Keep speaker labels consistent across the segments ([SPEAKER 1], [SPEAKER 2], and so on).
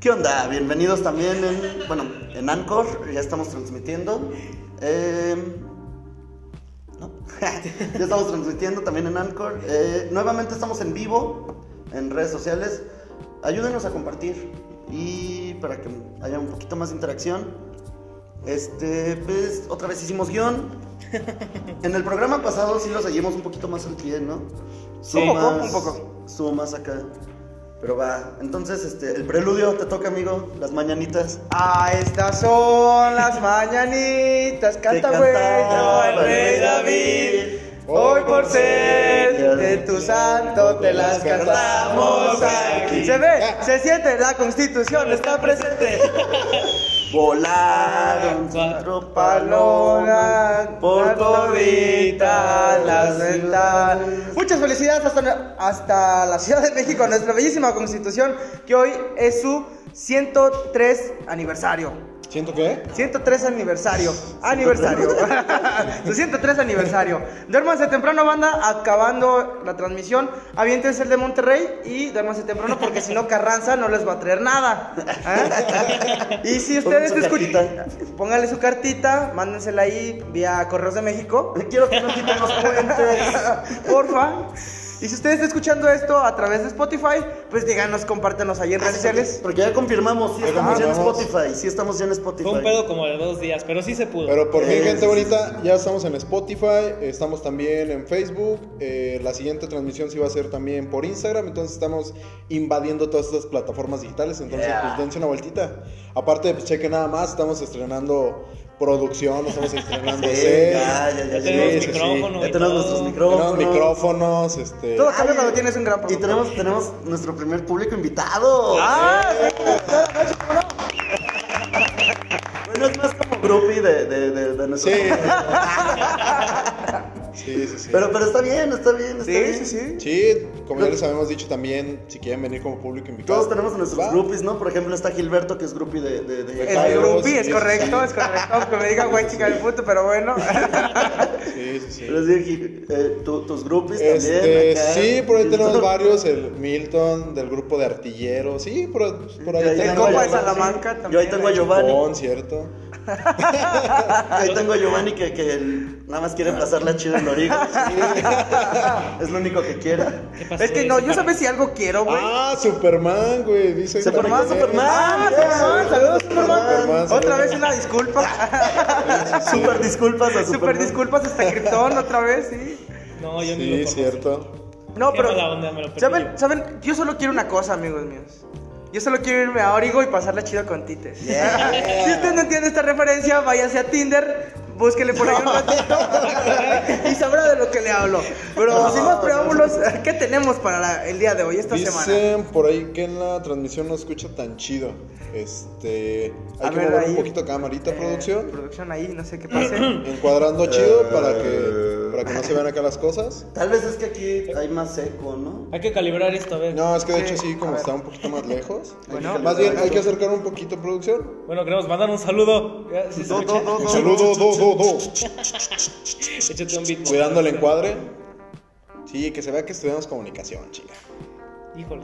[SPEAKER 1] ¿Qué onda? Bienvenidos también en, bueno, en Anchor, ya estamos transmitiendo. Eh, ¿no? ya estamos transmitiendo también en Anchor. Eh, nuevamente estamos en vivo en redes sociales. Ayúdenos a compartir y para que haya un poquito más de interacción. Este, pues otra vez hicimos guión. En el programa pasado sí lo seguimos un poquito más al pie, ¿no?
[SPEAKER 2] Un poco, un poco.
[SPEAKER 1] Subo más acá. Pero va. Entonces, este, el preludio te toca, amigo. Las mañanitas.
[SPEAKER 2] Ah, estas son las mañanitas. Canta,
[SPEAKER 1] Te
[SPEAKER 2] güey.
[SPEAKER 1] cantaba
[SPEAKER 2] al rey David. Hoy por ser de tu santo te las cantamos aquí. Eh. Se ve, se siente, la constitución está presente.
[SPEAKER 1] Volaron cuatro palomas por
[SPEAKER 2] por
[SPEAKER 1] todita
[SPEAKER 2] todita
[SPEAKER 1] la
[SPEAKER 2] las
[SPEAKER 1] ciudad.
[SPEAKER 2] ventanas. Muchas felicidades hasta, hasta la Ciudad de México, nuestra bellísima constitución, que hoy es su 103 aniversario.
[SPEAKER 3] ¿Siento qué?
[SPEAKER 2] 103 aniversario. Aniversario. Su 103 aniversario. Duérmanse temprano, banda. Acabando la transmisión. Aviéntense el de Monterrey y duérmanse temprano porque si no, Carranza no les va a traer nada. ¿Eh? Y si ustedes
[SPEAKER 1] Pongan su
[SPEAKER 2] escuchan, pónganle su cartita, mándensela ahí vía Correos de México.
[SPEAKER 1] Quiero que no quiten los puentes.
[SPEAKER 2] Porfa. Y si ustedes están escuchando esto a través de Spotify, pues díganos, compártanos ahí en redes sociales.
[SPEAKER 1] Porque ya confirmamos, sí estamos ya en
[SPEAKER 3] confirmamos.
[SPEAKER 1] Spotify. Sí estamos ya en Spotify.
[SPEAKER 4] Fue un pedo como de dos días, pero sí se pudo.
[SPEAKER 3] Pero por fin,
[SPEAKER 1] Eh,
[SPEAKER 3] gente
[SPEAKER 1] sí,
[SPEAKER 3] bonita, ya estamos en Spotify, estamos también en Facebook. eh, la siguiente transmisión sí va a ser también por Instagram. Entonces estamos invadiendo todas estas plataformas digitales. Entonces,
[SPEAKER 1] Yeah.
[SPEAKER 3] pues dense una vueltita. Aparte, pues chequen nada más, estamos estrenando producción, estamos estrenando
[SPEAKER 1] Sí,
[SPEAKER 3] set,
[SPEAKER 1] ya, ya, ya,
[SPEAKER 4] Ya tenemos
[SPEAKER 3] sí, sí, sí.
[SPEAKER 4] micrófono.
[SPEAKER 1] Ya
[SPEAKER 4] y
[SPEAKER 1] tenemos
[SPEAKER 4] todo.
[SPEAKER 1] nuestros
[SPEAKER 3] Tenemos
[SPEAKER 1] micrófonos.
[SPEAKER 3] micrófonos, este.
[SPEAKER 2] Todo cambia cuando tienes un gran
[SPEAKER 1] Y
[SPEAKER 2] producto.
[SPEAKER 1] tenemos, tenemos nuestro primer público invitado.
[SPEAKER 2] ¡Ah!
[SPEAKER 1] Bueno, es más como groupie de, de, de, de nuestro.
[SPEAKER 3] Sí. sí, sí, sí.
[SPEAKER 1] Pero, pero está bien, está bien, está
[SPEAKER 2] Sí,
[SPEAKER 1] bien.
[SPEAKER 2] sí, sí.
[SPEAKER 3] Sí, como ya les habíamos dicho también, si quieren venir como público invitado.
[SPEAKER 1] Todos tenemos a nuestros
[SPEAKER 3] va.
[SPEAKER 1] groupies, ¿no? Por ejemplo, está Gilberto, que es groupie de. de, de-
[SPEAKER 2] Es mi
[SPEAKER 3] Cairo,
[SPEAKER 2] groupie,
[SPEAKER 3] sí,
[SPEAKER 2] es
[SPEAKER 3] sí,
[SPEAKER 2] correcto,
[SPEAKER 3] sí.
[SPEAKER 2] es correcto. Aunque me digan güey chica del puto, pero bueno.
[SPEAKER 3] Sí, sí, sí.
[SPEAKER 1] Pero sí, Gil- eh, tu- tus groupies
[SPEAKER 3] Este,
[SPEAKER 1] también. acá.
[SPEAKER 3] sí, por ahí tenemos
[SPEAKER 1] Esto-
[SPEAKER 3] varios, eh, el Milton del grupo de artilleros, sí, por, por ahí
[SPEAKER 1] Yo ahí
[SPEAKER 2] El
[SPEAKER 1] tengo a
[SPEAKER 2] compa
[SPEAKER 3] tenemos
[SPEAKER 2] de
[SPEAKER 1] Giovanni.
[SPEAKER 2] Salamanca
[SPEAKER 1] Yo ahí
[SPEAKER 2] también,
[SPEAKER 1] tengo a
[SPEAKER 2] ahí.
[SPEAKER 1] Giovanni.
[SPEAKER 3] Bon, cierto.
[SPEAKER 1] Ahí tengo a Giovanni que, que él nada más quiere pasarla chido en Origo. es lo único que quiere.
[SPEAKER 4] ¿Qué pasó
[SPEAKER 2] es que
[SPEAKER 4] de
[SPEAKER 2] no, yo
[SPEAKER 4] ese par-
[SPEAKER 2] sabes si algo quiero, güey.
[SPEAKER 3] Ah, Superman, güey, dice
[SPEAKER 1] Superman,
[SPEAKER 3] también.
[SPEAKER 1] Superman.
[SPEAKER 2] Ah, Superman, saludos Superman.
[SPEAKER 3] Superman,
[SPEAKER 2] Otra
[SPEAKER 3] Superman.
[SPEAKER 2] vez una disculpa.
[SPEAKER 1] Super disculpas a
[SPEAKER 2] Super
[SPEAKER 1] Superman.
[SPEAKER 2] disculpas hasta Krypton otra vez, sí.
[SPEAKER 4] No, yo ni lo
[SPEAKER 3] Sí,
[SPEAKER 4] conozco.
[SPEAKER 3] cierto.
[SPEAKER 2] No,
[SPEAKER 4] Qué
[SPEAKER 2] pero
[SPEAKER 4] mala onda, me lo perdí
[SPEAKER 2] ¿saben,
[SPEAKER 4] yo.
[SPEAKER 2] saben, yo solo quiero una cosa, amigos míos. Yo solo quiero irme a Origo y pasarla chido con Tites. si usted no entiende esta referencia, váyase a Tinder, búsquele por ahí un ratito y sabrá de lo que le hablo. Pero
[SPEAKER 1] No,
[SPEAKER 2] sin más
[SPEAKER 1] no.
[SPEAKER 2] preámbulos, ¿qué tenemos para la- el día de hoy, esta semana?
[SPEAKER 3] Dicen por ahí que en la transmisión no escucha tan chido. Este, hay
[SPEAKER 2] A
[SPEAKER 3] que
[SPEAKER 2] ver,
[SPEAKER 3] mover
[SPEAKER 2] ahí.
[SPEAKER 3] un poquito camarita,
[SPEAKER 2] Eh,
[SPEAKER 3] producción.
[SPEAKER 2] Producción ahí, no sé qué pase.
[SPEAKER 3] Encuadrando chido para que
[SPEAKER 1] Eh.
[SPEAKER 3] para que no se vean acá las cosas.
[SPEAKER 1] Tal vez es que aquí hay más eco, ¿no?
[SPEAKER 4] Hay que calibrar esto, a ver.
[SPEAKER 3] No, es que de
[SPEAKER 2] Sí,
[SPEAKER 3] hecho sí,
[SPEAKER 2] a
[SPEAKER 3] como
[SPEAKER 2] ver.
[SPEAKER 3] está un poquito más lejos.
[SPEAKER 2] Bueno.
[SPEAKER 3] más bien hay que acercar un poquito producción.
[SPEAKER 4] Bueno, queremos mandar un saludo. Ya, ¿sí se
[SPEAKER 1] Do,
[SPEAKER 4] escucha?
[SPEAKER 1] do, do,
[SPEAKER 3] Un
[SPEAKER 1] do.
[SPEAKER 3] saludo, do, do, do.
[SPEAKER 4] Échate un beat.
[SPEAKER 3] Cuidando el encuadre. Sí, que se vea que estudiamos comunicación, chica.
[SPEAKER 4] Híjole.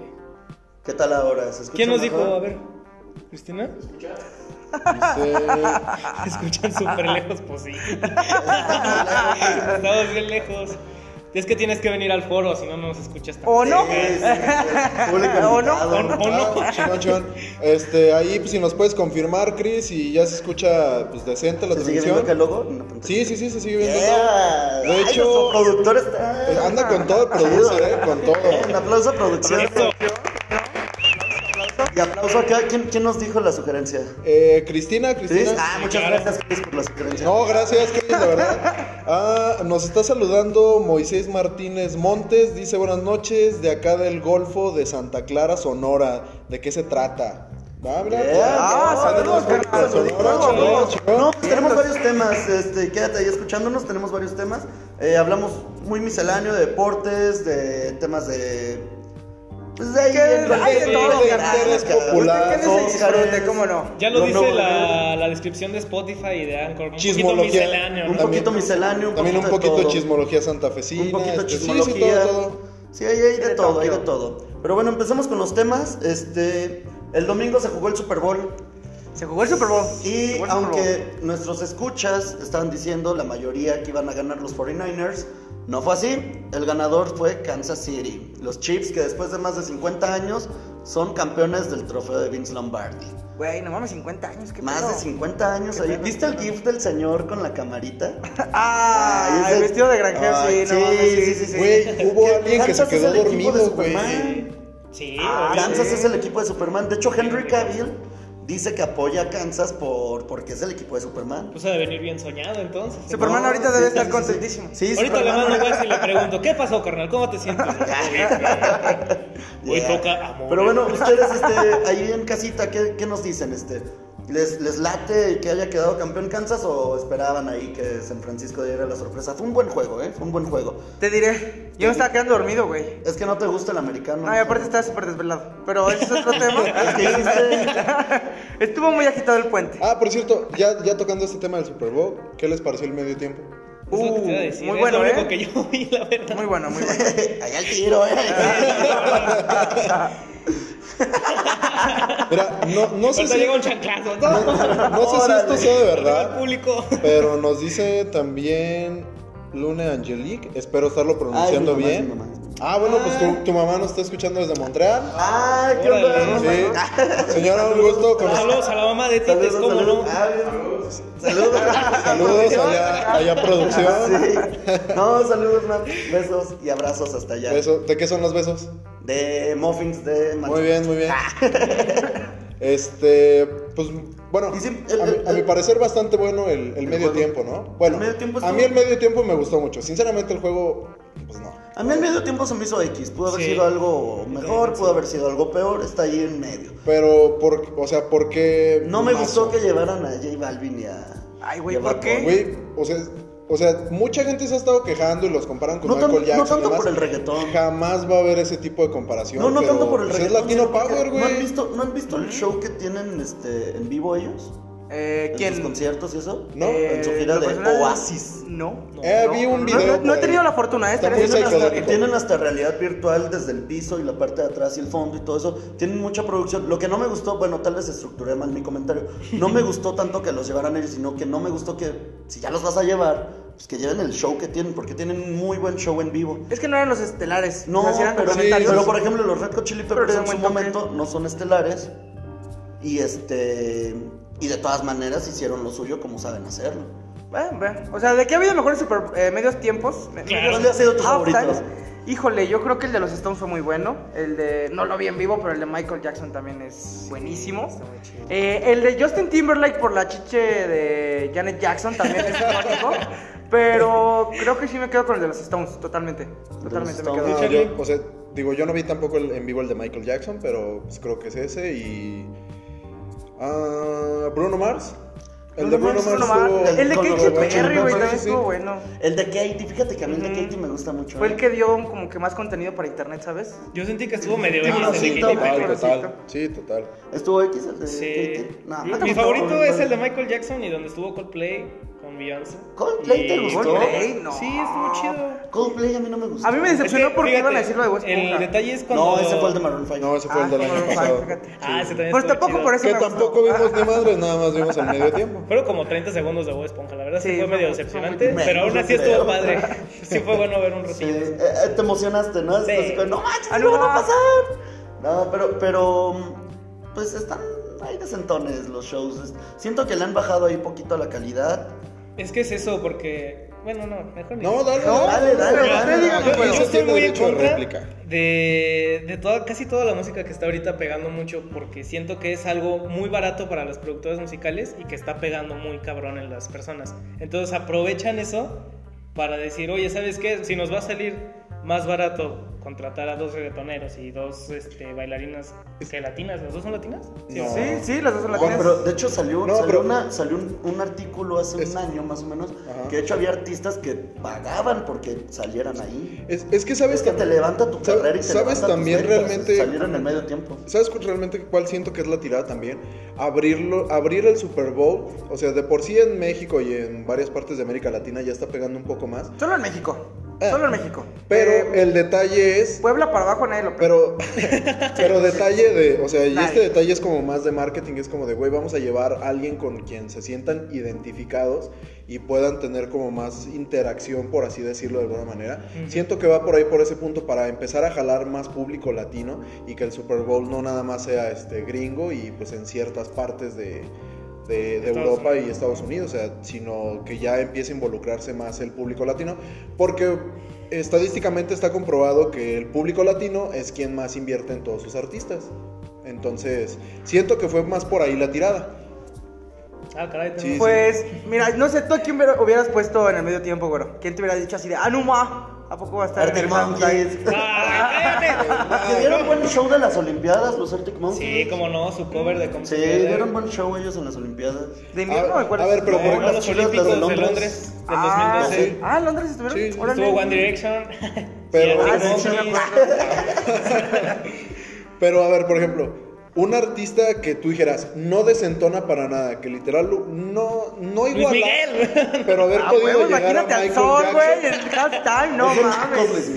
[SPEAKER 1] ¿Qué tal ahora? ¿Se escucha
[SPEAKER 4] ¿Quién nos
[SPEAKER 1] mejor?
[SPEAKER 4] dijo? A ver. ¿Cristina?
[SPEAKER 3] Este, Dice,
[SPEAKER 4] Se escuchan súper lejos, pues sí. Estamos bien lejos. Es que tienes que venir al foro, si no, no nos escuchas tan
[SPEAKER 2] ¿O no?
[SPEAKER 1] Sí, sí, sí. Público
[SPEAKER 2] ¿O no?
[SPEAKER 1] invitado.
[SPEAKER 4] ¿O no?
[SPEAKER 3] ah, chingón, chingón. Este, ahí pues, si nos puedes confirmar, Chris, y ya se escucha pues decente la
[SPEAKER 1] ¿Se sigue viendo acá el
[SPEAKER 3] transmisión.
[SPEAKER 1] logo? en la pantalla?
[SPEAKER 3] Sí, sí, sí, se sigue viendo todo.
[SPEAKER 1] Yeah.
[SPEAKER 3] De
[SPEAKER 1] Ay,
[SPEAKER 3] hecho-
[SPEAKER 1] nuestro productor está.
[SPEAKER 3] Eh, Anda con todo el producer, eh, con
[SPEAKER 1] Un
[SPEAKER 3] todo.
[SPEAKER 1] aplauso a producción.
[SPEAKER 4] Eso.
[SPEAKER 1] Y aplauso acá. ¿Quién, quién nos dijo la sugerencia?
[SPEAKER 3] Eh, Cristina,
[SPEAKER 1] ¿Sí?
[SPEAKER 3] Cristina.
[SPEAKER 1] Ah, muchas
[SPEAKER 4] Claro.
[SPEAKER 1] gracias Cris, por la sugerencia.
[SPEAKER 3] No, gracias, Chris, la verdad. Ah, nos está saludando Moisés Martínez Montes. Dice buenas noches de acá del Golfo de Santa Clara, Sonora. ¿De qué se trata? Va, mira,
[SPEAKER 1] Yeah.
[SPEAKER 3] pues,
[SPEAKER 2] Ah, saludos,
[SPEAKER 3] Golfo de
[SPEAKER 2] carnal,
[SPEAKER 3] Sonora,
[SPEAKER 2] saludos.
[SPEAKER 3] chingón, chingón.
[SPEAKER 1] No, pues tenemos varios temas, este, quédate ahí escuchándonos, tenemos varios temas. Eh, hablamos muy misceláneo de deportes, de temas de... Pues de ahí...
[SPEAKER 2] ¿Qué? Hay de
[SPEAKER 1] Sí,
[SPEAKER 2] todo,
[SPEAKER 1] de
[SPEAKER 2] carnal.
[SPEAKER 1] interés
[SPEAKER 3] Usted
[SPEAKER 1] popular,
[SPEAKER 2] Usted quédese y
[SPEAKER 1] Óscares.
[SPEAKER 2] disfrute, cómo no.
[SPEAKER 4] Ya lo
[SPEAKER 1] No,
[SPEAKER 4] dice
[SPEAKER 1] no,
[SPEAKER 4] la, la descripción de Spotify y de Anchor. Un poquito
[SPEAKER 3] Chismología.
[SPEAKER 4] misceláneo,
[SPEAKER 1] Un
[SPEAKER 4] ¿no?
[SPEAKER 1] poquito misceláneo, un
[SPEAKER 3] También un
[SPEAKER 1] poquito de
[SPEAKER 3] poquito de
[SPEAKER 1] todo.
[SPEAKER 3] chismología santafesina.
[SPEAKER 1] un poquito de
[SPEAKER 3] este, sí, sí,
[SPEAKER 1] chismología.
[SPEAKER 3] todo, todo.
[SPEAKER 1] Sí, hay, hay de
[SPEAKER 2] De
[SPEAKER 1] todo, hay de
[SPEAKER 2] Tokio.
[SPEAKER 1] todo. Pero bueno, empezamos con los temas. Este, El domingo se jugó el Super Bowl.
[SPEAKER 2] Se jugó el Super Bowl. Se
[SPEAKER 1] Y
[SPEAKER 2] jugó el Super Bowl.
[SPEAKER 1] aunque nuestros escuchas estaban diciendo la mayoría que iban a ganar los 49ers, no fue así. El ganador fue Kansas City. Los Chiefs que después de más de 50 años son campeones del trofeo de Vince Lombardi.
[SPEAKER 2] Güey, no mames, 50 años. ¿qué
[SPEAKER 1] Más
[SPEAKER 2] pedo?
[SPEAKER 1] de 50 años
[SPEAKER 2] Qué
[SPEAKER 1] ahí.
[SPEAKER 2] pedo,
[SPEAKER 1] ¿Viste
[SPEAKER 2] qué
[SPEAKER 1] el
[SPEAKER 2] pedo.
[SPEAKER 1] gif del señor con la camarita?
[SPEAKER 2] Ah,
[SPEAKER 1] Ay, ese-
[SPEAKER 2] el vestido de granjero, sí,
[SPEAKER 1] Ay,
[SPEAKER 2] no mames.
[SPEAKER 1] sí,
[SPEAKER 2] Sí,
[SPEAKER 1] sí, sí.
[SPEAKER 3] Güey, hubo alguien que se
[SPEAKER 1] Kansas
[SPEAKER 3] quedó
[SPEAKER 1] es el equipo de
[SPEAKER 3] dormido, güey.
[SPEAKER 1] Superman.
[SPEAKER 4] Sí,
[SPEAKER 2] Ah,
[SPEAKER 4] obvio.
[SPEAKER 1] Kansas
[SPEAKER 2] sí.
[SPEAKER 1] es el equipo de Superman. De hecho, Henry Cavill dice que apoya a Kansas por, porque es el equipo de Superman.
[SPEAKER 4] Pues ha de venir bien soñado entonces.
[SPEAKER 2] Superman
[SPEAKER 1] No,
[SPEAKER 2] ahorita
[SPEAKER 1] sí,
[SPEAKER 2] debe
[SPEAKER 1] sí,
[SPEAKER 2] estar
[SPEAKER 1] sí, sí.
[SPEAKER 2] contentísimo.
[SPEAKER 1] Sí,
[SPEAKER 4] Ahorita le
[SPEAKER 1] Superman
[SPEAKER 4] mando
[SPEAKER 1] ahora-
[SPEAKER 4] WhatsApp y le pregunto, ¿qué pasó, carnal? ¿Cómo te sientes? Hoy
[SPEAKER 1] Yeah.
[SPEAKER 4] toca amor.
[SPEAKER 1] Pero bueno, ustedes este, ahí en casita, ¿qué, qué nos dicen? Este? ¿Les, ¿Les late que haya quedado campeón Kansas o esperaban ahí que San Francisco diera la sorpresa? Fue un buen juego, ¿eh? Fue un buen juego.
[SPEAKER 2] Te diré, yo me estaba quedando dormido, güey.
[SPEAKER 1] Es que no te gusta el americano.
[SPEAKER 2] Ay, aparte estaba súper desvelado. Pero ese es otro tema.
[SPEAKER 1] Es que dijiste-
[SPEAKER 2] Estuvo muy agitado el puente.
[SPEAKER 3] Ah, por cierto, ya, ya tocando este tema del Super Bowl, ¿qué les pareció el medio tiempo?
[SPEAKER 4] Es lo que te iba a
[SPEAKER 2] Uh,
[SPEAKER 4] decir,
[SPEAKER 2] muy
[SPEAKER 4] es
[SPEAKER 2] bueno,
[SPEAKER 4] lo único
[SPEAKER 2] ¿eh?
[SPEAKER 4] que yo vi, la verdad.
[SPEAKER 2] Muy bueno, muy bueno.
[SPEAKER 1] Allá el tiro, ¿eh?
[SPEAKER 3] Mira, no, no sé
[SPEAKER 4] Ahorita
[SPEAKER 3] si.
[SPEAKER 4] llega un chanclazo.
[SPEAKER 3] No sé si
[SPEAKER 1] Órale.
[SPEAKER 3] esto sea de
[SPEAKER 4] Al
[SPEAKER 3] verdad,
[SPEAKER 4] público.
[SPEAKER 3] pero nos dice también Lune Angelique, espero estarlo
[SPEAKER 1] Ay,
[SPEAKER 3] pronunciando
[SPEAKER 1] mi mamá, mi
[SPEAKER 3] bien.
[SPEAKER 1] mamá.
[SPEAKER 3] Ah, bueno, pues tu, tu mamá nos está escuchando desde Montreal.
[SPEAKER 1] Ah, ¿qué onda?
[SPEAKER 3] Sí. Señora, un gusto conocer.
[SPEAKER 4] Saludos a la mamá de
[SPEAKER 1] Saludos,
[SPEAKER 4] Tites, ¿cómo no?
[SPEAKER 1] saludos. Ah, Saludos.
[SPEAKER 3] Saludos allá, allá a producción.
[SPEAKER 1] Sí. No, saludos, Nat. Besos y abrazos hasta allá.
[SPEAKER 3] Beso- ¿De qué son los besos?
[SPEAKER 1] De muffins de
[SPEAKER 3] Muy bien, muy bien. Este, pues bueno,
[SPEAKER 1] Ah. Y sí,
[SPEAKER 3] a,
[SPEAKER 1] el-
[SPEAKER 3] mi, a
[SPEAKER 1] el-
[SPEAKER 3] mi parecer bastante bueno el, el medio
[SPEAKER 1] juego.
[SPEAKER 3] tiempo, ¿no? Bueno,
[SPEAKER 1] El medio tiempo
[SPEAKER 3] a mí
[SPEAKER 1] estuvo-
[SPEAKER 3] el medio tiempo me gustó mucho. Sinceramente el juego, pues no.
[SPEAKER 1] A mí el medio tiempo se me hizo X. Pudo haber
[SPEAKER 4] Sí.
[SPEAKER 1] sido algo mejor, pudo haber sido algo peor. Está ahí en medio.
[SPEAKER 3] Pero, por, o sea, ¿por qué?
[SPEAKER 1] No me
[SPEAKER 3] mazo?
[SPEAKER 1] gustó que llevaran a J Balvin y a.
[SPEAKER 2] Ay, güey,
[SPEAKER 1] y a
[SPEAKER 2] ¿por
[SPEAKER 1] Bad
[SPEAKER 2] qué?
[SPEAKER 1] Bunny.
[SPEAKER 3] Güey, o sea, o sea, mucha gente se ha estado quejando y los comparan con
[SPEAKER 1] No tan-
[SPEAKER 3] Michael
[SPEAKER 1] no
[SPEAKER 3] Jackson. y
[SPEAKER 1] tanto
[SPEAKER 3] demás.
[SPEAKER 1] por el reggaetón.
[SPEAKER 3] Jamás va a haber ese tipo de comparación.
[SPEAKER 1] No, no
[SPEAKER 3] pero,
[SPEAKER 1] tanto por el
[SPEAKER 3] pues,
[SPEAKER 1] reggaetón.
[SPEAKER 3] Es Latino
[SPEAKER 1] sino porque-
[SPEAKER 3] Power, güey.
[SPEAKER 1] ¿No han visto, ¿no han visto
[SPEAKER 2] Mm.
[SPEAKER 1] el show que tienen este, en vivo ellos? ¿En
[SPEAKER 2] Eh,
[SPEAKER 1] sus
[SPEAKER 2] ¿Quién?
[SPEAKER 1] conciertos y eso?
[SPEAKER 3] No,
[SPEAKER 1] en su gira
[SPEAKER 2] ¿lo
[SPEAKER 1] de
[SPEAKER 2] personal?
[SPEAKER 1] Oasis.
[SPEAKER 2] No.
[SPEAKER 3] Eh,
[SPEAKER 2] no,
[SPEAKER 3] vi un
[SPEAKER 2] no, no,
[SPEAKER 3] video
[SPEAKER 2] No,
[SPEAKER 3] por
[SPEAKER 2] he
[SPEAKER 3] ahí.
[SPEAKER 2] tenido la fortuna, ¿eh?
[SPEAKER 3] Está
[SPEAKER 2] Pero
[SPEAKER 3] muy
[SPEAKER 2] es una-
[SPEAKER 1] Tienen hasta,
[SPEAKER 3] psicodélico.
[SPEAKER 1] tienen hasta realidad virtual desde el piso y la parte de atrás y el fondo y todo eso. Tienen mucha producción. Lo que no me gustó, bueno, tal vez estructuré mal mi comentario. No me gustó tanto que los llevaran ellos, sino que no me gustó que, si ya los vas a llevar, pues que lleven el show que tienen, porque tienen un muy buen show en vivo.
[SPEAKER 2] Es que no eran los estelares.
[SPEAKER 1] No,
[SPEAKER 2] o sea, sí eran
[SPEAKER 1] pero,
[SPEAKER 2] complementarios.
[SPEAKER 1] pero, por ejemplo, los Red Hot Chili
[SPEAKER 2] Pero
[SPEAKER 1] Peppers
[SPEAKER 2] de
[SPEAKER 1] en su
[SPEAKER 2] buen toque.
[SPEAKER 1] momento no son estelares. Y este. Y de todas maneras hicieron lo suyo como saben hacerlo.
[SPEAKER 2] Bueno, bueno, Eh, O sea, ¿de qué ha habido mejores super, eh, medios tiempos?
[SPEAKER 4] Claro.
[SPEAKER 1] ¿Cuál ha sido tu
[SPEAKER 2] Half
[SPEAKER 1] favorito?
[SPEAKER 2] times. pues, Híjole, yo creo que el de los Stones fue muy bueno. El de. No lo vi en vivo, pero el de Michael Jackson también es buenísimo. Eh, el de Justin Timberlake por la chiche de Janet Jackson también es icónico. Pero creo que sí me quedo con el de los Stones, totalmente. Totalmente me
[SPEAKER 1] Stones.
[SPEAKER 2] quedo.
[SPEAKER 3] No,
[SPEAKER 4] Charlie.
[SPEAKER 3] yo, o sea, digo, yo no vi tampoco el, en vivo el de Michael Jackson, pero pues, creo que es ese y... ah, Bruno Mars. El de Bruno,
[SPEAKER 2] Bruno
[SPEAKER 3] Mars.
[SPEAKER 2] Mars.
[SPEAKER 3] estuvo-
[SPEAKER 2] El de
[SPEAKER 1] con los
[SPEAKER 2] Katy
[SPEAKER 1] Red Hot Chili
[SPEAKER 2] Perry, güey,
[SPEAKER 1] Peppers,
[SPEAKER 2] también
[SPEAKER 3] sí, sí.
[SPEAKER 2] estuvo bueno.
[SPEAKER 1] El de Katy, fíjate que a mí el de
[SPEAKER 2] Ujú.
[SPEAKER 1] Katy me gusta mucho.
[SPEAKER 2] Fue
[SPEAKER 1] ¿eh?
[SPEAKER 2] el que dio como que más contenido para internet, ¿sabes?
[SPEAKER 4] Yo sentí que estuvo medio
[SPEAKER 1] Sí,
[SPEAKER 4] bien
[SPEAKER 1] no,
[SPEAKER 4] ese
[SPEAKER 1] sí,
[SPEAKER 4] de
[SPEAKER 1] no,
[SPEAKER 4] Katy Perry.
[SPEAKER 3] Total, total.
[SPEAKER 2] Pobrecito.
[SPEAKER 3] Sí, total.
[SPEAKER 1] ¿Estuvo X el de
[SPEAKER 4] Sí.
[SPEAKER 1] Katy? No,
[SPEAKER 4] Mi-
[SPEAKER 1] no te
[SPEAKER 4] Mi
[SPEAKER 1] gustó,
[SPEAKER 4] favorito
[SPEAKER 1] Bruno
[SPEAKER 4] es el de
[SPEAKER 1] Mars.
[SPEAKER 4] Michael Jackson y donde estuvo Coldplay con Beyoncé.
[SPEAKER 1] ¿Coldplay te
[SPEAKER 4] Y-
[SPEAKER 1] gustó?
[SPEAKER 2] Coldplay, no.
[SPEAKER 4] Sí, estuvo chido.
[SPEAKER 1] Coldplay a mí no me gustó.
[SPEAKER 2] A mí me
[SPEAKER 4] Es que,
[SPEAKER 2] decepcionó porque
[SPEAKER 4] fíjate,
[SPEAKER 2] iban a decir lo de West
[SPEAKER 4] El detalle es cuando...
[SPEAKER 1] No, ese fue el de Maroon 5.
[SPEAKER 3] No, ese fue el del año pasado.
[SPEAKER 4] Ah, ese también
[SPEAKER 2] Pues
[SPEAKER 4] estuvo
[SPEAKER 2] tampoco
[SPEAKER 4] chido.
[SPEAKER 2] por eso
[SPEAKER 3] Que
[SPEAKER 2] me gustó.
[SPEAKER 3] tampoco vimos ni madres, nada más vimos el medio tiempo.
[SPEAKER 4] Fueron como 30 segundos de Bob Esponja, la verdad sí,
[SPEAKER 2] Sí,
[SPEAKER 4] fue
[SPEAKER 2] fue-
[SPEAKER 4] medio
[SPEAKER 2] fue
[SPEAKER 4] decepcionante,
[SPEAKER 1] muy-
[SPEAKER 4] pero aún así
[SPEAKER 1] Menos,
[SPEAKER 4] estuvo padre.
[SPEAKER 1] pero-
[SPEAKER 4] Sí fue bueno ver un
[SPEAKER 1] Sí,
[SPEAKER 4] ratito.
[SPEAKER 1] eh, eh, te emocionaste, ¿no?
[SPEAKER 4] Sí.
[SPEAKER 1] Estás con, no manches,
[SPEAKER 2] Ah,
[SPEAKER 1] ¿qué van
[SPEAKER 2] no.
[SPEAKER 1] a pasar? No, pero, pero, mm, pues están ahí de sentones los shows. Es- Siento que le han bajado ahí poquito la calidad.
[SPEAKER 4] Es que es eso, porque... Bueno, no, mejor ni...
[SPEAKER 3] No, dale,
[SPEAKER 2] No,
[SPEAKER 1] dale, dale,
[SPEAKER 2] pero
[SPEAKER 1] dale,
[SPEAKER 2] usted diga
[SPEAKER 1] dale.
[SPEAKER 2] que
[SPEAKER 4] yo,
[SPEAKER 2] bueno.
[SPEAKER 4] yo estoy
[SPEAKER 3] tiene
[SPEAKER 4] muy en
[SPEAKER 3] derecho de
[SPEAKER 4] contra
[SPEAKER 3] réplica.
[SPEAKER 4] de, de toda, casi toda la música que está ahorita pegando mucho porque siento que es algo muy barato para las productoras musicales y que está pegando muy cabrón en las personas. Entonces aprovechan eso para decir, oye, ¿sabes qué? Si nos va a salir más barato contratar a dos reggaetoneros y dos este, bailarinas que latinas, ¿las dos son latinas?
[SPEAKER 3] No.
[SPEAKER 2] Sí, sí, las dos son
[SPEAKER 1] No,
[SPEAKER 2] latinas.
[SPEAKER 1] pero de hecho salió,
[SPEAKER 3] No,
[SPEAKER 1] salió,
[SPEAKER 3] pero-
[SPEAKER 1] una- salió un, un artículo hace
[SPEAKER 3] Es-
[SPEAKER 1] un año más o menos
[SPEAKER 3] Ajá.
[SPEAKER 1] que de hecho había artistas que pagaban porque salieran ahí.
[SPEAKER 3] Es, es que sabes
[SPEAKER 1] Es que
[SPEAKER 3] tam-
[SPEAKER 1] te levanta tu
[SPEAKER 3] sab-
[SPEAKER 1] carrera y te
[SPEAKER 3] sabes
[SPEAKER 1] levanta
[SPEAKER 3] también
[SPEAKER 1] tus ventas,
[SPEAKER 3] realmente
[SPEAKER 1] salieron en medio tiempo.
[SPEAKER 3] ¿Sabes cu- realmente cuál siento que es la tirada también? Abrirlo, abrir el Super Bowl, o sea, de por sí en México y en varias partes de América Latina ya está pegando un poco más.
[SPEAKER 2] Solo en México.
[SPEAKER 3] Ah.
[SPEAKER 2] Solo en México.
[SPEAKER 3] Pero
[SPEAKER 2] Eh,
[SPEAKER 3] el detalle es.
[SPEAKER 2] Puebla para abajo nadie lo
[SPEAKER 3] Pero, pero detalle de, o sea, y
[SPEAKER 2] Dale.
[SPEAKER 3] este detalle es como más de marketing, es como de, güey, vamos a llevar a alguien con quien se sientan identificados y puedan tener como más interacción, por así decirlo de alguna manera.
[SPEAKER 4] Ujú.
[SPEAKER 3] Siento que va por ahí, por ese punto, para empezar a jalar más público latino y que el Super Bowl no nada más sea este gringo y pues en ciertas partes de... de- de
[SPEAKER 4] Estados
[SPEAKER 3] Europa y
[SPEAKER 4] Unidos.
[SPEAKER 3] Estados Unidos, o sea, sino que ya empiece a involucrarse más el público latino, porque estadísticamente está comprobado que el público latino es quien más invierte en todos sus artistas. Entonces, siento que fue más por ahí la tirada.
[SPEAKER 4] Ah, caray,
[SPEAKER 3] Sí, sí.
[SPEAKER 4] tenemos-
[SPEAKER 2] Pues, mira, no sé tú a quién hubiera- hubieras puesto en el medio tiempo, güero. ¿Quién te hubiera dicho así de Anuma? ¿A poco va a estar en
[SPEAKER 1] Arctic
[SPEAKER 2] el soundtrack?
[SPEAKER 1] Monkeys.
[SPEAKER 4] Ah, cállate.
[SPEAKER 1] Que dieron buen show de las Olimpiadas, los Arctic Monkeys.
[SPEAKER 4] Sí, como no, su cover de eh.
[SPEAKER 1] Sí,
[SPEAKER 4] Computer.
[SPEAKER 1] dieron buen show ellos en las Olimpiadas.
[SPEAKER 2] ¿De
[SPEAKER 3] A ver,
[SPEAKER 2] invierno o cuál es?
[SPEAKER 3] a ver, pero por
[SPEAKER 4] Pero
[SPEAKER 3] ejemplo,
[SPEAKER 1] las
[SPEAKER 4] los
[SPEAKER 1] chicas, las de
[SPEAKER 4] Olímpicos de
[SPEAKER 1] Londres.
[SPEAKER 4] Londres, del
[SPEAKER 2] Ah,
[SPEAKER 4] 2012.
[SPEAKER 3] sí.
[SPEAKER 2] ah, Londres estuvieron.
[SPEAKER 3] Sí, sí,
[SPEAKER 2] Órale.
[SPEAKER 4] Estuvo One Direction.
[SPEAKER 3] Pero-
[SPEAKER 4] y
[SPEAKER 2] Ah,
[SPEAKER 4] Arctic
[SPEAKER 2] sí, sí, me
[SPEAKER 4] Monkeys.
[SPEAKER 2] acuerdo.
[SPEAKER 3] pero a ver, por ejemplo, un artista que tú dijeras no desentona para nada, que literal no no
[SPEAKER 4] Luis
[SPEAKER 3] iguala,
[SPEAKER 4] Miguel.
[SPEAKER 3] pero haber
[SPEAKER 2] Ah,
[SPEAKER 3] podido
[SPEAKER 2] huevo,
[SPEAKER 3] llegar a
[SPEAKER 2] imagínate
[SPEAKER 3] Michael
[SPEAKER 2] al sol,
[SPEAKER 3] Jackson.
[SPEAKER 2] güey, en halftime, no mames.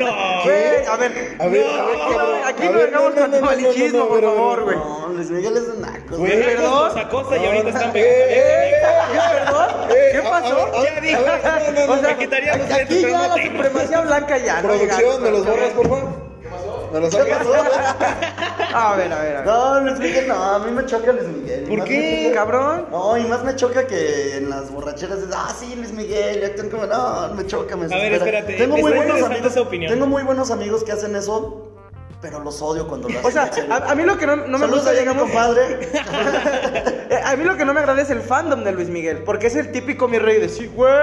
[SPEAKER 4] no.
[SPEAKER 2] Güey, a ver.
[SPEAKER 3] A ver,
[SPEAKER 2] No,
[SPEAKER 3] a ver, cabrón.
[SPEAKER 2] Aquí
[SPEAKER 3] A
[SPEAKER 2] no
[SPEAKER 3] ver,
[SPEAKER 2] dejamos
[SPEAKER 3] no, no,
[SPEAKER 2] con
[SPEAKER 3] no, no,
[SPEAKER 2] malichismo,
[SPEAKER 3] no, no,
[SPEAKER 2] por
[SPEAKER 3] no, no,
[SPEAKER 2] favor, güey.
[SPEAKER 1] No, Luis Miguel es de nacos, güey.
[SPEAKER 4] Güey, antes
[SPEAKER 2] perdón.
[SPEAKER 4] los acosa y ahorita están
[SPEAKER 3] Eh, eh,
[SPEAKER 4] pegando.
[SPEAKER 3] eh,
[SPEAKER 2] ¿Ya, perdón?
[SPEAKER 3] Eh,
[SPEAKER 2] ¿Qué
[SPEAKER 3] a-
[SPEAKER 2] pasó?
[SPEAKER 3] a- a-
[SPEAKER 4] Ya dije.
[SPEAKER 3] a ver, no, no,
[SPEAKER 2] O
[SPEAKER 3] no,
[SPEAKER 2] sea,
[SPEAKER 4] me quitaría los
[SPEAKER 2] aquí
[SPEAKER 4] lentes, pero
[SPEAKER 2] ya
[SPEAKER 4] no
[SPEAKER 2] la
[SPEAKER 4] tengo.
[SPEAKER 2] supremacía blanca ya. Ah, no
[SPEAKER 3] Producción,
[SPEAKER 2] llegaron.
[SPEAKER 3] me los borras, por favor. ¿Qué pasó? ¿Me los Ah, sacas?
[SPEAKER 2] A ver, a ver, a ver.
[SPEAKER 1] No, Luis Miguel no, a mí me choca Luis Miguel.
[SPEAKER 4] ¿Por
[SPEAKER 1] Más
[SPEAKER 4] qué?
[SPEAKER 1] me choca-
[SPEAKER 2] Cabrón.
[SPEAKER 1] No, y más me choca que en las borracheras es, ah, sí, Luis Miguel, y actúan como, no, me choca, me
[SPEAKER 4] A ver,
[SPEAKER 1] desespera".
[SPEAKER 4] espérate,
[SPEAKER 1] Tengo muy
[SPEAKER 4] está
[SPEAKER 1] buenos
[SPEAKER 4] interesante
[SPEAKER 1] amigos,
[SPEAKER 4] esa opinión.
[SPEAKER 1] tengo muy buenos amigos que hacen eso, pero los odio cuando lo hacen.
[SPEAKER 2] O sea,
[SPEAKER 1] en serio.
[SPEAKER 2] a, a mí lo que no, no me
[SPEAKER 1] Saludos
[SPEAKER 2] gusta,
[SPEAKER 1] allá, mi
[SPEAKER 2] digamos,
[SPEAKER 1] compadre.
[SPEAKER 2] eh, a mí lo que no me agrada es el fandom de Luis Miguel, porque es el típico mi rey de sí, güey,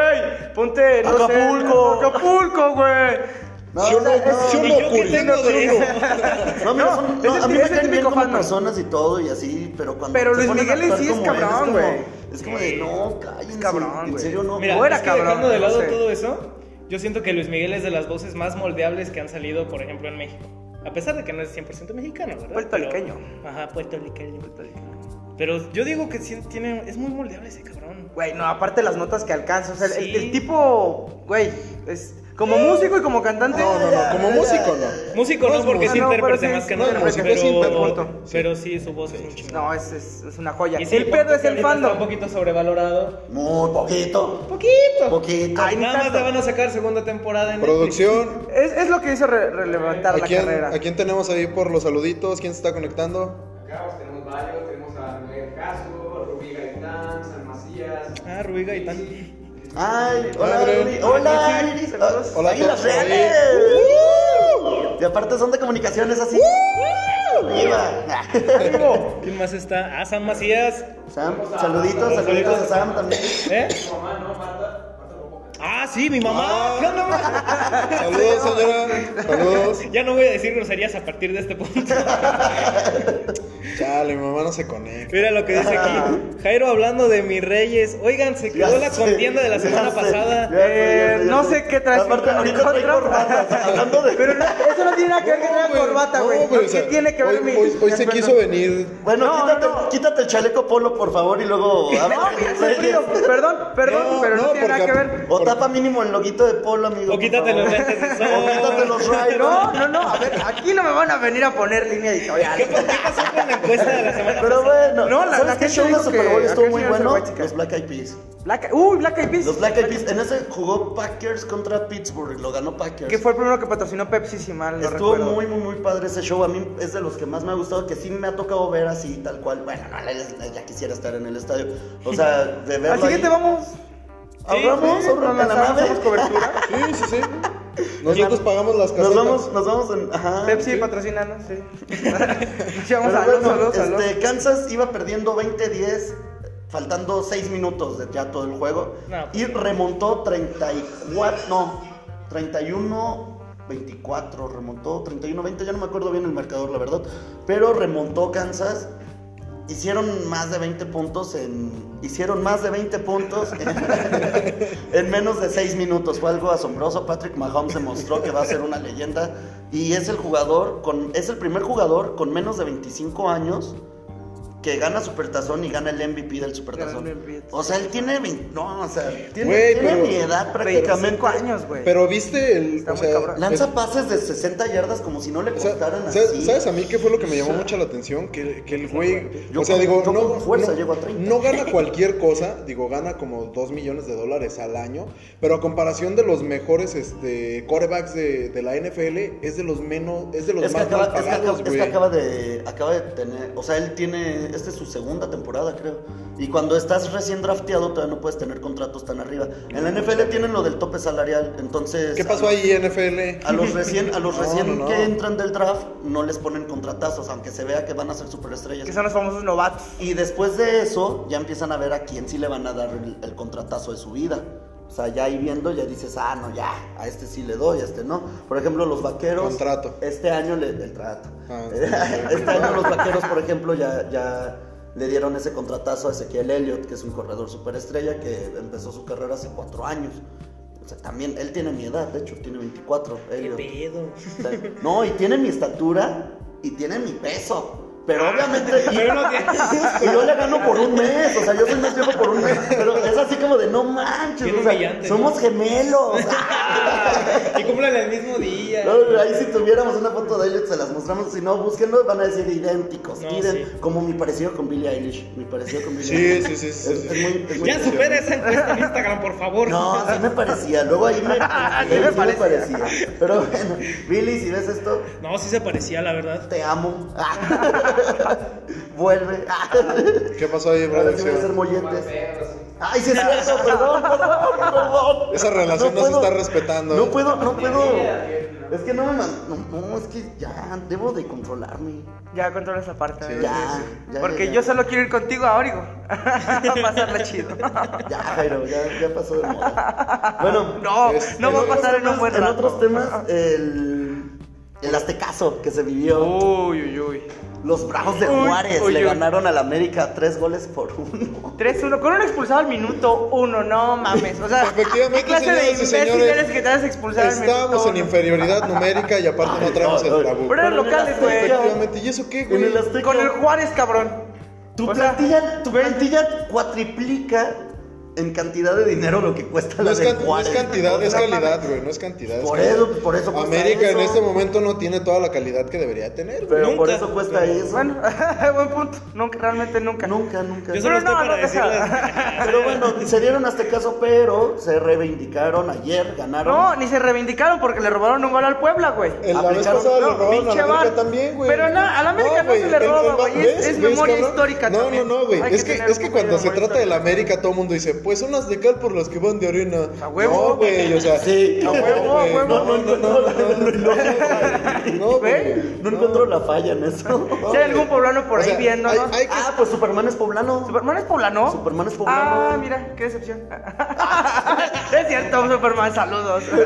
[SPEAKER 2] ponte no sé,
[SPEAKER 1] Acapulco".
[SPEAKER 2] Acapulco, güey.
[SPEAKER 1] No,
[SPEAKER 3] Yo
[SPEAKER 1] o sea,
[SPEAKER 3] no,
[SPEAKER 1] es-
[SPEAKER 3] yo no,
[SPEAKER 4] ¿Y yo qué
[SPEAKER 3] culino,
[SPEAKER 4] tengo de eso?
[SPEAKER 1] No, mira,
[SPEAKER 2] No,
[SPEAKER 1] son-
[SPEAKER 2] es
[SPEAKER 1] no,
[SPEAKER 2] el
[SPEAKER 1] a mí
[SPEAKER 2] típico-
[SPEAKER 1] me
[SPEAKER 2] es
[SPEAKER 1] caen
[SPEAKER 2] el
[SPEAKER 1] bien
[SPEAKER 2] típico
[SPEAKER 1] como
[SPEAKER 2] fandom.
[SPEAKER 1] personas y todo y así, pero cuando
[SPEAKER 2] Pero
[SPEAKER 1] se
[SPEAKER 2] Luis
[SPEAKER 1] ponen a
[SPEAKER 2] Miguel en
[SPEAKER 1] actuar
[SPEAKER 2] sí es
[SPEAKER 1] como él,
[SPEAKER 2] cabrón,
[SPEAKER 1] como-
[SPEAKER 2] güey.
[SPEAKER 1] Es como de, no, cállense,
[SPEAKER 2] cabrón,
[SPEAKER 1] en
[SPEAKER 2] güey.
[SPEAKER 1] serio no.
[SPEAKER 4] Mira,
[SPEAKER 2] eh. Fuera,
[SPEAKER 4] es que
[SPEAKER 2] cabrón,
[SPEAKER 4] dejando de
[SPEAKER 2] no
[SPEAKER 4] lado
[SPEAKER 2] sé.
[SPEAKER 4] todo eso, yo siento que Luis Miguel es de las voces más moldeables que han salido, por ejemplo, en México. A pesar de que no es 100% mexicano, ¿verdad?
[SPEAKER 2] Puertorriqueño.
[SPEAKER 4] Pero- Ajá, puertorriqueño. Pero yo digo que sí tiene, es muy moldeable ese cabrón.
[SPEAKER 2] Güey, no, aparte las notas que alcanza, o sea, el,
[SPEAKER 4] Sí.
[SPEAKER 2] el tipo, güey, es como músico y como cantante.
[SPEAKER 3] No, no, no, como músico no.
[SPEAKER 4] Músico
[SPEAKER 3] No
[SPEAKER 4] no,
[SPEAKER 3] es
[SPEAKER 4] porque
[SPEAKER 3] músico.
[SPEAKER 4] sí
[SPEAKER 2] Ah, no, pero
[SPEAKER 4] intérprete
[SPEAKER 2] sí,
[SPEAKER 4] más que
[SPEAKER 2] no
[SPEAKER 4] nada.
[SPEAKER 2] es
[SPEAKER 4] Pero,
[SPEAKER 2] músico, es
[SPEAKER 4] pero,
[SPEAKER 2] interpreto.
[SPEAKER 4] sí, su voz es muy chingona.
[SPEAKER 2] No, es, es, es una joya.
[SPEAKER 4] Y sí,
[SPEAKER 2] el pedo
[SPEAKER 4] punto
[SPEAKER 2] es
[SPEAKER 4] que
[SPEAKER 2] el
[SPEAKER 4] ahorita está
[SPEAKER 2] fandom.
[SPEAKER 4] un poquito sobrevalorado.
[SPEAKER 1] Muy poquito,
[SPEAKER 4] Poquito.
[SPEAKER 1] poquito.
[SPEAKER 2] Ay, ni
[SPEAKER 4] Nada más
[SPEAKER 2] tanto.
[SPEAKER 4] te van a sacar segunda temporada en
[SPEAKER 3] Producción.
[SPEAKER 2] Es, es lo que hizo re- relevantar
[SPEAKER 3] ¿A
[SPEAKER 2] la
[SPEAKER 3] quién,
[SPEAKER 2] carrera.
[SPEAKER 3] a quién tenemos ahí por los saluditos? ¿Quién se está conectando?
[SPEAKER 5] Acá pues, tenemos varios, tenemos a Noé Caso, Rubí Gaitán, San Macías.
[SPEAKER 4] Ah, Rubí Gaitán.
[SPEAKER 1] Ay, hola,
[SPEAKER 3] Madre.
[SPEAKER 1] Uri. hola,
[SPEAKER 2] Hola,
[SPEAKER 1] Iris.
[SPEAKER 2] saludos.
[SPEAKER 1] Hola,
[SPEAKER 3] Hola,
[SPEAKER 1] Ahí las
[SPEAKER 3] Tori.
[SPEAKER 1] reales. Y aparte son de comunicaciones así. Viva.
[SPEAKER 4] Netflix. ¿Quién más está? Ah, San Macías.
[SPEAKER 1] Sam, saluditos, saluditos a Sam también.
[SPEAKER 4] ¿Eh? Ah, sí, mi mamá. No, no, no.
[SPEAKER 3] Saludos, señora. Saludos.
[SPEAKER 4] Ya no voy a decir groserías a partir de este punto.
[SPEAKER 3] Chale, mi mamá no se conecta.
[SPEAKER 4] Mira lo que dice aquí. Jairo hablando de mis reyes. Oigan, se
[SPEAKER 1] Ya
[SPEAKER 4] quedó la
[SPEAKER 1] sé,
[SPEAKER 4] contienda de la
[SPEAKER 1] ya
[SPEAKER 4] semana
[SPEAKER 1] sé,
[SPEAKER 4] pasada.
[SPEAKER 1] ya sé, ya
[SPEAKER 2] Eh,
[SPEAKER 1] sé, ya
[SPEAKER 2] no sé qué traes
[SPEAKER 1] Aparte,
[SPEAKER 2] con
[SPEAKER 1] ahorita estoy
[SPEAKER 2] nosotros.
[SPEAKER 1] corbatas, hablando de...
[SPEAKER 2] Pero no, eso no tiene nada que ver con la corbata, güey.
[SPEAKER 3] No,
[SPEAKER 2] No,
[SPEAKER 3] o sea,
[SPEAKER 2] ¿Qué tiene que ver
[SPEAKER 3] hoy,
[SPEAKER 2] mi-
[SPEAKER 3] Hoy, hoy
[SPEAKER 2] mi
[SPEAKER 3] se
[SPEAKER 2] atuendo?
[SPEAKER 3] quiso venir.
[SPEAKER 1] Bueno,
[SPEAKER 2] No,
[SPEAKER 1] quítate,
[SPEAKER 2] no.
[SPEAKER 1] quítate el chaleco polo, por favor, y luego...
[SPEAKER 2] No,
[SPEAKER 1] háblame de
[SPEAKER 2] hace frío. pues,
[SPEAKER 1] reyes.
[SPEAKER 2] Perdón, perdón,
[SPEAKER 3] No,
[SPEAKER 2] pero no,
[SPEAKER 3] no,
[SPEAKER 2] tiene nada
[SPEAKER 3] porque-
[SPEAKER 2] que ver.
[SPEAKER 1] O tapa mínimo el loguito de polo, amigo.
[SPEAKER 4] O
[SPEAKER 1] por
[SPEAKER 4] quítate
[SPEAKER 1] favor.
[SPEAKER 4] los lentes de sol.
[SPEAKER 1] O quítate los rayos.
[SPEAKER 2] No, no, no, a ver, aquí no me van a venir a poner línea editorial.
[SPEAKER 4] ¿Qué pa- qué pasó con la encuesta de la semana
[SPEAKER 1] Pero
[SPEAKER 4] pasada?
[SPEAKER 1] bueno,
[SPEAKER 2] No, la- la
[SPEAKER 1] ¿sabes qué
[SPEAKER 2] gente
[SPEAKER 1] show de
[SPEAKER 2] dijo
[SPEAKER 1] Super
[SPEAKER 2] que
[SPEAKER 1] Bowl estuvo
[SPEAKER 2] aquel
[SPEAKER 1] muy
[SPEAKER 2] señor se
[SPEAKER 1] bueno?
[SPEAKER 2] fue chica.
[SPEAKER 1] Los Black Eyed Peas.
[SPEAKER 2] Black- uy, Black Eyed Peas.
[SPEAKER 1] Los Black Eyed Peas. En ese jugó Packers contra Pittsburgh. Lo ganó Packers.
[SPEAKER 2] Que fue el primero que patrocinó Pepsi, si mal no
[SPEAKER 1] Estuvo
[SPEAKER 2] recuerdo.
[SPEAKER 1] muy, muy, muy padre ese show. A mí es de los que más me ha gustado, que sí me ha tocado ver así, tal cual. Bueno, no, la- la- ya quisiera estar en el estadio. O sea, de verlo
[SPEAKER 2] Al siguiente
[SPEAKER 1] ahí.
[SPEAKER 2] vamos.
[SPEAKER 1] Ahorramos,
[SPEAKER 2] Sí,
[SPEAKER 1] ahorramos en
[SPEAKER 2] nos
[SPEAKER 1] la
[SPEAKER 2] lanzamos,
[SPEAKER 1] nave.
[SPEAKER 2] hacemos cobertura.
[SPEAKER 3] Sí, sí, sí. Nosotros pagamos las
[SPEAKER 1] Nos
[SPEAKER 3] casetas.
[SPEAKER 1] vamos, nos vamos en... Ajá.
[SPEAKER 2] Pepsi patrocinanos, sí. Sí,
[SPEAKER 1] Pero
[SPEAKER 2] vamos a
[SPEAKER 1] bueno,
[SPEAKER 2] los, a los, a los.
[SPEAKER 1] este, Kansas iba perdiendo 20-10, faltando 6 minutos de ya todo el juego.
[SPEAKER 4] No.
[SPEAKER 2] pues
[SPEAKER 1] y remontó 34, no, 31. 24 remontó, 31-20, ya no me acuerdo bien el marcador, la verdad. Pero remontó Kansas. Hicieron más de 20 puntos en. Hicieron más de 20 puntos en, en menos de 6 minutos. Fue algo asombroso. Patrick Mahomes demostró que va a ser una leyenda. Y es el jugador con. Es el primer jugador con menos de 25 años que gana Supertazón y gana el MVP del Supertazón.
[SPEAKER 2] Gana el MVP.
[SPEAKER 1] O sea, él tiene 20, no, o sea, tiene,
[SPEAKER 3] Güey,
[SPEAKER 1] tiene
[SPEAKER 3] pero-
[SPEAKER 1] mi edad prácticamente.
[SPEAKER 2] 25 años, güey.
[SPEAKER 3] Pero viste el.
[SPEAKER 2] Está
[SPEAKER 3] o
[SPEAKER 2] muy
[SPEAKER 3] sea,
[SPEAKER 2] cabrón.
[SPEAKER 1] Lanza pases de 60 yardas como si no le
[SPEAKER 3] O sea,
[SPEAKER 1] costaran así.
[SPEAKER 3] ¿sabes, sabes a mí qué fue lo que me llamó mucho la atención? Que, que el güey,
[SPEAKER 1] Yo
[SPEAKER 3] o sea,
[SPEAKER 1] con-
[SPEAKER 3] digo,
[SPEAKER 1] yo
[SPEAKER 3] no,
[SPEAKER 1] con fuerza
[SPEAKER 3] no-
[SPEAKER 1] llego a 30.
[SPEAKER 3] no gana cualquier cosa, digo, gana como 2 millones de dólares al año, pero a comparación de los mejores este, quarterbacks de, de la NFL, es de los menos, es de los
[SPEAKER 1] Es que,
[SPEAKER 3] más
[SPEAKER 1] acaba,
[SPEAKER 3] mal
[SPEAKER 1] es que acaba-
[SPEAKER 3] pagados,
[SPEAKER 1] es que
[SPEAKER 3] güey.
[SPEAKER 1] acaba de acaba de tener, o sea, él tiene esta es su segunda temporada, creo. Y cuando estás recién drafteado todavía no puedes tener contratos tan arriba. En la NFL tienen lo del tope salarial, entonces
[SPEAKER 3] ¿Qué pasó
[SPEAKER 1] a los-
[SPEAKER 3] ahí, NFL?
[SPEAKER 1] A los recién a los
[SPEAKER 3] No,
[SPEAKER 1] recién
[SPEAKER 3] no, no.
[SPEAKER 1] que entran del draft no les ponen contratazos, aunque se vea que van a ser
[SPEAKER 2] Que
[SPEAKER 1] superestrellas.
[SPEAKER 2] son los famosos novatos.
[SPEAKER 1] Y después de eso ya empiezan a ver a quién sí le van a dar el, el contratazo de su vida. O sea, ya ahí viendo ya dices, ah, no, ya, a este sí le doy, a este no. Por ejemplo, los vaqueros.
[SPEAKER 3] Contrato.
[SPEAKER 1] Este año le. El trato.
[SPEAKER 3] Ah,
[SPEAKER 1] este año los vaqueros, por ejemplo, ya, ya le dieron ese contratazo a Ezequiel Elliott, que es un corredor superestrella que empezó su carrera hace cuatro años. O sea, también, él tiene mi edad, de hecho, tiene 24.
[SPEAKER 4] ¿Qué
[SPEAKER 1] Elliott.
[SPEAKER 4] pedo?
[SPEAKER 1] O sea, no, y tiene mi estatura y tiene mi peso. Pero obviamente. y-
[SPEAKER 4] Pero no tienes-
[SPEAKER 1] y yo le gano por un mes, o sea, yo soy más viejo por un mes, pero es así como de no manches,
[SPEAKER 4] Bien
[SPEAKER 1] o sea,
[SPEAKER 4] humillante, ¿no?
[SPEAKER 1] somos gemelos.
[SPEAKER 4] Y cumplen el mismo día.
[SPEAKER 1] No, ahí si tuviéramos una foto de Elliot se las mostramos, si no, búsquenlo, van a decir idénticos,
[SPEAKER 4] No,
[SPEAKER 1] ident-
[SPEAKER 4] sí.
[SPEAKER 1] como mi parecido con Billie Eilish, mi parecido con Billie
[SPEAKER 3] Sí,
[SPEAKER 1] Eilish.
[SPEAKER 3] sí, sí, sí,
[SPEAKER 1] Es-
[SPEAKER 3] sí.
[SPEAKER 1] es muy- es muy
[SPEAKER 4] Ya
[SPEAKER 1] curioso.
[SPEAKER 4] supera esa encuesta en Instagram, por favor.
[SPEAKER 1] No, sí me parecía, luego ahí me,
[SPEAKER 2] Sí me
[SPEAKER 1] sí me
[SPEAKER 2] parecía.
[SPEAKER 1] parecía. Pero bueno, Billie, si ves esto,
[SPEAKER 4] No, sí se parecía, la verdad.
[SPEAKER 1] te amo. Vuelve.
[SPEAKER 3] ¿Qué pasó ahí,
[SPEAKER 1] Ahora sí voy a ser
[SPEAKER 3] producción?
[SPEAKER 5] Más
[SPEAKER 1] molletes.
[SPEAKER 5] perros.
[SPEAKER 1] Ay, sí es cierto, perdón, perdón, perdón.
[SPEAKER 3] Esa relación no se
[SPEAKER 1] puedo-
[SPEAKER 3] está respetando.
[SPEAKER 1] No puedo, no puedo.
[SPEAKER 5] mira.
[SPEAKER 1] Es que no me man- no, no, es que ya, debo de controlarme.
[SPEAKER 2] Ya controla esa parte.
[SPEAKER 3] Sí.
[SPEAKER 2] ¿verdad?
[SPEAKER 1] Ya, ya.
[SPEAKER 2] Porque
[SPEAKER 1] ya,
[SPEAKER 2] yo
[SPEAKER 1] ya.
[SPEAKER 2] solo quiero ir contigo a Origo. Pasarla chido.
[SPEAKER 1] Ya, Jairo, ya, ya pasó de moda. Bueno,
[SPEAKER 2] No,
[SPEAKER 3] Este,
[SPEAKER 2] no va a
[SPEAKER 1] otros
[SPEAKER 2] pasar en un
[SPEAKER 1] temas-
[SPEAKER 2] buen
[SPEAKER 1] En
[SPEAKER 2] rato.
[SPEAKER 1] otros temas, el. El aztecaso que se vivió.
[SPEAKER 2] Uy, uy, uy.
[SPEAKER 1] Los Bravos de
[SPEAKER 2] Oh. Uy,
[SPEAKER 1] Juárez
[SPEAKER 2] uy,
[SPEAKER 1] le
[SPEAKER 2] uy.
[SPEAKER 1] ganaron al América tres goles por uno.
[SPEAKER 2] 3-1, con un expulsado al minuto 1, no mames. O sea,
[SPEAKER 3] Efectivamente,
[SPEAKER 2] ¿qué clase de
[SPEAKER 3] señoras y
[SPEAKER 2] imbécil
[SPEAKER 3] señores,
[SPEAKER 2] eres que te has expulsado al minuto
[SPEAKER 3] Estábamos en
[SPEAKER 2] uno?
[SPEAKER 3] inferioridad numérica y aparte no traemos el trabuco.
[SPEAKER 2] Pero eran
[SPEAKER 1] Con el
[SPEAKER 2] locales, güey.
[SPEAKER 1] Azteca.
[SPEAKER 3] Efectivamente, ¿y eso qué,
[SPEAKER 1] Con
[SPEAKER 3] güey?
[SPEAKER 1] el Azteca.
[SPEAKER 2] Con el Juárez, cabrón.
[SPEAKER 1] Tu
[SPEAKER 2] O sea,
[SPEAKER 1] plantilla, tu
[SPEAKER 2] ve-
[SPEAKER 1] plantilla cuatriplica en cantidad de dinero lo que cuesta
[SPEAKER 3] No
[SPEAKER 1] la
[SPEAKER 3] es,
[SPEAKER 1] de
[SPEAKER 3] can- no es
[SPEAKER 1] Juárez.
[SPEAKER 3] cantidad, es
[SPEAKER 2] No mames.
[SPEAKER 3] calidad, güey. No es cantidad. es
[SPEAKER 1] Por
[SPEAKER 3] calidad.
[SPEAKER 1] eso, por eso cuesta
[SPEAKER 3] América en
[SPEAKER 1] eso.
[SPEAKER 3] este momento no tiene toda la calidad que debería tener. güey.
[SPEAKER 1] Pero por
[SPEAKER 4] Nunca.
[SPEAKER 1] eso cuesta eso.
[SPEAKER 2] Bueno, buen punto. Nunca, realmente nunca.
[SPEAKER 1] nunca, nunca.
[SPEAKER 4] Yo
[SPEAKER 2] Pero
[SPEAKER 4] solo estoy
[SPEAKER 2] no,
[SPEAKER 4] para
[SPEAKER 2] no
[SPEAKER 4] decirles.
[SPEAKER 1] Pero bueno, se dieron a este caso, pero se reivindicaron ayer, ganaron.
[SPEAKER 2] No, ni se reivindicaron porque le robaron un gol al Puebla, güey.
[SPEAKER 3] El- la vez
[SPEAKER 1] aplicaron-
[SPEAKER 3] pasada le
[SPEAKER 2] no,
[SPEAKER 3] robaron a
[SPEAKER 2] pinche
[SPEAKER 3] la América
[SPEAKER 2] bar.
[SPEAKER 3] también, güey.
[SPEAKER 2] Pero no, a la América no se
[SPEAKER 3] güey,
[SPEAKER 2] le
[SPEAKER 3] el- el
[SPEAKER 2] roba,
[SPEAKER 3] bar-
[SPEAKER 2] güey, es-
[SPEAKER 3] ¿ves?
[SPEAKER 2] es
[SPEAKER 3] ¿Ves,
[SPEAKER 2] memoria
[SPEAKER 3] cabrón?
[SPEAKER 2] histórica
[SPEAKER 3] No,
[SPEAKER 2] también.
[SPEAKER 3] no, no, güey.
[SPEAKER 2] Hay
[SPEAKER 3] Es
[SPEAKER 2] que
[SPEAKER 3] que,
[SPEAKER 2] tener
[SPEAKER 3] es que
[SPEAKER 2] memoria
[SPEAKER 3] cuando se
[SPEAKER 2] histórica.
[SPEAKER 3] trata de la América, todo el mundo dice, pues son las de cal por las que van de arena.
[SPEAKER 2] A huevo.
[SPEAKER 3] No, güey, o sea.
[SPEAKER 1] Sí.
[SPEAKER 3] no,
[SPEAKER 2] A huevo, a
[SPEAKER 3] güey,
[SPEAKER 2] huevo.
[SPEAKER 3] No, no, no, no, no, no, no, güey. No,
[SPEAKER 2] ¿Ve?
[SPEAKER 3] güey.
[SPEAKER 1] No encuentro la falla en eso.
[SPEAKER 2] Si hay algún poblano por
[SPEAKER 3] O
[SPEAKER 2] ahí
[SPEAKER 3] sea,
[SPEAKER 2] viéndonos.
[SPEAKER 3] hay- hay que-
[SPEAKER 1] Ah, pues Superman es poblano.
[SPEAKER 2] ¿Superman es poblano?
[SPEAKER 1] Superman es poblano.
[SPEAKER 2] Ah, mira, qué decepción. es cierto, Superman, saludos.
[SPEAKER 1] De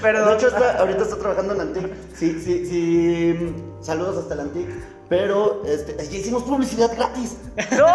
[SPEAKER 2] Perdón.
[SPEAKER 1] hecho, está- ahorita está trabajando en Antic. Sí, sí, sí. Saludos hasta el Antic. Pero, este, ya hicimos publicidad gratis.
[SPEAKER 2] ¡No!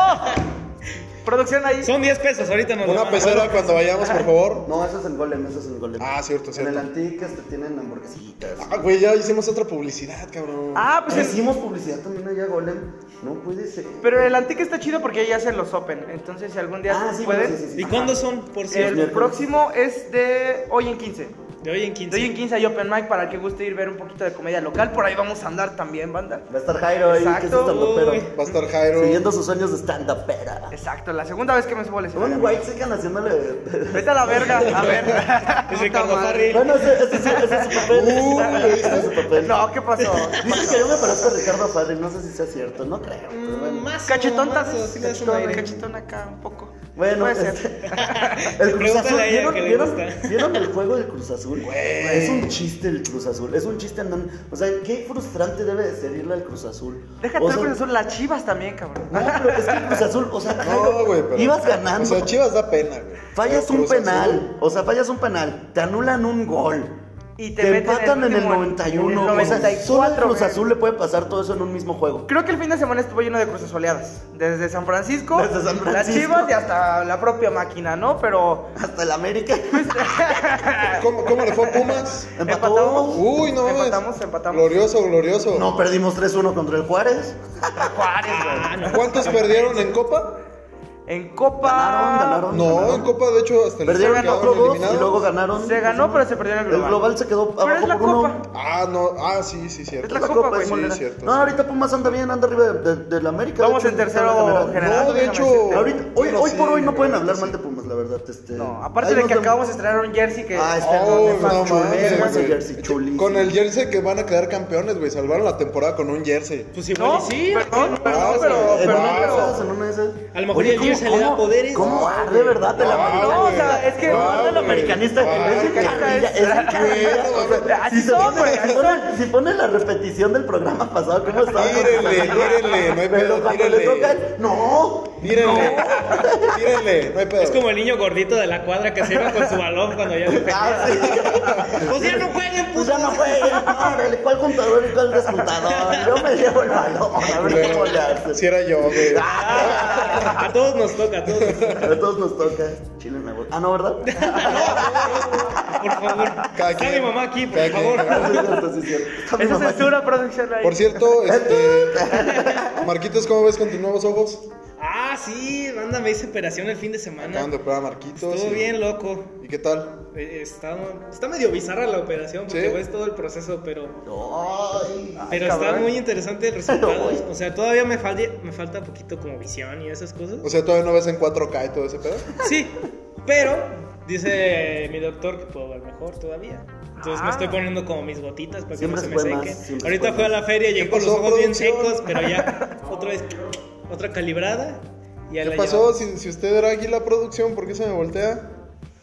[SPEAKER 2] Producción ahí.
[SPEAKER 4] Son 10 pesos, ahorita nos lo
[SPEAKER 3] Una
[SPEAKER 4] van a-
[SPEAKER 3] pecera cuando vayamos, por favor.
[SPEAKER 1] No, eso es en Golem, eso es en Golem.
[SPEAKER 3] Ah, cierto,
[SPEAKER 1] En el
[SPEAKER 3] cierto.
[SPEAKER 1] Antic este, tienen hamburguesitas.
[SPEAKER 3] Ah, güey, ya hicimos otra publicidad, cabrón.
[SPEAKER 2] Ah, pues el-
[SPEAKER 1] Hicimos publicidad también allá, Golem. No puede ser.
[SPEAKER 2] pero el antique está chido porque ahí hacen los open. Entonces, si algún día
[SPEAKER 1] Ah, sí,
[SPEAKER 2] pueden.
[SPEAKER 1] bueno, sí, sí, sí.
[SPEAKER 4] ¿Y cuándo son, por
[SPEAKER 2] El
[SPEAKER 4] cierto?
[SPEAKER 1] miércoles.
[SPEAKER 2] próximo es de hoy en 15.
[SPEAKER 4] De hoy en
[SPEAKER 2] De hoy en
[SPEAKER 4] 15.
[SPEAKER 2] 15 hay open mic para el que guste ir ver un poquito de comedia local. Por ahí vamos a andar también, banda.
[SPEAKER 1] Va a estar Jairo ahí, que es
[SPEAKER 2] Exacto,
[SPEAKER 1] estandopero.
[SPEAKER 4] uy.
[SPEAKER 3] Va a estar Jairo.
[SPEAKER 1] Siguiendo sus sueños de stand-upera.
[SPEAKER 2] Exacto, la segunda vez que me subo al escenario.
[SPEAKER 1] Un white sigan haciéndole.
[SPEAKER 2] Vete a la verga, a ver.
[SPEAKER 4] Es
[SPEAKER 2] Puta
[SPEAKER 4] Ricardo
[SPEAKER 2] madre.
[SPEAKER 4] Farri.
[SPEAKER 1] Bueno, ese, ese es su- ese es su papel.
[SPEAKER 3] Uy,
[SPEAKER 1] Ese es su papel.
[SPEAKER 2] No, ¿qué pasó?
[SPEAKER 1] Dicen que yo me parezco a Ricardo Farri, no sé si sea cierto, no creo. pero bueno.
[SPEAKER 4] Más
[SPEAKER 2] Cachetón,
[SPEAKER 4] más, o sí le das un
[SPEAKER 2] cachetón,
[SPEAKER 4] aire.
[SPEAKER 2] cachetón acá un poco.
[SPEAKER 1] Bueno,
[SPEAKER 2] Puede ser.
[SPEAKER 1] este- el Cruz
[SPEAKER 4] Pregúntale
[SPEAKER 1] Azul,
[SPEAKER 4] a ella
[SPEAKER 1] ¿vieron,
[SPEAKER 4] que le
[SPEAKER 1] vieron-
[SPEAKER 4] gusta.
[SPEAKER 1] vieron el juego del Cruz Azul? Es un chiste el Cruz Azul, es un chiste andan. O sea, qué frustrante debe de ser irle al Cruz Azul.
[SPEAKER 2] Déjate
[SPEAKER 1] O
[SPEAKER 2] ver
[SPEAKER 1] sea,
[SPEAKER 2] con eso, las chivas también, cabrón.
[SPEAKER 1] No, pero es que el Cruz Azul, o sea,
[SPEAKER 3] No, güey, pero.
[SPEAKER 1] ibas ganando.
[SPEAKER 3] O sea, Chivas da pena, güey.
[SPEAKER 1] Fallas
[SPEAKER 3] Pero
[SPEAKER 1] un
[SPEAKER 3] Cruz Azul-
[SPEAKER 1] penal, o sea, fallas un penal, te anulan un gol.
[SPEAKER 2] y te,
[SPEAKER 1] Te
[SPEAKER 2] meten
[SPEAKER 1] empatan en el
[SPEAKER 2] último-
[SPEAKER 1] 91.
[SPEAKER 2] en el
[SPEAKER 1] o sea,
[SPEAKER 2] 94,
[SPEAKER 1] solo al Cruz
[SPEAKER 2] güey.
[SPEAKER 1] Azul le puede pasar todo eso en un mismo juego.
[SPEAKER 2] Creo que el fin de semana estuvo lleno de cruces oleadas. Desde San Francisco,
[SPEAKER 1] Desde San
[SPEAKER 2] las
[SPEAKER 1] Francisco.
[SPEAKER 2] chivas y hasta la propia máquina, ¿no? Pero.
[SPEAKER 1] Hasta el América.
[SPEAKER 3] ¿Cómo, cómo le fue a Pumas?
[SPEAKER 2] Empatamos.
[SPEAKER 1] Empató.
[SPEAKER 3] Uy, no mames.
[SPEAKER 2] Empatamos, empatamos.
[SPEAKER 3] Glorioso, glorioso.
[SPEAKER 1] No perdimos 3-1 contra el Juárez.
[SPEAKER 4] Ah, no.
[SPEAKER 3] ¿Cuántos perdieron en Copa?
[SPEAKER 2] En Copa.
[SPEAKER 1] Ganaron, ganaron.
[SPEAKER 3] No, en Copa, de hecho, hasta el
[SPEAKER 1] Perdieron
[SPEAKER 3] quedaron
[SPEAKER 1] 4-2 y
[SPEAKER 3] eliminados.
[SPEAKER 1] luego ganaron.
[SPEAKER 2] Se ganó, pero se perdió en el
[SPEAKER 1] El
[SPEAKER 2] global.
[SPEAKER 1] global se quedó
[SPEAKER 2] Pero es
[SPEAKER 1] abajo
[SPEAKER 2] la
[SPEAKER 1] por uno.
[SPEAKER 2] Copa.
[SPEAKER 3] Ah, no, ah, sí, sí, cierto.
[SPEAKER 2] Es la Copa,
[SPEAKER 1] es
[SPEAKER 2] pues, güey.
[SPEAKER 3] Sí,
[SPEAKER 1] molera.
[SPEAKER 3] cierto,
[SPEAKER 1] No,
[SPEAKER 3] sí.
[SPEAKER 1] ahorita Pumas anda bien, anda arriba de- de- del América. de
[SPEAKER 2] Vamos
[SPEAKER 1] hecho,
[SPEAKER 2] en tercero
[SPEAKER 1] está en la general.
[SPEAKER 2] general.
[SPEAKER 3] No, de
[SPEAKER 2] déjame
[SPEAKER 3] hecho-
[SPEAKER 2] decirte.
[SPEAKER 1] Ahorita, hoy,
[SPEAKER 3] Bueno,
[SPEAKER 1] hoy
[SPEAKER 3] sí,
[SPEAKER 1] por hoy no pueden
[SPEAKER 3] realmente
[SPEAKER 1] hablar
[SPEAKER 3] sí.
[SPEAKER 1] mal de Pumas, la verdad. Este,
[SPEAKER 2] No, aparte
[SPEAKER 1] ahí
[SPEAKER 2] de
[SPEAKER 1] nos
[SPEAKER 2] que
[SPEAKER 1] vemos.
[SPEAKER 2] acabamos de estrenar un jersey que.
[SPEAKER 1] Ah, este,
[SPEAKER 3] Oh,
[SPEAKER 1] perdón,
[SPEAKER 3] no
[SPEAKER 1] está chulero,
[SPEAKER 3] mames,
[SPEAKER 1] ese
[SPEAKER 3] güey.
[SPEAKER 1] jersey, chulísimo.
[SPEAKER 3] Con el jersey que van a quedar campeones, güey. Salvaron la temporada con un jersey.
[SPEAKER 4] Pues igual
[SPEAKER 2] No,
[SPEAKER 4] y sí.
[SPEAKER 2] perdón,
[SPEAKER 4] ¿no?
[SPEAKER 2] perdón,
[SPEAKER 3] no,
[SPEAKER 2] pero.
[SPEAKER 3] no,
[SPEAKER 1] En
[SPEAKER 2] pero
[SPEAKER 1] una
[SPEAKER 2] no,
[SPEAKER 1] de
[SPEAKER 2] pero-
[SPEAKER 1] esas, en una de esas.
[SPEAKER 4] A lo mejor y el
[SPEAKER 1] ¿cómo-
[SPEAKER 4] Jersey le da
[SPEAKER 1] cómo-
[SPEAKER 4] poderes?
[SPEAKER 1] ¿Cómo arde, verdad? el América?
[SPEAKER 2] no, o sea, es que-
[SPEAKER 1] No, el
[SPEAKER 2] güey.
[SPEAKER 1] americanista es en
[SPEAKER 2] americanista
[SPEAKER 1] carrilla,
[SPEAKER 2] es-
[SPEAKER 1] es en carrilla, o sea,
[SPEAKER 2] Así
[SPEAKER 1] si se
[SPEAKER 2] son,
[SPEAKER 1] pone-
[SPEAKER 2] güey,
[SPEAKER 1] si
[SPEAKER 2] así
[SPEAKER 1] pone- Si pones la repetición del programa pasado, ¿cómo estaba?
[SPEAKER 3] Tírenle, tírenle, no
[SPEAKER 1] Pero
[SPEAKER 3] hay pedo,
[SPEAKER 1] cuando le tocan,
[SPEAKER 3] tírenle.
[SPEAKER 1] no.
[SPEAKER 3] Tírenle, tírenle, no hay pedo.
[SPEAKER 4] Es como el niño gordito de la cuadra que se iba con su balón cuando ya le
[SPEAKER 1] Ah,
[SPEAKER 4] pegaba.
[SPEAKER 1] sí.
[SPEAKER 4] Pues ya no jueguen,
[SPEAKER 1] Pues ya no fue, órale, ¿cuál contador y cuál descontador? Yo me llevo el balón, a ver cómo le hace.
[SPEAKER 3] Si era yo, güey.
[SPEAKER 4] A todos nos toca, a todos. nos toca.
[SPEAKER 1] A todos nos toca. Chile en la boca. Ah, no, ¿verdad?
[SPEAKER 4] Por favor.
[SPEAKER 3] Cada
[SPEAKER 4] Está mi
[SPEAKER 3] quien.
[SPEAKER 4] mamá aquí, por
[SPEAKER 3] Cada
[SPEAKER 4] favor.
[SPEAKER 3] quien.
[SPEAKER 1] Ah, Sí, cierto, sí, cierto. Está mi
[SPEAKER 2] Esa
[SPEAKER 1] mamá aquí.
[SPEAKER 2] censura producción ahí.
[SPEAKER 3] Por cierto, este. Marquitos, ¿cómo ves con tus nuevos ojos?
[SPEAKER 4] Ah, sí, banda, me hice operación el fin de semana.
[SPEAKER 3] Acaban de operar a Marquitos.
[SPEAKER 4] Estuvo
[SPEAKER 3] y-
[SPEAKER 4] bien loco.
[SPEAKER 3] ¿Y qué tal?
[SPEAKER 4] Eh, Está, está medio bizarra la operación porque
[SPEAKER 3] Sí.
[SPEAKER 4] ves todo el proceso, pero,
[SPEAKER 1] Ay.
[SPEAKER 4] pero está
[SPEAKER 2] cabrón.
[SPEAKER 4] muy interesante el resultado.
[SPEAKER 1] Ay.
[SPEAKER 4] O sea, todavía me, falle- me falta poquito como visión y esas cosas.
[SPEAKER 3] O sea, todavía no ves en 4K y todo ese pedo.
[SPEAKER 4] Sí, pero dice mi doctor que puedo ver mejor todavía. Entonces
[SPEAKER 2] Ah.
[SPEAKER 4] me estoy poniendo como mis gotitas para que
[SPEAKER 1] Siempre
[SPEAKER 4] no
[SPEAKER 1] se
[SPEAKER 4] se me
[SPEAKER 1] puede
[SPEAKER 4] seque.
[SPEAKER 1] más, siempre
[SPEAKER 4] Ahorita
[SPEAKER 1] se puede
[SPEAKER 4] fui a
[SPEAKER 1] más.
[SPEAKER 4] la feria, llegué con los
[SPEAKER 3] pasó,
[SPEAKER 4] ojos bien
[SPEAKER 3] producción?
[SPEAKER 4] secos, pero ya otra vez, otra calibrada. Y ya
[SPEAKER 3] ¿Qué
[SPEAKER 4] la
[SPEAKER 3] pasó?
[SPEAKER 4] llevamos.
[SPEAKER 3] Si, si usted era aquí la producción, ¿por qué se me voltea?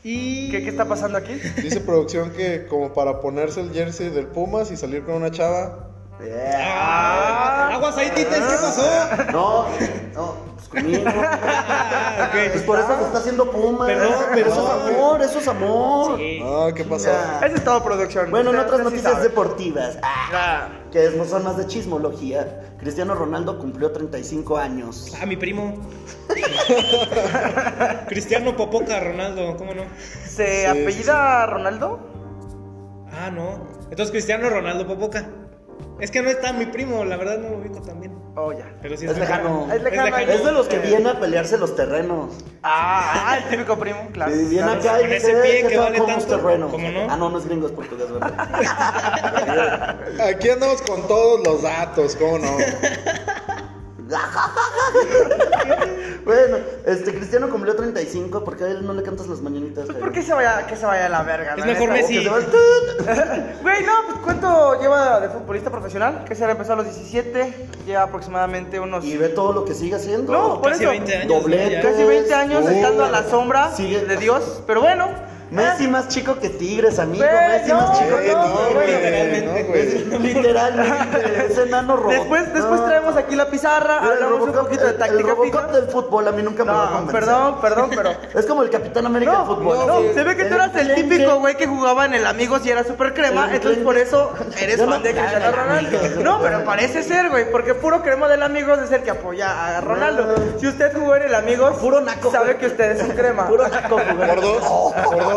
[SPEAKER 4] Y...
[SPEAKER 2] ¿Qué, qué está pasando aquí?
[SPEAKER 3] Dice producción que como para ponerse el jersey del Pumas y salir con una chava.
[SPEAKER 1] Yeah.
[SPEAKER 4] Ah, aguas ahí, tites, ¿qué
[SPEAKER 1] Ah.
[SPEAKER 4] pasó?
[SPEAKER 1] No, no, pues conmigo.
[SPEAKER 4] Ah,
[SPEAKER 1] Pues
[SPEAKER 4] ok.
[SPEAKER 1] por eso se está haciendo Puma.
[SPEAKER 4] Perdón, perdón.
[SPEAKER 1] Eso es amor, eso es amor.
[SPEAKER 4] Sí.
[SPEAKER 3] Ah, ¿qué pasó?
[SPEAKER 1] Ya.
[SPEAKER 2] Ese es todo producción.
[SPEAKER 1] Bueno, en
[SPEAKER 2] Usted-
[SPEAKER 1] otras
[SPEAKER 2] usted sí
[SPEAKER 1] noticias
[SPEAKER 2] sabe.
[SPEAKER 1] deportivas, ah, que no son más de chismología, Cristiano Ronaldo cumplió 35 años.
[SPEAKER 4] A mi primo. Cristiano Popoca Ronaldo, ¿cómo no?
[SPEAKER 2] ¿Se
[SPEAKER 3] Sí,
[SPEAKER 2] apellida
[SPEAKER 3] sí,
[SPEAKER 2] Ronaldo?
[SPEAKER 4] Ah, no. Entonces Cristiano Ronaldo Popoca. Es que no está mi primo, la verdad no lo ubico también.
[SPEAKER 2] Oh, ya.
[SPEAKER 4] Pero sí
[SPEAKER 1] Es lejano.
[SPEAKER 2] Es lejano.
[SPEAKER 1] Es de los que
[SPEAKER 2] Eh.
[SPEAKER 1] vienen a pelearse los terrenos.
[SPEAKER 2] Ah, el típico primo, claro.
[SPEAKER 1] Y viene
[SPEAKER 4] claro,
[SPEAKER 1] acá y
[SPEAKER 4] con ese
[SPEAKER 1] dice,
[SPEAKER 4] pie
[SPEAKER 1] "Eh,
[SPEAKER 4] que
[SPEAKER 1] ¿qué tal?
[SPEAKER 4] vale
[SPEAKER 1] ¿Cómo es
[SPEAKER 4] tanto?"
[SPEAKER 1] terreno?
[SPEAKER 4] ¿Cómo no?
[SPEAKER 1] Ah, no, no es gringo, es portugués, ¿verdad?
[SPEAKER 3] Aquí andamos con todos los datos, ¿cómo no?
[SPEAKER 1] bueno, este, Cristiano cumplió 35, ¿por qué a él no le cantas las mañanitas?
[SPEAKER 2] Pues
[SPEAKER 1] Jairo?
[SPEAKER 2] ¿por qué se vaya, que se vaya a la verga?
[SPEAKER 4] Es
[SPEAKER 2] la
[SPEAKER 4] mejor
[SPEAKER 2] neta?
[SPEAKER 1] Que
[SPEAKER 4] Messi.
[SPEAKER 1] se va el tut.
[SPEAKER 2] Güey, no, pues ¿cuánto lleva de futbolista profesional? Que se empezó a los 17, lleva aproximadamente unos...
[SPEAKER 1] Y ve todo lo que sigue haciendo.
[SPEAKER 2] No, por
[SPEAKER 4] Casi
[SPEAKER 2] eso.
[SPEAKER 4] 20 años.
[SPEAKER 1] Doblete.
[SPEAKER 4] ¿no? Ya.
[SPEAKER 2] Casi 20 años
[SPEAKER 1] Oh.
[SPEAKER 2] estando a la sombra
[SPEAKER 1] Sigue-
[SPEAKER 2] de Dios, pero bueno. Ah,
[SPEAKER 1] Messi más chico que Tigres, amigo.
[SPEAKER 2] Güey,
[SPEAKER 1] Messi
[SPEAKER 2] no,
[SPEAKER 1] más chico
[SPEAKER 2] güey,
[SPEAKER 1] que
[SPEAKER 2] no,
[SPEAKER 1] Tigres.
[SPEAKER 2] güey.
[SPEAKER 3] Literalmente. No, güey.
[SPEAKER 1] Literalmente, ese enano robot.
[SPEAKER 2] Después, después
[SPEAKER 1] No.
[SPEAKER 2] traemos aquí la pizarra,
[SPEAKER 1] Ah. Mira, el
[SPEAKER 2] hablamos un
[SPEAKER 1] Robocop-
[SPEAKER 2] poquito de
[SPEAKER 1] el-
[SPEAKER 2] táctica
[SPEAKER 1] El Robocop
[SPEAKER 2] FIFA.
[SPEAKER 1] del fútbol a mí nunca me va a
[SPEAKER 2] No,
[SPEAKER 1] convencer.
[SPEAKER 2] perdón, perdón, pero...
[SPEAKER 1] Es como el Capitán América del
[SPEAKER 2] No,
[SPEAKER 1] fútbol.
[SPEAKER 2] no,
[SPEAKER 1] Sí.
[SPEAKER 2] se ve que tú eras el
[SPEAKER 1] enclenque.
[SPEAKER 2] típico güey que jugaba en el Amigos y era súper crema,
[SPEAKER 1] El
[SPEAKER 2] entonces por
[SPEAKER 1] enclenque.
[SPEAKER 2] eso eres
[SPEAKER 1] Yo
[SPEAKER 2] fan
[SPEAKER 1] no-
[SPEAKER 2] de Cristiano
[SPEAKER 1] Ay,
[SPEAKER 2] Ronaldo.
[SPEAKER 1] Amigos.
[SPEAKER 2] No, pero parece ser, güey, porque puro crema del Amigos es el que apoya a Ronaldo. Si usted jugó en el Amigos,
[SPEAKER 1] Puro naco,
[SPEAKER 2] sabe
[SPEAKER 1] güey.
[SPEAKER 2] que usted es un crema.
[SPEAKER 1] Puro naco jugando.
[SPEAKER 3] Por dos, por dos.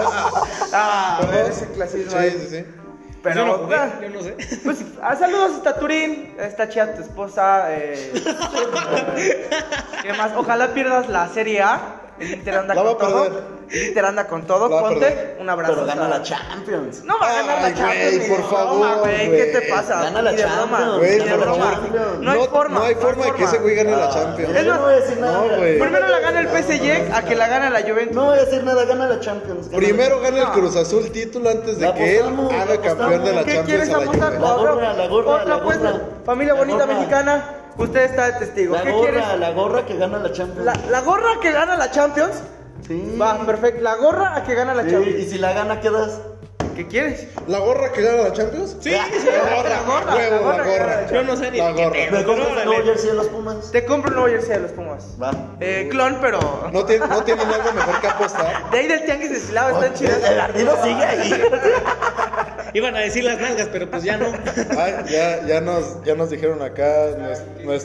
[SPEAKER 2] Ah,
[SPEAKER 3] Por
[SPEAKER 2] a ver,
[SPEAKER 3] dos.
[SPEAKER 2] ese clasismo
[SPEAKER 3] Sí,
[SPEAKER 2] ahí.
[SPEAKER 3] sí, sí.
[SPEAKER 2] Pero,
[SPEAKER 4] Pues yo no, jugué,
[SPEAKER 2] ah,
[SPEAKER 4] yo no sé.
[SPEAKER 2] pues, ah, saludos hasta Turín, está chida tu esposa. Eh, ¿Qué más? Ojalá pierdas la Serie A. El Inter anda
[SPEAKER 3] La va
[SPEAKER 2] con
[SPEAKER 3] a
[SPEAKER 2] todo.
[SPEAKER 3] perder.
[SPEAKER 2] El Inter anda con todo.
[SPEAKER 3] La va a
[SPEAKER 2] Conte,
[SPEAKER 3] perder.
[SPEAKER 2] un abrazo.
[SPEAKER 1] Pero gana la
[SPEAKER 2] Champions.
[SPEAKER 1] Champions.
[SPEAKER 2] No va a ganar
[SPEAKER 3] Ay,
[SPEAKER 2] la Champions.
[SPEAKER 3] güey,
[SPEAKER 2] ni
[SPEAKER 3] por
[SPEAKER 2] de
[SPEAKER 3] favor,
[SPEAKER 2] broma, güey. ¿Qué te
[SPEAKER 3] güey.
[SPEAKER 2] pasa?
[SPEAKER 1] Gana la
[SPEAKER 2] Ni de broma,
[SPEAKER 1] Champions,
[SPEAKER 3] Güey,
[SPEAKER 2] ni de
[SPEAKER 3] no,
[SPEAKER 2] broma.
[SPEAKER 1] Champions.
[SPEAKER 2] No hay forma.
[SPEAKER 3] No hay forma de que ese güey gane la Champions.
[SPEAKER 1] Yo no voy a decir nada.
[SPEAKER 3] No, güey.
[SPEAKER 2] Primero la gana el PSG a que la gana la Juventus.
[SPEAKER 1] No voy a decir nada, gana la Champions. gana la
[SPEAKER 3] Primero gana el
[SPEAKER 2] No.
[SPEAKER 3] Cruz Azul título antes de
[SPEAKER 1] La
[SPEAKER 3] que él
[SPEAKER 1] apostamos, la
[SPEAKER 3] haga campeón de la
[SPEAKER 1] apostamos.
[SPEAKER 2] ¿Qué quieres
[SPEAKER 3] Champions a la
[SPEAKER 2] apostar?
[SPEAKER 3] Juve.
[SPEAKER 1] La
[SPEAKER 2] Otra-
[SPEAKER 1] gorra, la gorra,
[SPEAKER 2] Otra
[SPEAKER 1] la
[SPEAKER 2] apuesta.
[SPEAKER 1] gorra.
[SPEAKER 2] Familia
[SPEAKER 1] La
[SPEAKER 2] bonita
[SPEAKER 1] gorra.
[SPEAKER 2] mexicana, usted está de testigo.
[SPEAKER 1] La
[SPEAKER 2] ¿Qué
[SPEAKER 1] gorra,
[SPEAKER 2] quieres?
[SPEAKER 1] la gorra que gana la Champions.
[SPEAKER 2] La, la gorra que gana la Champions.
[SPEAKER 1] Sí.
[SPEAKER 2] Va, perfecto. La gorra a que gana la
[SPEAKER 1] Sí, Y
[SPEAKER 2] Champions.
[SPEAKER 1] si la gana, quedas.
[SPEAKER 2] ¿Qué quieres?
[SPEAKER 3] ¿La gorra que gana la Champions?
[SPEAKER 4] Sí,
[SPEAKER 3] La gorra,
[SPEAKER 2] La gorra,
[SPEAKER 3] huevo,
[SPEAKER 2] la gorra que gana la
[SPEAKER 3] la gorra.
[SPEAKER 2] Champions.
[SPEAKER 4] Yo no sé ni
[SPEAKER 3] La
[SPEAKER 4] qué
[SPEAKER 3] gorra.
[SPEAKER 1] Me
[SPEAKER 4] pedo, pero
[SPEAKER 1] compras el
[SPEAKER 4] órale.
[SPEAKER 1] nuevo jersey de los Pumas.
[SPEAKER 2] Te compro un nuevo jersey de los Pumas.
[SPEAKER 1] Va.
[SPEAKER 2] Eh, clon, pero.
[SPEAKER 3] ¿No, tiene- no tienen algo mejor que apostar?
[SPEAKER 2] De ahí del tianguis de Silao, están chidas.
[SPEAKER 1] El ardido sigue ahí.
[SPEAKER 4] Iban a decir las nalgas, pero pues ya no.
[SPEAKER 3] Ah, ya, ya, nos, ya nos dijeron acá nues-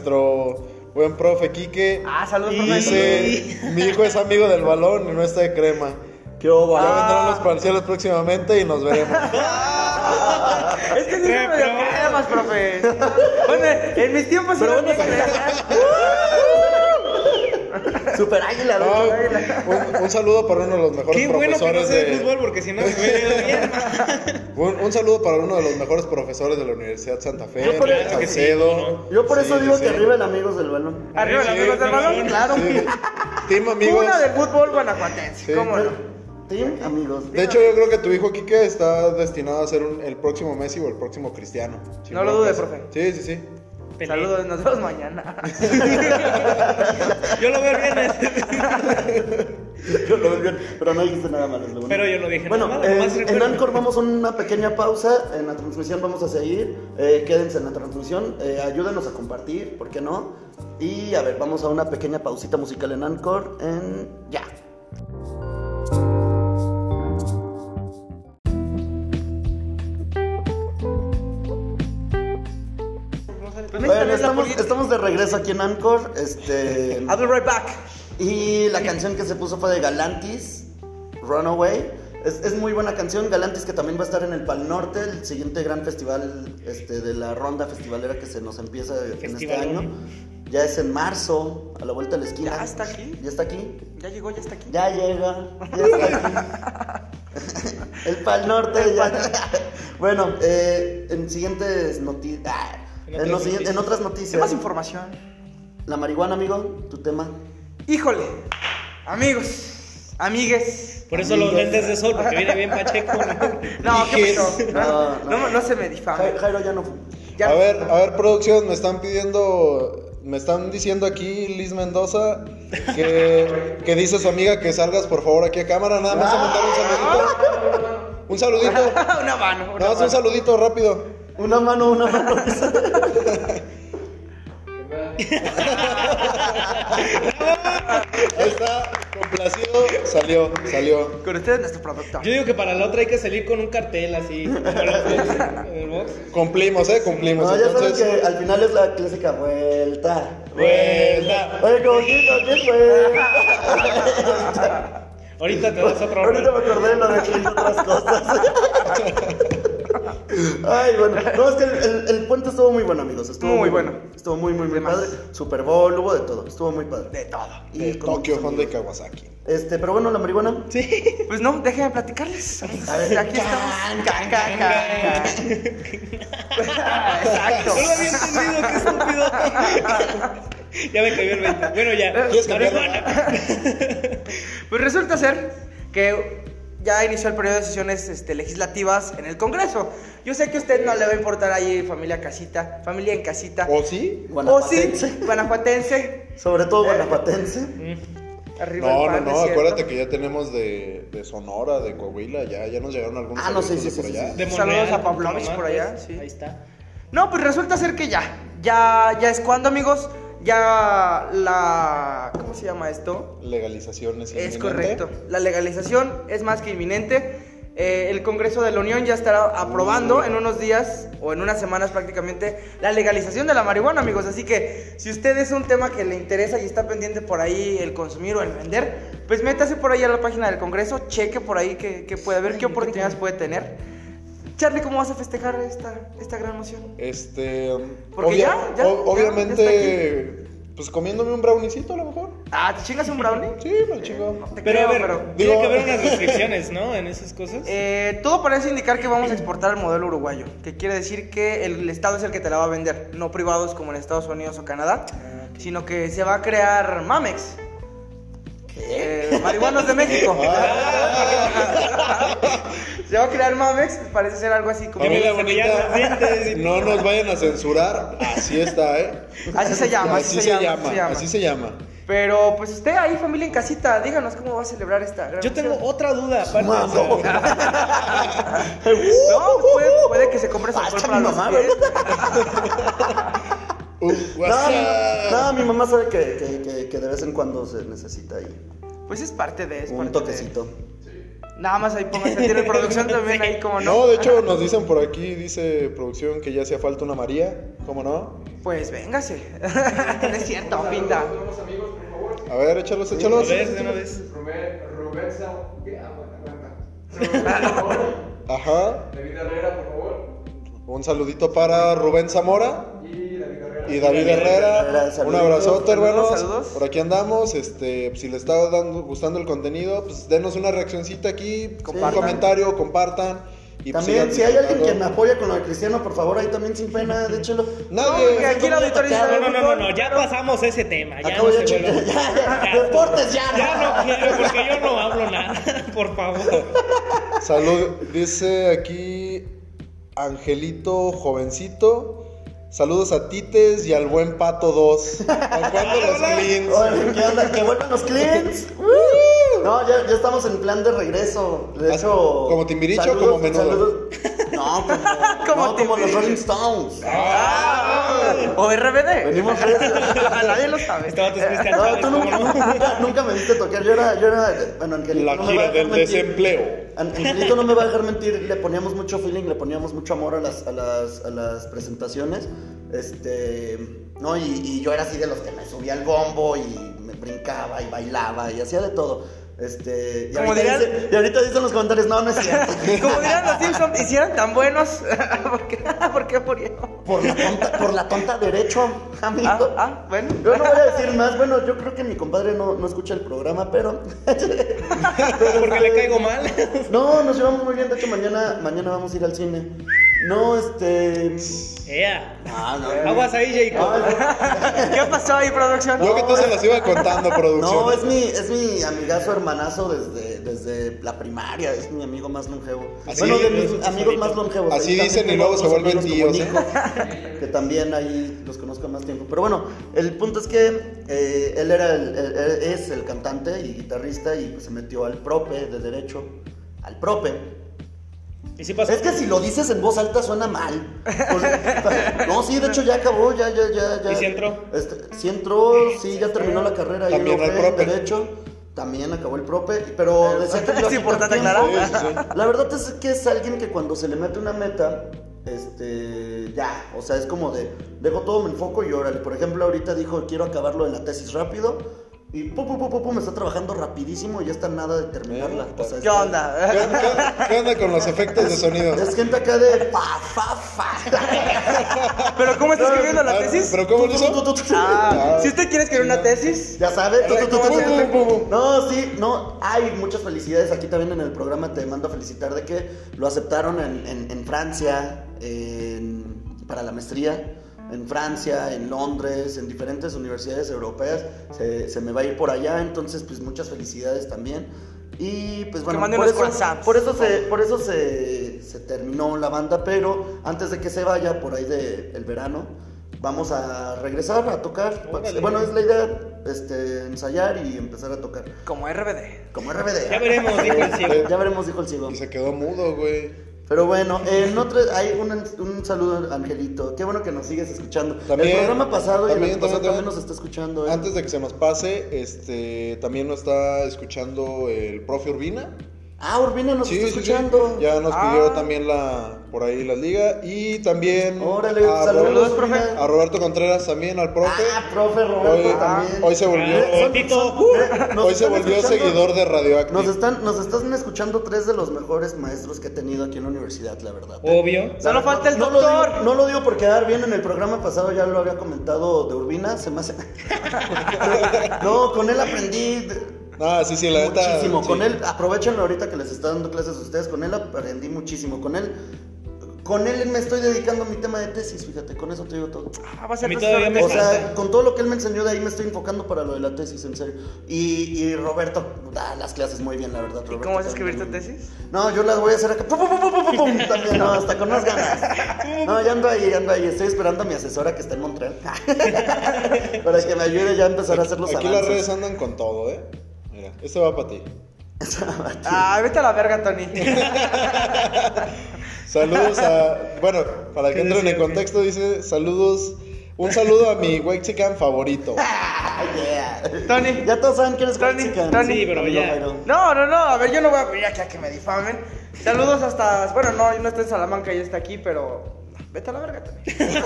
[SPEAKER 3] nuestro buen profe Quique.
[SPEAKER 2] Ah, saludos,
[SPEAKER 4] Y-
[SPEAKER 2] profe.
[SPEAKER 3] Dice, mi hijo es amigo del balón y no está de crema. Quiero ya vendrán los parciales próximamente y nos veremos.
[SPEAKER 2] Es que sí se me dio cremas, profe. Bueno, en mis tiempos sí no tenía cremas. ¡Uh!
[SPEAKER 1] Super águila,
[SPEAKER 3] No,
[SPEAKER 1] loco.
[SPEAKER 3] un, un saludo para uno de los mejores
[SPEAKER 4] Qué bueno
[SPEAKER 3] profesores
[SPEAKER 4] que no sé de
[SPEAKER 3] de-
[SPEAKER 4] fútbol porque si no me hubiera ido bien.
[SPEAKER 3] un, un saludo para uno de los mejores profesores de la Universidad Santa Fe,
[SPEAKER 1] Yo por
[SPEAKER 3] Enrique
[SPEAKER 1] eso-
[SPEAKER 3] Saucedo.
[SPEAKER 1] Yo por eso
[SPEAKER 3] Sí,
[SPEAKER 1] digo
[SPEAKER 3] sí.
[SPEAKER 1] que arriba el amigos del balón.
[SPEAKER 2] Arriba los
[SPEAKER 4] Sí,
[SPEAKER 2] amigos del
[SPEAKER 4] sí,
[SPEAKER 2] balón,
[SPEAKER 4] sí.
[SPEAKER 2] claro.
[SPEAKER 3] Sí. Team amigos.
[SPEAKER 2] Una del fútbol guanajuatense,
[SPEAKER 3] Sí.
[SPEAKER 2] cómo no.
[SPEAKER 1] Team amigos.
[SPEAKER 3] De hecho, yo creo que tu hijo Quique está destinado a ser un- el próximo Messi o el próximo Cristiano. Sin
[SPEAKER 2] No lo
[SPEAKER 3] broncas.
[SPEAKER 2] dude, profe.
[SPEAKER 3] Sí, sí, sí.
[SPEAKER 4] Pelé.
[SPEAKER 2] Saludos, nos vemos mañana. Pues
[SPEAKER 4] Yo lo veo el viernes.
[SPEAKER 1] Yo lo veo bien, pero no dijiste nada malo. es lo bueno.
[SPEAKER 4] Pero yo no dije
[SPEAKER 1] bueno,
[SPEAKER 4] nada malo,
[SPEAKER 1] eh,
[SPEAKER 4] nomás
[SPEAKER 1] en
[SPEAKER 4] recuerden.
[SPEAKER 1] Anchor vamos a una pequeña pausa. En la transmisión vamos a seguir. eh, quédense en la transmisión. eh, ayúdenos a compartir, ¿por qué no? Y a ver, vamos a una pequeña pausita musical en Anchor. En... Ya. Bueno, estamos, estamos de regreso aquí en Anchor. Este.
[SPEAKER 2] I'll be right back.
[SPEAKER 1] Y la canción que se puso fue de Galantis, Runaway. Es, es muy buena canción, Galantis que también va a estar en el Pal Norte, el siguiente gran festival este, de la ronda festivalera que se nos empieza en este
[SPEAKER 4] Festivalón.
[SPEAKER 1] año. Ya es en marzo, a la vuelta de la esquina.
[SPEAKER 2] Ya está aquí.
[SPEAKER 1] Ya está aquí.
[SPEAKER 2] Ya llegó, ya está aquí.
[SPEAKER 1] Ya llega, ya está aquí. El Pal Norte ya. Bueno, eh, en siguientes noticias. En,
[SPEAKER 4] En otras
[SPEAKER 1] los siguientes- en
[SPEAKER 4] noticias.
[SPEAKER 1] otras
[SPEAKER 2] Hay más
[SPEAKER 1] noticias.
[SPEAKER 2] información.
[SPEAKER 1] La marihuana, amigo, tu tema.
[SPEAKER 2] Híjole, amigos, amigues.
[SPEAKER 4] Por eso los lentes de sol, porque viene bien Pacheco.
[SPEAKER 2] No, qué bonito.
[SPEAKER 1] No,
[SPEAKER 2] No,
[SPEAKER 1] no.
[SPEAKER 2] no, no se me difame.
[SPEAKER 1] Ja- Jairo ya no fu-
[SPEAKER 2] Ya.
[SPEAKER 3] A ver, a ver, producción, me están pidiendo, me están diciendo aquí Liz Mendoza que, que dice a su amiga que salgas por favor aquí a cámara, nada más a mandar un saludito. Un saludito,
[SPEAKER 2] una mano. Una
[SPEAKER 3] nada más un
[SPEAKER 2] mano.
[SPEAKER 3] saludito rápido.
[SPEAKER 1] Una mano, una mano.
[SPEAKER 3] Ahí está, complacido, salió, salió.
[SPEAKER 2] Con ustedes nuestro productor.
[SPEAKER 4] Yo digo que para la otra hay que salir con un cartel así. como los box, en el box.
[SPEAKER 3] Cumplimos, eh, cumplimos.
[SPEAKER 1] No, ya saben
[SPEAKER 3] Entonces,
[SPEAKER 1] que al final es la clásica vuelta.
[SPEAKER 4] Vuelta.
[SPEAKER 1] Oye, como que, pues, como que, vuelta.
[SPEAKER 4] Ahorita te das otro
[SPEAKER 1] Ahorita me
[SPEAKER 4] rol.
[SPEAKER 1] acordé de lo de que hice otras cosas. Ay, bueno. No, es que el, el- el puente estuvo muy bueno, amigos. Estuvo
[SPEAKER 2] Muy bueno.
[SPEAKER 1] Estuvo muy, muy, muy
[SPEAKER 2] Demás.
[SPEAKER 1] padre. Super Bowl, hubo de todo. Estuvo muy padre.
[SPEAKER 2] De todo.
[SPEAKER 1] Y
[SPEAKER 3] de
[SPEAKER 1] con-
[SPEAKER 3] eh, Tokio, Honda y Kawasaki.
[SPEAKER 1] Este, pero bueno, la marihuana.
[SPEAKER 2] Pues no, déjenme platicarles. amigos.
[SPEAKER 1] A ver.
[SPEAKER 2] Aquí estamos. Can, can, can. Exacto.
[SPEAKER 4] No lo había entendido, qué estúpido. ya me cayó el 20. Bueno, ya.
[SPEAKER 3] ¿Quieres cambiarlo?
[SPEAKER 4] Marihuana.
[SPEAKER 2] Pues resulta ser que ya inició el periodo de sesiones este, legislativas en el Congreso. Yo sé que a usted no le va a importar ahí familia casita, familia en casita.
[SPEAKER 3] ¿O sí?
[SPEAKER 2] O sí,
[SPEAKER 1] Guanajuatense.
[SPEAKER 2] guanajuatense.
[SPEAKER 1] Sobre todo guanajuatense.
[SPEAKER 2] Arriba
[SPEAKER 3] No,
[SPEAKER 2] el
[SPEAKER 3] no,
[SPEAKER 2] pan,
[SPEAKER 3] no,
[SPEAKER 2] es cierto.
[SPEAKER 3] acuérdate que ya tenemos de, de Sonora, de Coahuila, ya, ya nos llegaron algunos
[SPEAKER 1] Ah, no, sí,
[SPEAKER 3] saluditos
[SPEAKER 1] sí,
[SPEAKER 3] de
[SPEAKER 1] sí,
[SPEAKER 3] por allá.
[SPEAKER 1] sí,
[SPEAKER 4] De
[SPEAKER 2] Saludos
[SPEAKER 4] Monreal,
[SPEAKER 2] a Pablones
[SPEAKER 4] Tucumán,
[SPEAKER 2] por allá,
[SPEAKER 4] pues,
[SPEAKER 2] sí.
[SPEAKER 4] Ahí está.
[SPEAKER 2] No, pues resulta ser que ya, ya, ya es cuando, amigos, ya la, ¿cómo se llama esto?
[SPEAKER 3] Legalizaciones.
[SPEAKER 2] Es
[SPEAKER 3] inminente.
[SPEAKER 2] correcto. La legalización es más que inminente. Eh, el Congreso de la Unión ya estará aprobando en unos días o en unas semanas prácticamente la legalización de la marihuana, amigos. Así que si usted es un tema que le interesa y está pendiente por ahí el consumir o el vender, pues métase por ahí a la página del Congreso, cheque por ahí que, que puede haber, qué oportunidades puede tener. Charlie, ¿cómo vas a festejar esta, esta gran moción?
[SPEAKER 3] Este.
[SPEAKER 2] Porque ya, ya,
[SPEAKER 3] o-
[SPEAKER 2] ya, ya
[SPEAKER 3] obviamente.
[SPEAKER 2] está
[SPEAKER 3] pues comiéndome un brownicito a lo mejor.
[SPEAKER 2] Ah, ¿te chingas un brownie?
[SPEAKER 3] Sí, me chingo.
[SPEAKER 2] Eh, Te
[SPEAKER 4] Pero a
[SPEAKER 2] creo,
[SPEAKER 4] ver,
[SPEAKER 2] pero-
[SPEAKER 4] tiene
[SPEAKER 3] Digo-
[SPEAKER 4] que haber unas restricciones, ¿no? En esas cosas.
[SPEAKER 2] Eh, todo parece indicar que vamos a exportar el modelo uruguayo, que quiere decir que el Estado es el que te la va a vender, no privados como en Estados Unidos o Canadá, sino que se va a crear Mamex. Eh, marihuanos de México. se va a crear Mamex, parece ser algo así como...
[SPEAKER 4] Tiene
[SPEAKER 3] Familia
[SPEAKER 4] que cepillar
[SPEAKER 3] bonita,
[SPEAKER 4] los dientes y-
[SPEAKER 3] No nos vayan a censurar. Así está, ¿eh?
[SPEAKER 2] Así se llama, así, se, llama, así se llama.
[SPEAKER 3] Así se llama.
[SPEAKER 2] Pero pues usted ahí, familia en casita, díganos cómo va a celebrar esta. gran
[SPEAKER 4] Yo tengo
[SPEAKER 2] noticia.
[SPEAKER 4] otra duda, aparte.
[SPEAKER 1] Mano.
[SPEAKER 4] o sea,
[SPEAKER 2] No, puede, puede que se compre su
[SPEAKER 1] Ah,
[SPEAKER 2] alcohol
[SPEAKER 1] está
[SPEAKER 2] para
[SPEAKER 1] mi
[SPEAKER 2] los
[SPEAKER 1] mamá,
[SPEAKER 2] pies.
[SPEAKER 3] Uh,
[SPEAKER 1] No, mi,
[SPEAKER 3] WhatsApp.
[SPEAKER 1] no, mi mamá sabe que, que, que- que de vez en cuando se necesita ahí
[SPEAKER 2] Pues es parte de... Es
[SPEAKER 1] un
[SPEAKER 2] parte de-
[SPEAKER 1] toquecito.
[SPEAKER 2] Nada más ahí pónganse, tiene producción también
[SPEAKER 4] Sí.
[SPEAKER 2] ahí como no.
[SPEAKER 3] No, de hecho nos dicen por aquí, dice producción, que ya hacía falta una María. ¿Cómo no?
[SPEAKER 2] Pues véngase. no es cierto, pinta.
[SPEAKER 5] Todos amigos, por favor.
[SPEAKER 3] A ver, échalos,
[SPEAKER 4] Una
[SPEAKER 3] échalos.
[SPEAKER 4] vez, de una vez.
[SPEAKER 5] Rubén, Rubén Sao. ¿Qué? Ah, bueno, aguanta.
[SPEAKER 2] Ah,
[SPEAKER 5] Rubén, por favor.
[SPEAKER 3] Ajá.
[SPEAKER 5] David Herrera, por favor.
[SPEAKER 3] Un saludito para Rubén Zamora
[SPEAKER 5] Y David Herrera.
[SPEAKER 3] y David
[SPEAKER 1] Herrera,
[SPEAKER 3] Herrera. Un
[SPEAKER 1] saludos.
[SPEAKER 3] abrazote, hermanos.
[SPEAKER 2] Saludos, saludos.
[SPEAKER 3] Por aquí andamos. Este, si les está dando, gustando el contenido, pues denos una reaccioncita aquí,
[SPEAKER 1] Compartan.
[SPEAKER 3] un comentario, compartan. Y pues,
[SPEAKER 1] También,
[SPEAKER 3] sigan
[SPEAKER 1] si hay alguien que me
[SPEAKER 3] disfrutando.
[SPEAKER 1] apoya con lo de Cristiano, por favor, ahí también sin pena, déchelo.
[SPEAKER 3] Nadie.
[SPEAKER 2] No, que aquí la auditoría está
[SPEAKER 4] No,
[SPEAKER 2] de
[SPEAKER 4] no, no, no,
[SPEAKER 2] fútbol.
[SPEAKER 4] no, ya pasamos ese tema. Ya
[SPEAKER 1] Acabo
[SPEAKER 4] no
[SPEAKER 1] ya,
[SPEAKER 4] se
[SPEAKER 1] chingada,
[SPEAKER 4] vuelve.
[SPEAKER 1] ya, ya, Deportes, ya.
[SPEAKER 4] Ya no quiero, porque yo no hablo nada, por favor.
[SPEAKER 3] Salud, dice aquí Angelito Jovencito. Saludos a Tites y al buen Pato 2. ¿A cuándo los cleans?
[SPEAKER 1] Oye, ¿qué onda? Que vuelvan los clients. No, ya, ya estamos en plan de regreso. De
[SPEAKER 3] Ah,
[SPEAKER 1] hecho,
[SPEAKER 3] ¿como Timbiriche o como Menudo?
[SPEAKER 1] No, como,
[SPEAKER 2] Como
[SPEAKER 1] no, como los
[SPEAKER 2] Timbiriche.
[SPEAKER 1] Rolling Stones.
[SPEAKER 2] Ah, O RBD.
[SPEAKER 1] Venimos frescos.
[SPEAKER 2] Nadie lo sabe.
[SPEAKER 4] Este vato es Cristian
[SPEAKER 1] No,
[SPEAKER 4] Chávez,
[SPEAKER 1] tú
[SPEAKER 4] ¿cómo
[SPEAKER 1] nunca,
[SPEAKER 4] no?
[SPEAKER 1] nunca, nunca me viste tocar. Yo era, yo era, bueno, Angelito.
[SPEAKER 3] La
[SPEAKER 1] no me va a
[SPEAKER 3] gira
[SPEAKER 1] dejar
[SPEAKER 3] del
[SPEAKER 1] mentir.
[SPEAKER 3] desempleo.
[SPEAKER 1] An- Angelito no me va a dejar mentir, le poníamos mucho feeling, le poníamos mucho amor a las, a las, a las presentaciones. Este, ¿no? Y, y yo era así de los que me subía al bombo y me brincaba y bailaba y hacía de todo. Este, y,
[SPEAKER 2] Como
[SPEAKER 1] ahorita
[SPEAKER 2] dirán-
[SPEAKER 1] dice- y ahorita dicen los comentarios, no, no es cierto.
[SPEAKER 2] Como dirán los Simpsons, hicieron tan buenos. ¿Por qué, ¿Por qué murieron?
[SPEAKER 1] por, la tonta, por la tonta derecho, amigo.
[SPEAKER 2] Ah, ah, bueno.
[SPEAKER 1] Yo no voy a decir más, bueno, yo creo que mi compadre no, no escucha el programa, pero...
[SPEAKER 4] Porque le caigo mal.
[SPEAKER 1] No, nos llevamos muy bien, de hecho mañana, mañana vamos a ir al cine. No, este...
[SPEAKER 4] Ea.
[SPEAKER 1] No, no,
[SPEAKER 4] Ah, Aguas ahí, Jacob.
[SPEAKER 2] ¿Qué pasó ahí, producción?
[SPEAKER 3] Yo que tú se las iba contando, producción. ¿eh?
[SPEAKER 1] No, es mi, es mi amigazo hermanazo desde, desde la primaria, es mi amigo más longevo.
[SPEAKER 3] Así-
[SPEAKER 1] bueno, de
[SPEAKER 4] Así
[SPEAKER 1] mis amigos más longevos.
[SPEAKER 3] Así
[SPEAKER 1] Ahí
[SPEAKER 3] dicen
[SPEAKER 1] también
[SPEAKER 3] y luego
[SPEAKER 1] tengo
[SPEAKER 3] se
[SPEAKER 1] otros
[SPEAKER 3] vuelven
[SPEAKER 1] amigos
[SPEAKER 3] tíos, ¿eh?
[SPEAKER 1] como Nico, que también ahí los conozco más tiempo. Pero bueno, el punto es que eh, él era el- el- él es el cantante y guitarrista y pues, se metió al prope de derecho, al prope.
[SPEAKER 4] Y si pasó.
[SPEAKER 1] Es que si lo dices en voz alta suena mal. Pues, no, sí, de hecho ya acabó, ya, ya, ya. ya.
[SPEAKER 4] ¿Y si entró?
[SPEAKER 1] Este, sí entró, sí, ya terminó la carrera. ahí
[SPEAKER 3] También
[SPEAKER 1] lo
[SPEAKER 3] al
[SPEAKER 1] fue,
[SPEAKER 3] prope.
[SPEAKER 1] Derecho, también acabó el prope, pero decía que
[SPEAKER 2] Es importante aclarar.
[SPEAKER 3] Sí, sí, sí.
[SPEAKER 1] La verdad es que es alguien que cuando se le mete una meta, este, ya, o sea, es como de, dejo todo, me enfoco y órale. Por ejemplo, ahorita dijo, quiero acabarlo en la tesis rápido. Y pum, pum, pum, pum, pum, está trabajando rapidísimo y ya está nada de terminarla.
[SPEAKER 4] pues,
[SPEAKER 1] O sea,
[SPEAKER 2] ¿Qué
[SPEAKER 1] está-
[SPEAKER 3] ¿Qué,
[SPEAKER 2] onda?
[SPEAKER 3] qué- qué onda con los efectos de sonido?
[SPEAKER 1] es gente acá de pa, fa, fa.
[SPEAKER 2] ¿Pero cómo está escribiendo la
[SPEAKER 3] Ah,
[SPEAKER 2] tesis?
[SPEAKER 3] ¿Pero cómo lo hizo?
[SPEAKER 2] Ah,
[SPEAKER 3] Ah.
[SPEAKER 2] si usted quiere escribir una tesis,
[SPEAKER 1] Ya sabes. tú, tú, tú,
[SPEAKER 2] ¿Cómo
[SPEAKER 1] tú,
[SPEAKER 2] se
[SPEAKER 1] tú.
[SPEAKER 2] hace?
[SPEAKER 1] No, sí, no. Hay muchas felicidades. Aquí también en el programa te mando a felicitar de que lo aceptaron en, en- en Francia en- para la maestría. En Francia, en Londres, en diferentes universidades europeas. Se, se me va a ir por allá. Entonces, pues muchas felicidades también. Y pues bueno,
[SPEAKER 2] manden
[SPEAKER 1] por
[SPEAKER 2] los
[SPEAKER 1] eso,
[SPEAKER 2] croissants.
[SPEAKER 1] por eso se, Eh, por eso se, se terminó la banda, pero antes de que se vaya por ahí del verano, vamos a regresar a tocar.
[SPEAKER 4] Órale.
[SPEAKER 1] Bueno, es la idea este, ensayar y empezar a tocar.
[SPEAKER 2] como RBD.
[SPEAKER 1] Como RBD.
[SPEAKER 4] Ya veremos, dijo el ciego.
[SPEAKER 1] Ya veremos, dijo el ciego.
[SPEAKER 3] Y se quedó mudo, güey.
[SPEAKER 1] Pero bueno, en otro, hay un, un saludo, Angelito. Qué bueno que nos sigues escuchando.
[SPEAKER 3] También,
[SPEAKER 1] el programa pasado y
[SPEAKER 3] también,
[SPEAKER 1] el pasado
[SPEAKER 3] también,
[SPEAKER 1] también
[SPEAKER 3] también.
[SPEAKER 1] nos está escuchando. ¿eh?
[SPEAKER 3] Antes de que se nos pase, este, también nos está escuchando el profe Urbina.
[SPEAKER 1] Ah, Urbina nos
[SPEAKER 3] Sí,
[SPEAKER 1] está
[SPEAKER 3] sí, sí.
[SPEAKER 1] escuchando.
[SPEAKER 3] Ya nos pidió
[SPEAKER 2] Ah.
[SPEAKER 3] también la por ahí la liga y también
[SPEAKER 1] Órale,
[SPEAKER 3] a,
[SPEAKER 1] saludos,
[SPEAKER 3] Ro-
[SPEAKER 1] profe.
[SPEAKER 3] a Roberto Contreras también al profe.
[SPEAKER 1] Ah, profe Roberto
[SPEAKER 3] hoy,
[SPEAKER 1] también.
[SPEAKER 3] hoy se volvió
[SPEAKER 4] Ah, Robertito.
[SPEAKER 2] Uh.
[SPEAKER 1] Mira, eh, nos
[SPEAKER 3] hoy se
[SPEAKER 1] están
[SPEAKER 3] volvió
[SPEAKER 1] escuchando-
[SPEAKER 3] seguidor de Radioactive.
[SPEAKER 1] Nos están, nos están escuchando tres de los mejores maestros que he tenido aquí en la universidad, la verdad.
[SPEAKER 4] Obvio.
[SPEAKER 1] La
[SPEAKER 2] Oh, Solo
[SPEAKER 1] verdad,
[SPEAKER 2] falta el
[SPEAKER 1] no lo digo-
[SPEAKER 2] doctor.
[SPEAKER 1] no lo digo por quedar bien en el programa pasado, ya lo había comentado de Urbina, se me hace. no, con él aprendí de-
[SPEAKER 3] Ah, sí, sí, la neta.
[SPEAKER 1] muchísimo.
[SPEAKER 3] sí.
[SPEAKER 1] Con él, aprovechenlo ahorita que les está dando clases a ustedes, con él aprendí muchísimo. Con él, con él me estoy dedicando a mi tema de tesis, fíjate, con eso te digo todo.
[SPEAKER 2] Ah, va a ser
[SPEAKER 4] A mí
[SPEAKER 2] profesor
[SPEAKER 4] todavía
[SPEAKER 2] de
[SPEAKER 4] me
[SPEAKER 1] O
[SPEAKER 2] tesis.
[SPEAKER 1] sea, con todo lo que él me enseñó de ahí me estoy enfocando para lo de la tesis, en serio. Y, y Roberto da las clases muy bien, la verdad.
[SPEAKER 2] ¿Y
[SPEAKER 1] Roberto
[SPEAKER 2] cómo vas a
[SPEAKER 1] también.
[SPEAKER 2] escribir tu tesis?
[SPEAKER 1] No, yo las voy a hacer acá. Pum, pum, pum, pum, pum, pum, pum, también, no, hasta con unas ganas. No, ya ando ahí, ya ando ahí. Estoy esperando a mi asesora que está en Montreal. para que me ayude ya a empezar a hacer los
[SPEAKER 3] Aquí las redes
[SPEAKER 1] avances.
[SPEAKER 3] andan con todo, ¿eh? Mira, este va para ti.
[SPEAKER 2] Ah, vete a la verga, Tony.
[SPEAKER 3] Saludos a. Bueno, para que
[SPEAKER 4] ¿Qué
[SPEAKER 3] entren
[SPEAKER 4] decía,
[SPEAKER 3] en
[SPEAKER 4] güey?
[SPEAKER 3] contexto, dice: Saludos Un saludo a mi Wexican favorito.
[SPEAKER 1] Ah, yeah.
[SPEAKER 2] Tony.
[SPEAKER 1] Ya todos saben quién es
[SPEAKER 2] Tony,
[SPEAKER 1] Mexican.
[SPEAKER 2] Tony,
[SPEAKER 1] Sí,
[SPEAKER 4] pero
[SPEAKER 1] amigo
[SPEAKER 4] ya.
[SPEAKER 1] Byron.
[SPEAKER 2] No, no, no, a ver, yo no voy a pedir aquí a que me difamen. Saludos hasta. Bueno, no, no está en Salamanca y está aquí, pero. Vete a la verga también.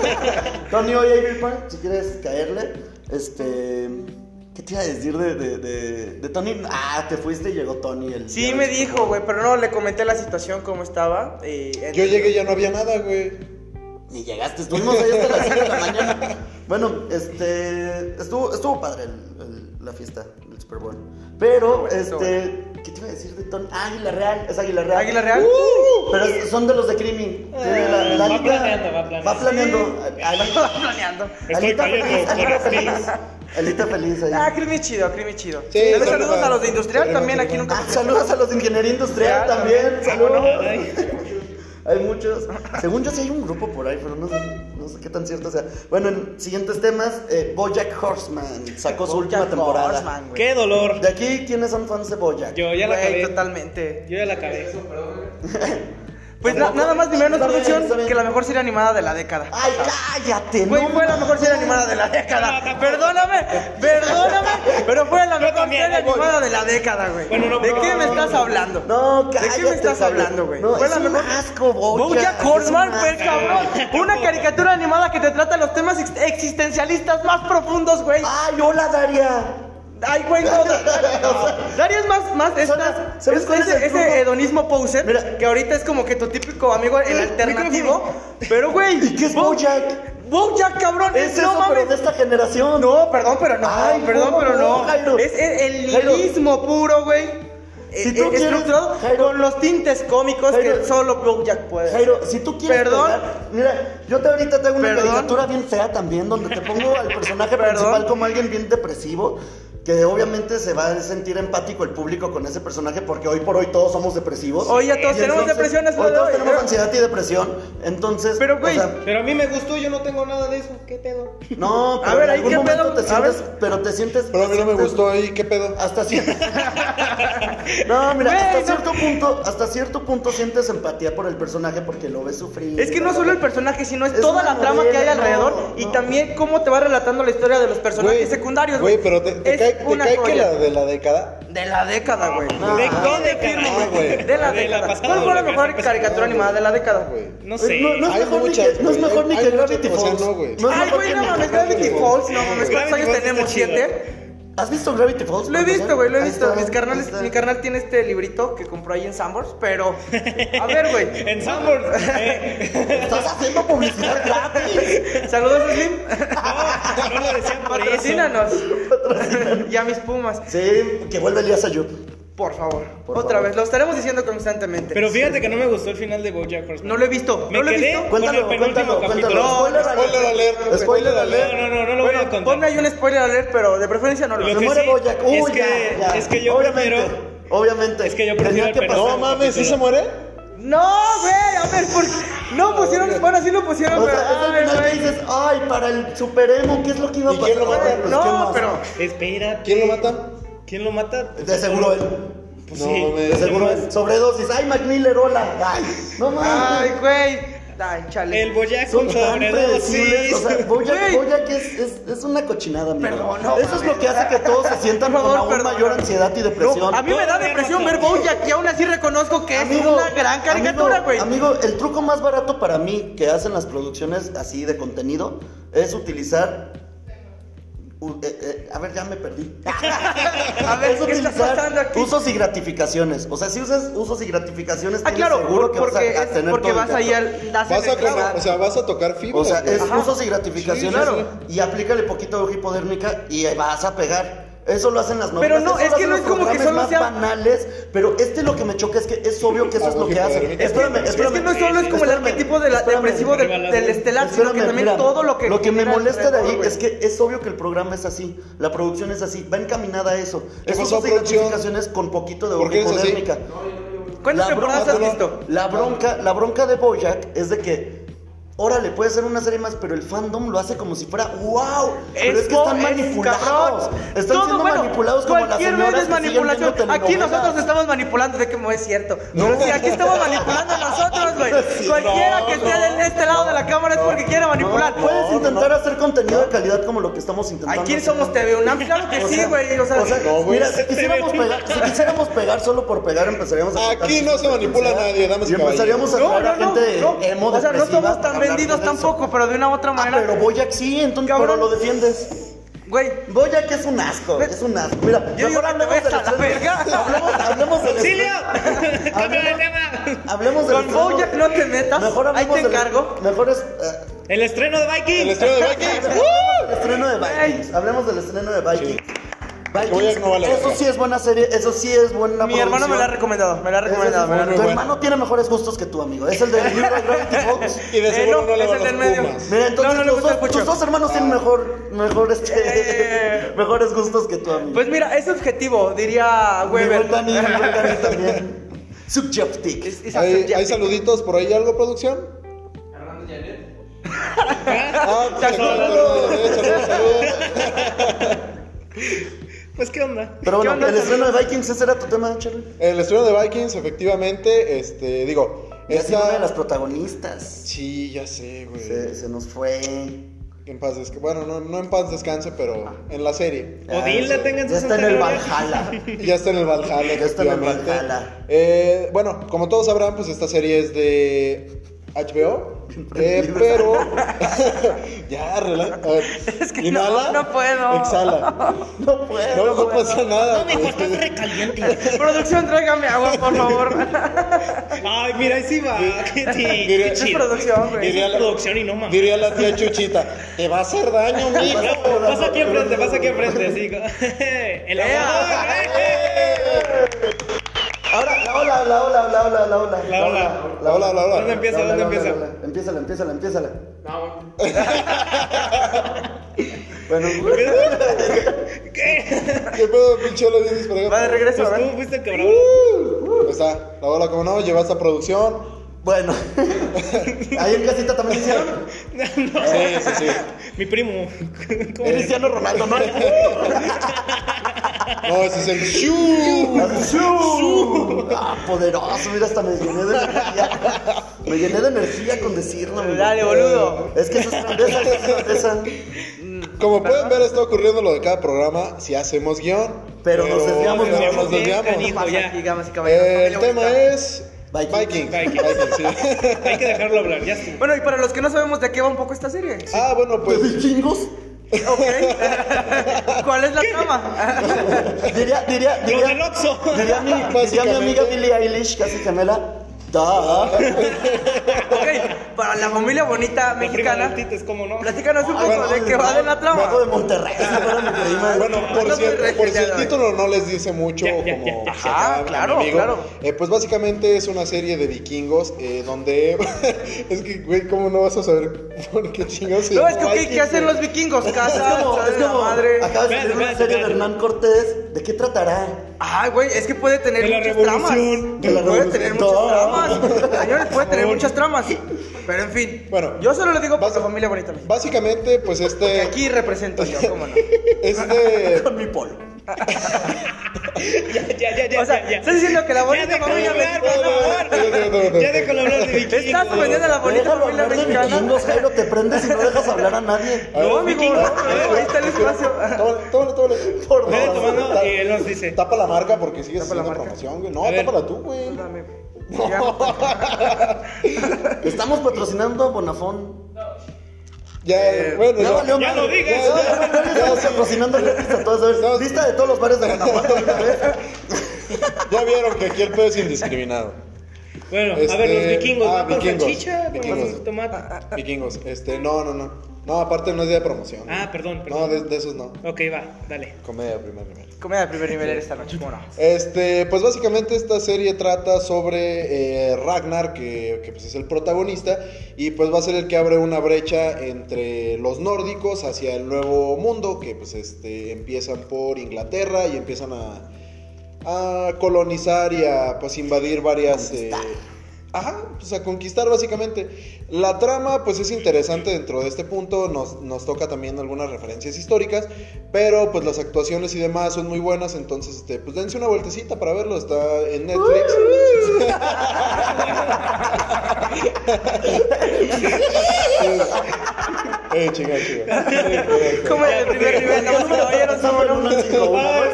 [SPEAKER 1] Tony, oye, Avery Park, si quieres caerle, este. ¿Qué te iba a decir de, de, de, de Tony? Ah, te fuiste y llegó Tony. El
[SPEAKER 2] Sí, me dijo, güey, pero no, le comenté la situación, cómo estaba. eh, Y,
[SPEAKER 3] Yo llegué y ya no había nada, güey.
[SPEAKER 1] Ni llegaste, estuvimos ahí hasta las 5 de la mañana. Bueno, este. Estuvo, estuvo padre el- el- la fiesta del Super Bowl. Pero,
[SPEAKER 2] Estuvo bueno,
[SPEAKER 1] este. ¿Qué te iba a decir de Tony? Ah, Águila Real, es Águila Real. Uh,
[SPEAKER 2] Águila Real.
[SPEAKER 1] Pero es- son de los de Creaming. Tiene la- la
[SPEAKER 4] va
[SPEAKER 1] alita-
[SPEAKER 4] planeando, va planeando.
[SPEAKER 1] Va planeando. Alita-
[SPEAKER 2] planeando.
[SPEAKER 4] Estoy
[SPEAKER 1] alita
[SPEAKER 4] cayendo
[SPEAKER 1] feliz,
[SPEAKER 4] con
[SPEAKER 1] alita
[SPEAKER 4] las
[SPEAKER 1] feliz. Alita feliz ahí.
[SPEAKER 2] Ah, Crimi chido, Crimi chido.
[SPEAKER 3] Sí,
[SPEAKER 2] Dale
[SPEAKER 3] son
[SPEAKER 2] saludos
[SPEAKER 3] buenas.
[SPEAKER 2] a los de industrial
[SPEAKER 3] Son
[SPEAKER 2] también,
[SPEAKER 3] buenas,
[SPEAKER 2] aquí
[SPEAKER 3] son
[SPEAKER 2] nunca.
[SPEAKER 1] Ah, saludos a los de ingeniería industrial
[SPEAKER 2] Ya,
[SPEAKER 1] también.
[SPEAKER 2] también. Ah,
[SPEAKER 1] Saludos.
[SPEAKER 4] Ay.
[SPEAKER 1] Hay muchos. Según yo sí hay un grupo por ahí, pero no sé, no sé qué tan cierto sea. Bueno, en siguientes temas, eh, Bojack Horseman sacó su última temporada.
[SPEAKER 4] ¡Qué dolor!
[SPEAKER 1] De aquí, ¿quiénes son fans de Bojack?
[SPEAKER 4] Yo ya la
[SPEAKER 2] Güey,
[SPEAKER 4] acabé.
[SPEAKER 2] totalmente.
[SPEAKER 4] Yo ya la acabé.
[SPEAKER 5] Eso, perdóname.
[SPEAKER 2] Pues na-
[SPEAKER 1] Tampoco.
[SPEAKER 2] nada más ni menos
[SPEAKER 1] Está bien,
[SPEAKER 2] producción
[SPEAKER 1] está bien.
[SPEAKER 2] que la mejor serie animada de la década.
[SPEAKER 1] Ay, cállate.
[SPEAKER 2] Ah. Güey,
[SPEAKER 1] no
[SPEAKER 2] fue la
[SPEAKER 1] mames.
[SPEAKER 2] mejor serie animada de la década. Perdóname, perdóname, pero fue la mejor
[SPEAKER 4] también,
[SPEAKER 2] serie
[SPEAKER 4] voy.
[SPEAKER 2] animada de la década, güey.
[SPEAKER 4] Bueno, no,
[SPEAKER 2] ¿De
[SPEAKER 4] no,
[SPEAKER 2] qué
[SPEAKER 4] no,
[SPEAKER 2] me
[SPEAKER 4] no,
[SPEAKER 2] estás
[SPEAKER 4] no.
[SPEAKER 2] hablando?
[SPEAKER 1] No,
[SPEAKER 2] ¿De
[SPEAKER 1] cállate.
[SPEAKER 2] qué me estás
[SPEAKER 1] Pablo.
[SPEAKER 2] hablando, güey?
[SPEAKER 1] No,
[SPEAKER 2] Fue
[SPEAKER 1] es
[SPEAKER 2] la
[SPEAKER 1] un
[SPEAKER 2] mejor.
[SPEAKER 1] asco, Bojack.
[SPEAKER 2] Bojack
[SPEAKER 1] es un
[SPEAKER 2] Horseman, pues.
[SPEAKER 1] asco.
[SPEAKER 2] fue el cabrón. Una caricatura animada que te trata los temas ex- existencialistas más profundos, güey.
[SPEAKER 1] Ay, hola, Daria.
[SPEAKER 2] Ay, güey, no. Dario es más, más, es
[SPEAKER 1] ¿Sabes-
[SPEAKER 2] más,
[SPEAKER 1] sabes
[SPEAKER 2] es-
[SPEAKER 1] cuál es
[SPEAKER 2] ese,
[SPEAKER 1] el
[SPEAKER 2] ese
[SPEAKER 1] truco?
[SPEAKER 2] hedonismo poser,
[SPEAKER 1] Mira.
[SPEAKER 2] que ahorita es como que tu típico amigo, el
[SPEAKER 1] Eh,
[SPEAKER 2] alternativo, pero güey.
[SPEAKER 1] ¿Y qué es
[SPEAKER 2] Bo-
[SPEAKER 1] Bojack?
[SPEAKER 2] Bojack, cabrón,
[SPEAKER 1] Es
[SPEAKER 2] no
[SPEAKER 1] eso, pero
[SPEAKER 2] mames.
[SPEAKER 1] de esta generación.
[SPEAKER 2] No, perdón, pero no,
[SPEAKER 1] Ay,
[SPEAKER 2] perdón,
[SPEAKER 1] ¿cómo
[SPEAKER 2] pero
[SPEAKER 1] no,
[SPEAKER 2] no.
[SPEAKER 1] Jairo?
[SPEAKER 2] Es el, el
[SPEAKER 1] Jairo.
[SPEAKER 2] nihilismo puro, güey.
[SPEAKER 1] Si
[SPEAKER 2] Eh,
[SPEAKER 1] tú
[SPEAKER 2] eh,
[SPEAKER 1] quieres-
[SPEAKER 2] estructurado
[SPEAKER 1] Jairo.
[SPEAKER 2] con los tintes cómicos
[SPEAKER 1] Jairo.
[SPEAKER 2] que solo Bojack puede.
[SPEAKER 1] Jairo, si tú quieres
[SPEAKER 2] Perdón.
[SPEAKER 1] pegar- mira, yo te ahorita tengo una
[SPEAKER 2] Perdón.
[SPEAKER 1] caricatura bien fea también donde te pongo al personaje
[SPEAKER 2] Perdón.
[SPEAKER 1] principal como alguien bien depresivo, que obviamente se va a sentir empático el público con ese personaje porque hoy por hoy todos somos depresivos.
[SPEAKER 2] Hoy ya todos
[SPEAKER 1] Y
[SPEAKER 2] tenemos depresión, es lo
[SPEAKER 1] Hoy
[SPEAKER 2] de
[SPEAKER 1] todos
[SPEAKER 2] hoy,
[SPEAKER 1] tenemos
[SPEAKER 2] pero-
[SPEAKER 1] ansiedad y depresión. Entonces,
[SPEAKER 2] Pero, güey,
[SPEAKER 4] Pero a mí me gustó, yo no tengo nada de eso. ¿Qué pedo?
[SPEAKER 1] no, pero
[SPEAKER 2] ver,
[SPEAKER 1] en
[SPEAKER 2] ahí,
[SPEAKER 1] algún
[SPEAKER 2] ¿qué
[SPEAKER 1] momento
[SPEAKER 2] pedo?
[SPEAKER 1] te
[SPEAKER 2] A
[SPEAKER 1] sientes,
[SPEAKER 2] ver.
[SPEAKER 1] pero te sientes
[SPEAKER 3] Pero a mí no me
[SPEAKER 1] te sientes-
[SPEAKER 3] gustó ahí, ¿qué pedo?
[SPEAKER 1] Hasta cierto. no, mira,
[SPEAKER 2] Güey,
[SPEAKER 1] hasta
[SPEAKER 2] no.
[SPEAKER 1] cierto punto, hasta cierto punto sientes empatía por el personaje porque lo ves sufrir.
[SPEAKER 2] Es que no solo el personaje, sino es,
[SPEAKER 1] Es
[SPEAKER 2] toda
[SPEAKER 1] una
[SPEAKER 2] la trama que hay
[SPEAKER 1] novela,
[SPEAKER 2] alrededor
[SPEAKER 1] no,
[SPEAKER 2] y
[SPEAKER 1] no.
[SPEAKER 2] también cómo te va relatando la historia de los personajes
[SPEAKER 3] Güey,
[SPEAKER 2] secundarios.
[SPEAKER 3] Güey, pero te, te
[SPEAKER 2] Es
[SPEAKER 3] cae, te
[SPEAKER 2] una
[SPEAKER 3] cae que
[SPEAKER 2] joya.
[SPEAKER 3] la de la década.
[SPEAKER 2] De la década, güey.
[SPEAKER 1] No.
[SPEAKER 4] ¿De
[SPEAKER 1] Ah,
[SPEAKER 4] qué
[SPEAKER 3] no,
[SPEAKER 4] década?
[SPEAKER 2] De
[SPEAKER 3] güey.
[SPEAKER 2] la
[SPEAKER 4] De la
[SPEAKER 2] década.
[SPEAKER 4] pasada,
[SPEAKER 2] ¿Cuál fue la
[SPEAKER 4] güey,
[SPEAKER 2] mejor Pues
[SPEAKER 4] la
[SPEAKER 2] caricatura animada de la década?
[SPEAKER 3] Güey.
[SPEAKER 4] No sé.
[SPEAKER 1] No, no es
[SPEAKER 3] Hay
[SPEAKER 1] mejor
[SPEAKER 3] muchas,
[SPEAKER 1] ni que, no es
[SPEAKER 3] güey,
[SPEAKER 1] mejor
[SPEAKER 3] hay-
[SPEAKER 1] ni
[SPEAKER 3] hay
[SPEAKER 1] que
[SPEAKER 3] muchas,
[SPEAKER 1] Gravity
[SPEAKER 3] o sea,
[SPEAKER 1] Falls.
[SPEAKER 3] no, güey.
[SPEAKER 1] es
[SPEAKER 2] Ay,
[SPEAKER 1] mejor
[SPEAKER 2] güey,
[SPEAKER 1] que
[SPEAKER 2] no
[SPEAKER 1] ni
[SPEAKER 2] mames,
[SPEAKER 1] Gravity
[SPEAKER 2] Gravity
[SPEAKER 1] Falls.
[SPEAKER 2] Falls, no mames. ¿Cuántos
[SPEAKER 4] Gravity
[SPEAKER 2] años
[SPEAKER 4] Falls
[SPEAKER 2] tenemos?
[SPEAKER 4] está chido.
[SPEAKER 2] ¿Siete?
[SPEAKER 1] ¿Has visto Gravity Falls?
[SPEAKER 2] Lo he visto, güey, lo he
[SPEAKER 1] Ahí
[SPEAKER 2] visto.
[SPEAKER 1] está,
[SPEAKER 2] Mis carnales,
[SPEAKER 1] ahí está.
[SPEAKER 2] mi carnal tiene este librito que compró ahí en Sambors, pero. A ver, güey.
[SPEAKER 4] En Sanborns. eh.
[SPEAKER 1] Estás haciendo publicidad gratis.
[SPEAKER 2] Saludos, Slim.
[SPEAKER 4] No, no lo decían por eso.
[SPEAKER 2] Patrocínanos. Y a mis pumas.
[SPEAKER 1] Sí, que vuelve Elías Ayub.
[SPEAKER 2] Por favor.
[SPEAKER 1] Por
[SPEAKER 2] Otra
[SPEAKER 1] favor.
[SPEAKER 2] vez, lo estaremos diciendo constantemente.
[SPEAKER 4] Pero fíjate que no me gustó el final de BoJack Horseman.
[SPEAKER 2] No lo he visto, no
[SPEAKER 4] Me
[SPEAKER 2] lo he
[SPEAKER 4] quedé
[SPEAKER 2] visto.
[SPEAKER 4] con
[SPEAKER 1] Cuéntalo,
[SPEAKER 4] el penúltimo
[SPEAKER 1] cuéntalo,
[SPEAKER 4] capítulo.
[SPEAKER 1] cuéntalo. Spoiler
[SPEAKER 3] Spoiler alert.
[SPEAKER 1] Spoiler alert.
[SPEAKER 4] No, no, no, no lo voy a contar.
[SPEAKER 2] Ponme ahí un spoiler alert, pero de preferencia no lo
[SPEAKER 4] Lo
[SPEAKER 1] Se
[SPEAKER 4] que
[SPEAKER 1] muere
[SPEAKER 4] sí,
[SPEAKER 1] Boyac. Uy,
[SPEAKER 4] es
[SPEAKER 1] ya,
[SPEAKER 4] que-
[SPEAKER 1] ya.
[SPEAKER 4] es que yo
[SPEAKER 1] obviamente,
[SPEAKER 4] prefiero-
[SPEAKER 1] Obviamente.
[SPEAKER 4] Es que yo
[SPEAKER 1] Tenía
[SPEAKER 4] prefiero el
[SPEAKER 1] pasar.
[SPEAKER 3] No mames, ¿sí se muere?
[SPEAKER 2] No, güey, a ver, por... no pusieron, bueno, sí lo pusieron,
[SPEAKER 1] O
[SPEAKER 2] pero.
[SPEAKER 1] sea, es el
[SPEAKER 2] Ay,
[SPEAKER 1] final que
[SPEAKER 2] güey.
[SPEAKER 1] dices, ay, para el superemo, ¿qué es lo que iba a
[SPEAKER 3] ¿Y
[SPEAKER 1] pasar?
[SPEAKER 3] quién lo mata?
[SPEAKER 1] Pues, ¿quién
[SPEAKER 2] No,
[SPEAKER 1] más?
[SPEAKER 2] pero.
[SPEAKER 4] Espérate.
[SPEAKER 3] ¿Quién lo mata?
[SPEAKER 4] ¿Quién lo mata?
[SPEAKER 1] De seguro él.
[SPEAKER 4] Pues
[SPEAKER 3] No,
[SPEAKER 4] sí.
[SPEAKER 3] me-
[SPEAKER 1] De seguro él. Sobredosis. Ay, Mac Miller, hola. Ay, no
[SPEAKER 2] Ay,
[SPEAKER 1] mames.
[SPEAKER 2] güey. Ay, chale.
[SPEAKER 4] El Boyac
[SPEAKER 1] Son
[SPEAKER 4] con
[SPEAKER 1] tan predecibles.
[SPEAKER 4] sobredosis.
[SPEAKER 1] O sea, Boyac,
[SPEAKER 2] Güey.
[SPEAKER 1] Boyac es, es, es una cochinada, amigo.
[SPEAKER 2] Perdón, no
[SPEAKER 1] Eso es lo que hace que todos se sientan
[SPEAKER 2] Por
[SPEAKER 1] con
[SPEAKER 2] favor,
[SPEAKER 1] aún
[SPEAKER 2] perdón.
[SPEAKER 1] mayor ansiedad y depresión.
[SPEAKER 2] No, a mí me da depresión ver Bojack y aún así reconozco que es una gran caricatura,
[SPEAKER 1] amigo,
[SPEAKER 2] güey.
[SPEAKER 1] Amigo, el truco más barato para mí que hacen las producciones así de contenido es utilizar. u- eh, eh, a ver, ya me perdí.
[SPEAKER 2] A ver,
[SPEAKER 1] es
[SPEAKER 2] ¿qué está
[SPEAKER 1] utilizar
[SPEAKER 2] pasando aquí?
[SPEAKER 1] usos y gratificaciones. O sea, si usas usos y gratificaciones,
[SPEAKER 2] Ah,
[SPEAKER 1] tienes
[SPEAKER 2] claro,
[SPEAKER 1] seguro que
[SPEAKER 2] porque,
[SPEAKER 1] vas a
[SPEAKER 2] es-
[SPEAKER 1] tener
[SPEAKER 2] porque
[SPEAKER 1] todo el
[SPEAKER 2] vas ahí
[SPEAKER 1] gasto.
[SPEAKER 2] al.
[SPEAKER 3] Vas a,
[SPEAKER 2] clavo.
[SPEAKER 3] como- o sea, vas a tocar fibra.
[SPEAKER 1] O sea, es
[SPEAKER 2] Ajá.
[SPEAKER 1] usos y gratificaciones
[SPEAKER 2] Sí, claro.
[SPEAKER 1] y aplícale poquito de hoja hipodérmica y vas a pegar. Eso lo hacen las novelas.
[SPEAKER 2] no,
[SPEAKER 1] eso
[SPEAKER 2] es
[SPEAKER 1] lo
[SPEAKER 2] que
[SPEAKER 1] hacen
[SPEAKER 2] no es
[SPEAKER 1] los
[SPEAKER 2] como que
[SPEAKER 1] programas
[SPEAKER 2] solo
[SPEAKER 1] más
[SPEAKER 2] sea-
[SPEAKER 1] banales, pero este lo que me choca es que es obvio que eso
[SPEAKER 3] Ah,
[SPEAKER 1] es lo
[SPEAKER 3] hoja
[SPEAKER 1] que hacen.
[SPEAKER 3] hipodérmica.
[SPEAKER 1] Espérame,
[SPEAKER 3] Es que-
[SPEAKER 1] espérame.
[SPEAKER 2] Es que no solo es como el
[SPEAKER 1] espérame,
[SPEAKER 2] arquetipo de la-
[SPEAKER 1] espérame.
[SPEAKER 2] depresivo del, del estelar, sino que
[SPEAKER 1] Espérame,
[SPEAKER 2] también
[SPEAKER 1] mira,
[SPEAKER 2] todo lo que.
[SPEAKER 1] Lo que me
[SPEAKER 2] genera
[SPEAKER 1] molesta de ahí
[SPEAKER 2] alrededor, güey.
[SPEAKER 1] es que es obvio que el programa es así, la producción es así, va encaminada a eso.
[SPEAKER 3] ¿Qué
[SPEAKER 1] Es
[SPEAKER 3] pasó,
[SPEAKER 1] usos y
[SPEAKER 3] producción?
[SPEAKER 1] gratificaciones con poquito de
[SPEAKER 3] ¿Por
[SPEAKER 1] hoja
[SPEAKER 3] qué eres así?
[SPEAKER 1] hipodérmica.
[SPEAKER 2] ¿Cuántas
[SPEAKER 1] La Ah,
[SPEAKER 2] temporadas
[SPEAKER 1] bronca-
[SPEAKER 2] has visto?
[SPEAKER 1] La bronca, la bronca de Bojack es de que Órale, puede ser una serie más, pero el fandom lo hace como si fuera wow. Pero
[SPEAKER 2] Es
[SPEAKER 1] es que están
[SPEAKER 2] co- es
[SPEAKER 1] manipulados.
[SPEAKER 2] cabrón.
[SPEAKER 1] Están
[SPEAKER 2] Todo,
[SPEAKER 1] siendo
[SPEAKER 2] bueno,
[SPEAKER 1] manipulados como las
[SPEAKER 2] cualquier
[SPEAKER 1] señoras
[SPEAKER 2] vez es
[SPEAKER 1] que siguen
[SPEAKER 2] manipulación.
[SPEAKER 1] viendo
[SPEAKER 2] Aquí
[SPEAKER 1] telenovelas.
[SPEAKER 2] nosotros estamos manipulando de que no es cierto. Pero sí, aquí estamos manipulando nosotros, güey.
[SPEAKER 1] Sí,
[SPEAKER 2] Cualquiera
[SPEAKER 1] no,
[SPEAKER 2] que esté de este lado de la cámara es porque quiere manipular.
[SPEAKER 1] Puedes intentar hacer contenido de calidad como lo que estamos intentando.
[SPEAKER 2] Aquí
[SPEAKER 1] hacer.
[SPEAKER 2] somos TV UNAM, claro que
[SPEAKER 1] O
[SPEAKER 2] sí,
[SPEAKER 1] sea,
[SPEAKER 2] güey. O sea,
[SPEAKER 1] o sea,
[SPEAKER 3] no, güey.
[SPEAKER 1] mira, si quisiéramos, pegar, si quisiéramos pegar solo por pegar, empezaríamos a.
[SPEAKER 3] Aquí no se manipula nadie, damas y
[SPEAKER 1] Y empezaríamos a
[SPEAKER 2] no,
[SPEAKER 1] traer
[SPEAKER 2] no,
[SPEAKER 1] a
[SPEAKER 2] no,
[SPEAKER 1] gente
[SPEAKER 2] no.
[SPEAKER 1] emo,
[SPEAKER 2] O sea, no
[SPEAKER 1] depresiva,
[SPEAKER 2] somos
[SPEAKER 1] a
[SPEAKER 2] tan
[SPEAKER 1] hablar de
[SPEAKER 2] vendidos
[SPEAKER 1] eso.
[SPEAKER 2] tampoco, pero de una u otra
[SPEAKER 1] Ah,
[SPEAKER 2] manera.
[SPEAKER 1] pero Boyac sí, entonces,
[SPEAKER 2] Cabrón.
[SPEAKER 1] pero lo defiendes.
[SPEAKER 2] Güey,
[SPEAKER 1] Boyac es un asco, es un asco. Mira,
[SPEAKER 2] Yo digo,
[SPEAKER 1] mejor hablemos
[SPEAKER 2] "Vete
[SPEAKER 1] del
[SPEAKER 2] a la
[SPEAKER 1] estreno.
[SPEAKER 2] verga".
[SPEAKER 1] Hablemos, hablemos del
[SPEAKER 4] ¡Auxilio!
[SPEAKER 1] estreno.
[SPEAKER 4] ¡Cambio de tema!
[SPEAKER 1] Hablemos del
[SPEAKER 2] con
[SPEAKER 1] estreno.
[SPEAKER 2] Bojack no te metas.
[SPEAKER 1] Mejor
[SPEAKER 2] Ahí
[SPEAKER 1] hablemos
[SPEAKER 2] te
[SPEAKER 1] del-
[SPEAKER 2] encargo.
[SPEAKER 1] Mejor es. eh,
[SPEAKER 4] El estreno de Vikings.
[SPEAKER 3] El estreno de Vikings.
[SPEAKER 2] Uh,
[SPEAKER 1] El estreno de Vikings. Hablemos del estreno de Vikings.
[SPEAKER 3] Voy a-
[SPEAKER 1] Vikings,
[SPEAKER 3] no vale
[SPEAKER 1] eso
[SPEAKER 3] verga.
[SPEAKER 1] sí es buena serie, eso sí es buena
[SPEAKER 2] Mi hermano me la ha
[SPEAKER 1] producción.
[SPEAKER 2] recomendado, me la ha
[SPEAKER 1] Eso
[SPEAKER 2] recomendado.
[SPEAKER 1] sí
[SPEAKER 2] me
[SPEAKER 1] es
[SPEAKER 2] la ha
[SPEAKER 1] bueno.
[SPEAKER 3] muy
[SPEAKER 1] Tu
[SPEAKER 3] buena.
[SPEAKER 1] hermano tiene mejores gustos que tú, amigo. Es el de River Gravity Falls.
[SPEAKER 3] Y de
[SPEAKER 2] Eh,
[SPEAKER 3] seguro
[SPEAKER 2] no,
[SPEAKER 3] no, le
[SPEAKER 2] es
[SPEAKER 3] van
[SPEAKER 2] el del
[SPEAKER 3] los
[SPEAKER 2] medio.
[SPEAKER 3] Pumas.
[SPEAKER 1] Mira, entonces
[SPEAKER 2] No, no le
[SPEAKER 1] los
[SPEAKER 2] gusta
[SPEAKER 1] dos,
[SPEAKER 2] el Pucho.
[SPEAKER 1] tus dos hermanos tienen mejor, mejor este,
[SPEAKER 2] Eh.
[SPEAKER 1] mejores gustos que tú, amigo.
[SPEAKER 2] Pues mira, es objetivo, diría
[SPEAKER 1] Mi
[SPEAKER 2] Weber.
[SPEAKER 1] buen Dani, mi buen Dani también. Subjectic.
[SPEAKER 2] Es- es
[SPEAKER 3] ¿Hay,
[SPEAKER 2] subjective.
[SPEAKER 3] hay saluditos por ahí algo, producción?
[SPEAKER 5] Hernando Janet.
[SPEAKER 3] Ah, pues,
[SPEAKER 4] Saludos.
[SPEAKER 3] saludos, saludos, saludos.
[SPEAKER 4] Pues, ¿qué onda?
[SPEAKER 1] Pero
[SPEAKER 2] ¿Qué
[SPEAKER 1] bueno,
[SPEAKER 2] onda,
[SPEAKER 1] el estreno de Vikings, ese era tu tema, Charlie.
[SPEAKER 3] El estreno de Vikings, efectivamente, este, digo,
[SPEAKER 1] Y así una de las
[SPEAKER 3] esta...
[SPEAKER 1] protagonistas.
[SPEAKER 3] Sí, ya sé, güey.
[SPEAKER 1] Se, se nos fue.
[SPEAKER 3] En paz descanse. Bueno, no, no en paz descanse, pero en la serie.
[SPEAKER 4] Odín la tenga en su
[SPEAKER 1] Ya está en
[SPEAKER 4] santa
[SPEAKER 1] el
[SPEAKER 4] gloria.
[SPEAKER 1] Valhalla.
[SPEAKER 3] Ya está en el Valhalla,
[SPEAKER 1] Ya está en el
[SPEAKER 3] efectivamente.
[SPEAKER 1] Valhalla.
[SPEAKER 3] Eh, bueno, como todos sabrán, pues esta serie es de HBO. eh, pero. ya, relaja. A ver.
[SPEAKER 2] Es que no,
[SPEAKER 3] Inhala,
[SPEAKER 2] no puedo.
[SPEAKER 3] Exhala.
[SPEAKER 1] No
[SPEAKER 3] No,
[SPEAKER 1] puedo.
[SPEAKER 3] no pasa nada. pues, eh,
[SPEAKER 4] No, me
[SPEAKER 3] güey.
[SPEAKER 4] estás recaliente.
[SPEAKER 2] Producción, tráigame agua, por favor.
[SPEAKER 4] Ay, mira, ahí sí va. Qué,
[SPEAKER 3] Mira,
[SPEAKER 4] ti- qué
[SPEAKER 3] es
[SPEAKER 2] es
[SPEAKER 4] chido.
[SPEAKER 2] producción,
[SPEAKER 4] Es
[SPEAKER 2] güey.
[SPEAKER 3] Diría la-
[SPEAKER 4] producción y no mames.
[SPEAKER 3] Diría la tía Chuchita: Te va a hacer daño, mijo.
[SPEAKER 4] Pasa aquí enfrente, pasa aquí enfrente, así. como- El abogado, eh.
[SPEAKER 1] Ahora, la ola, la ola, la ola, la ola.
[SPEAKER 4] La ola.
[SPEAKER 1] La ola, la ola.
[SPEAKER 4] ¿Dónde empieza?
[SPEAKER 1] La ola,
[SPEAKER 4] ¿Dónde
[SPEAKER 1] la ola,
[SPEAKER 4] empieza?
[SPEAKER 1] la ola. Empiézala, empiézala, empiézala.
[SPEAKER 5] No,
[SPEAKER 1] Bueno,
[SPEAKER 3] ¿Qué pedo, pinche? Lo dices por ahí.
[SPEAKER 2] Va de regreso, a
[SPEAKER 4] Pues
[SPEAKER 2] ver.
[SPEAKER 4] tú fuiste el cabrón.
[SPEAKER 3] Ahí Está, la bola, como no, lleva esta producción.
[SPEAKER 1] bueno. Ahí en casita también hicieron.
[SPEAKER 4] No.
[SPEAKER 3] Sí, sí, sí.
[SPEAKER 4] Mi primo. ¿Cómo le-
[SPEAKER 1] Cristiano Ronaldo, ¿no?
[SPEAKER 3] No, ese es el shoo.
[SPEAKER 1] Ah, poderoso, mira, hasta me llené de energía. Me llené de energía con decirlo, amigo.
[SPEAKER 2] Dale, boludo.
[SPEAKER 1] Es que eso es grandeza, eso es grandeza.
[SPEAKER 3] Como pueden ver, está ocurriendo lo de cada programa. Si hacemos guión,
[SPEAKER 1] Pero nos desviamos,
[SPEAKER 3] pero
[SPEAKER 1] nos
[SPEAKER 3] nos
[SPEAKER 4] desviamos.
[SPEAKER 3] desviamos.
[SPEAKER 4] Hijo,
[SPEAKER 2] Pasa
[SPEAKER 4] ya.
[SPEAKER 2] aquí, damas y caballeros,
[SPEAKER 3] Eh,
[SPEAKER 2] familia
[SPEAKER 3] el tema
[SPEAKER 2] bonita.
[SPEAKER 3] es
[SPEAKER 1] Vikings.
[SPEAKER 3] Vikings.
[SPEAKER 4] Vikings.
[SPEAKER 3] Vikings, sí.
[SPEAKER 4] Hay que dejarlo hablar, ya estuvo.
[SPEAKER 2] Bueno, y para los que no sabemos de qué va un poco esta serie.
[SPEAKER 3] Ah, bueno, pues
[SPEAKER 1] vikingos?
[SPEAKER 2] Ok. ¿Cuál es la trama?
[SPEAKER 1] Diría, diría,
[SPEAKER 4] Los del
[SPEAKER 1] diría.
[SPEAKER 4] Oxxo.
[SPEAKER 1] Diría mi, diría mi amiga
[SPEAKER 3] Básicamente.
[SPEAKER 1] Billie Eilish, casi gemela. Da.
[SPEAKER 2] ok, para la familia bonita
[SPEAKER 4] La prima
[SPEAKER 2] mexicana.
[SPEAKER 4] de Tites, ¿cómo no?
[SPEAKER 2] Platícanos un
[SPEAKER 1] Ah,
[SPEAKER 2] poco de qué va de la trama.
[SPEAKER 1] Vengo de Monterrey, si fuera mi prima.
[SPEAKER 3] Bueno, por,
[SPEAKER 2] no
[SPEAKER 3] si,
[SPEAKER 2] me
[SPEAKER 3] el- por si el
[SPEAKER 2] regañaron.
[SPEAKER 3] título no les dice mucho,
[SPEAKER 4] Ya, ya,
[SPEAKER 3] como.
[SPEAKER 4] ya, ya.
[SPEAKER 3] se acaba
[SPEAKER 2] Ah,
[SPEAKER 3] de
[SPEAKER 2] eh. claro,
[SPEAKER 3] amigo,
[SPEAKER 2] claro.
[SPEAKER 3] eh, pues básicamente es una serie de vikingos eh, donde. es que, güey, ¿cómo no vas a saber por qué chingados se
[SPEAKER 2] No,
[SPEAKER 3] llama
[SPEAKER 2] es que, ok, ¿qué
[SPEAKER 3] Vikings,
[SPEAKER 2] hacen
[SPEAKER 3] güey?
[SPEAKER 2] los vikingos? Casa,
[SPEAKER 1] Es como, es como,
[SPEAKER 2] madre.
[SPEAKER 1] acaba de salir una
[SPEAKER 4] Espérate, espérate,
[SPEAKER 1] serie de
[SPEAKER 4] espérate.
[SPEAKER 1] Hernán Cortés. ¿De qué tratará?
[SPEAKER 2] Ay, güey, es que puede tener
[SPEAKER 4] De la
[SPEAKER 2] muchas tramas.
[SPEAKER 4] revolución,
[SPEAKER 1] de la
[SPEAKER 2] Puede tener muchas
[SPEAKER 1] revolución.
[SPEAKER 2] tramas. Señores, puede tener muchas tramas. Pero en fin.
[SPEAKER 3] Bueno.
[SPEAKER 2] yo solo lo digo por
[SPEAKER 3] Vas-
[SPEAKER 2] la familia bonita mexicana.
[SPEAKER 3] Básicamente, pues
[SPEAKER 2] Que
[SPEAKER 3] este.
[SPEAKER 2] aquí represento yo, cómo no. Eh.
[SPEAKER 3] Este.
[SPEAKER 1] Con mi polo.
[SPEAKER 4] Ya, ya, ya.
[SPEAKER 2] O sea,
[SPEAKER 4] ya, ya.
[SPEAKER 2] estás diciendo que la bonita
[SPEAKER 4] Ya déjalo
[SPEAKER 2] familia
[SPEAKER 4] hablar,
[SPEAKER 2] mexicana-
[SPEAKER 4] por favor. Ya déjalo hablar de vikingos.
[SPEAKER 2] Estás ofendiendo a la bonita
[SPEAKER 1] Déjalo
[SPEAKER 2] familia
[SPEAKER 1] hablar de
[SPEAKER 2] mexicana.
[SPEAKER 1] vikingos, Jairo, te prendes y no dejas hablar a nadie.
[SPEAKER 3] A ver,
[SPEAKER 2] No, amigo, no, no, ahí está el espacio.
[SPEAKER 3] Tómale, tómale, tómale.
[SPEAKER 1] Por
[SPEAKER 4] Ve
[SPEAKER 1] favor.
[SPEAKER 4] tomando y eh, él nos dice.
[SPEAKER 3] Tapa la marca porque sigues
[SPEAKER 2] Tapa la
[SPEAKER 3] haciendo
[SPEAKER 2] marca.
[SPEAKER 3] promoción, güey. No,
[SPEAKER 4] A ver.
[SPEAKER 3] tápala tú, güey.
[SPEAKER 2] Dame. Ya.
[SPEAKER 1] Estamos patrocinando a Bonafón.
[SPEAKER 3] Ya,
[SPEAKER 2] Eh,
[SPEAKER 3] bueno,
[SPEAKER 1] Ya
[SPEAKER 3] ya.
[SPEAKER 1] valió
[SPEAKER 4] Ya
[SPEAKER 1] madre.
[SPEAKER 4] lo
[SPEAKER 1] Ya,
[SPEAKER 4] digas.
[SPEAKER 1] ya, ya, ya, Estamos patrocinando gratis a todos. a ver, Lista de todos los bares de Guanajuato. de una vez.
[SPEAKER 3] Ya vieron que aquí el pedo es indiscriminado.
[SPEAKER 4] Bueno, a ver,
[SPEAKER 3] Este,
[SPEAKER 4] los vikingos.
[SPEAKER 3] ah,
[SPEAKER 4] ¿no? Con
[SPEAKER 3] vikingos,
[SPEAKER 4] salchicha, con
[SPEAKER 3] vikingos.
[SPEAKER 4] su tomate.
[SPEAKER 3] Vikingos, este, no, no, no. No, aparte no es día de promoción. güey.
[SPEAKER 4] Ah, perdón,
[SPEAKER 3] No,
[SPEAKER 4] perdón.
[SPEAKER 3] de, de esos no.
[SPEAKER 4] Ok, va, dale.
[SPEAKER 3] Comedia primer nivel.
[SPEAKER 2] Comida de primer nivel esta noche, cómo no.
[SPEAKER 3] Este, pues básicamente esta serie trata sobre eh, Ragnar, que, que, pues es el protagonista, y pues va a ser el que abre una brecha entre los nórdicos hacia el nuevo mundo, que pues este, empiezan por Inglaterra y empiezan a, a colonizar y a pues invadir varias... eh, Ajá, pues a conquistar básicamente. La trama pues es interesante dentro de este punto, nos, nos toca también algunas referencias históricas, pero pues las actuaciones y demás son muy buenas, entonces este, pues dense una vueltecita para verlo, está en Netflix. eh, chinga, chinga.
[SPEAKER 2] Como en el primer nivel, no se oyeron,
[SPEAKER 1] Estamos en uno, cinco, uno, dos,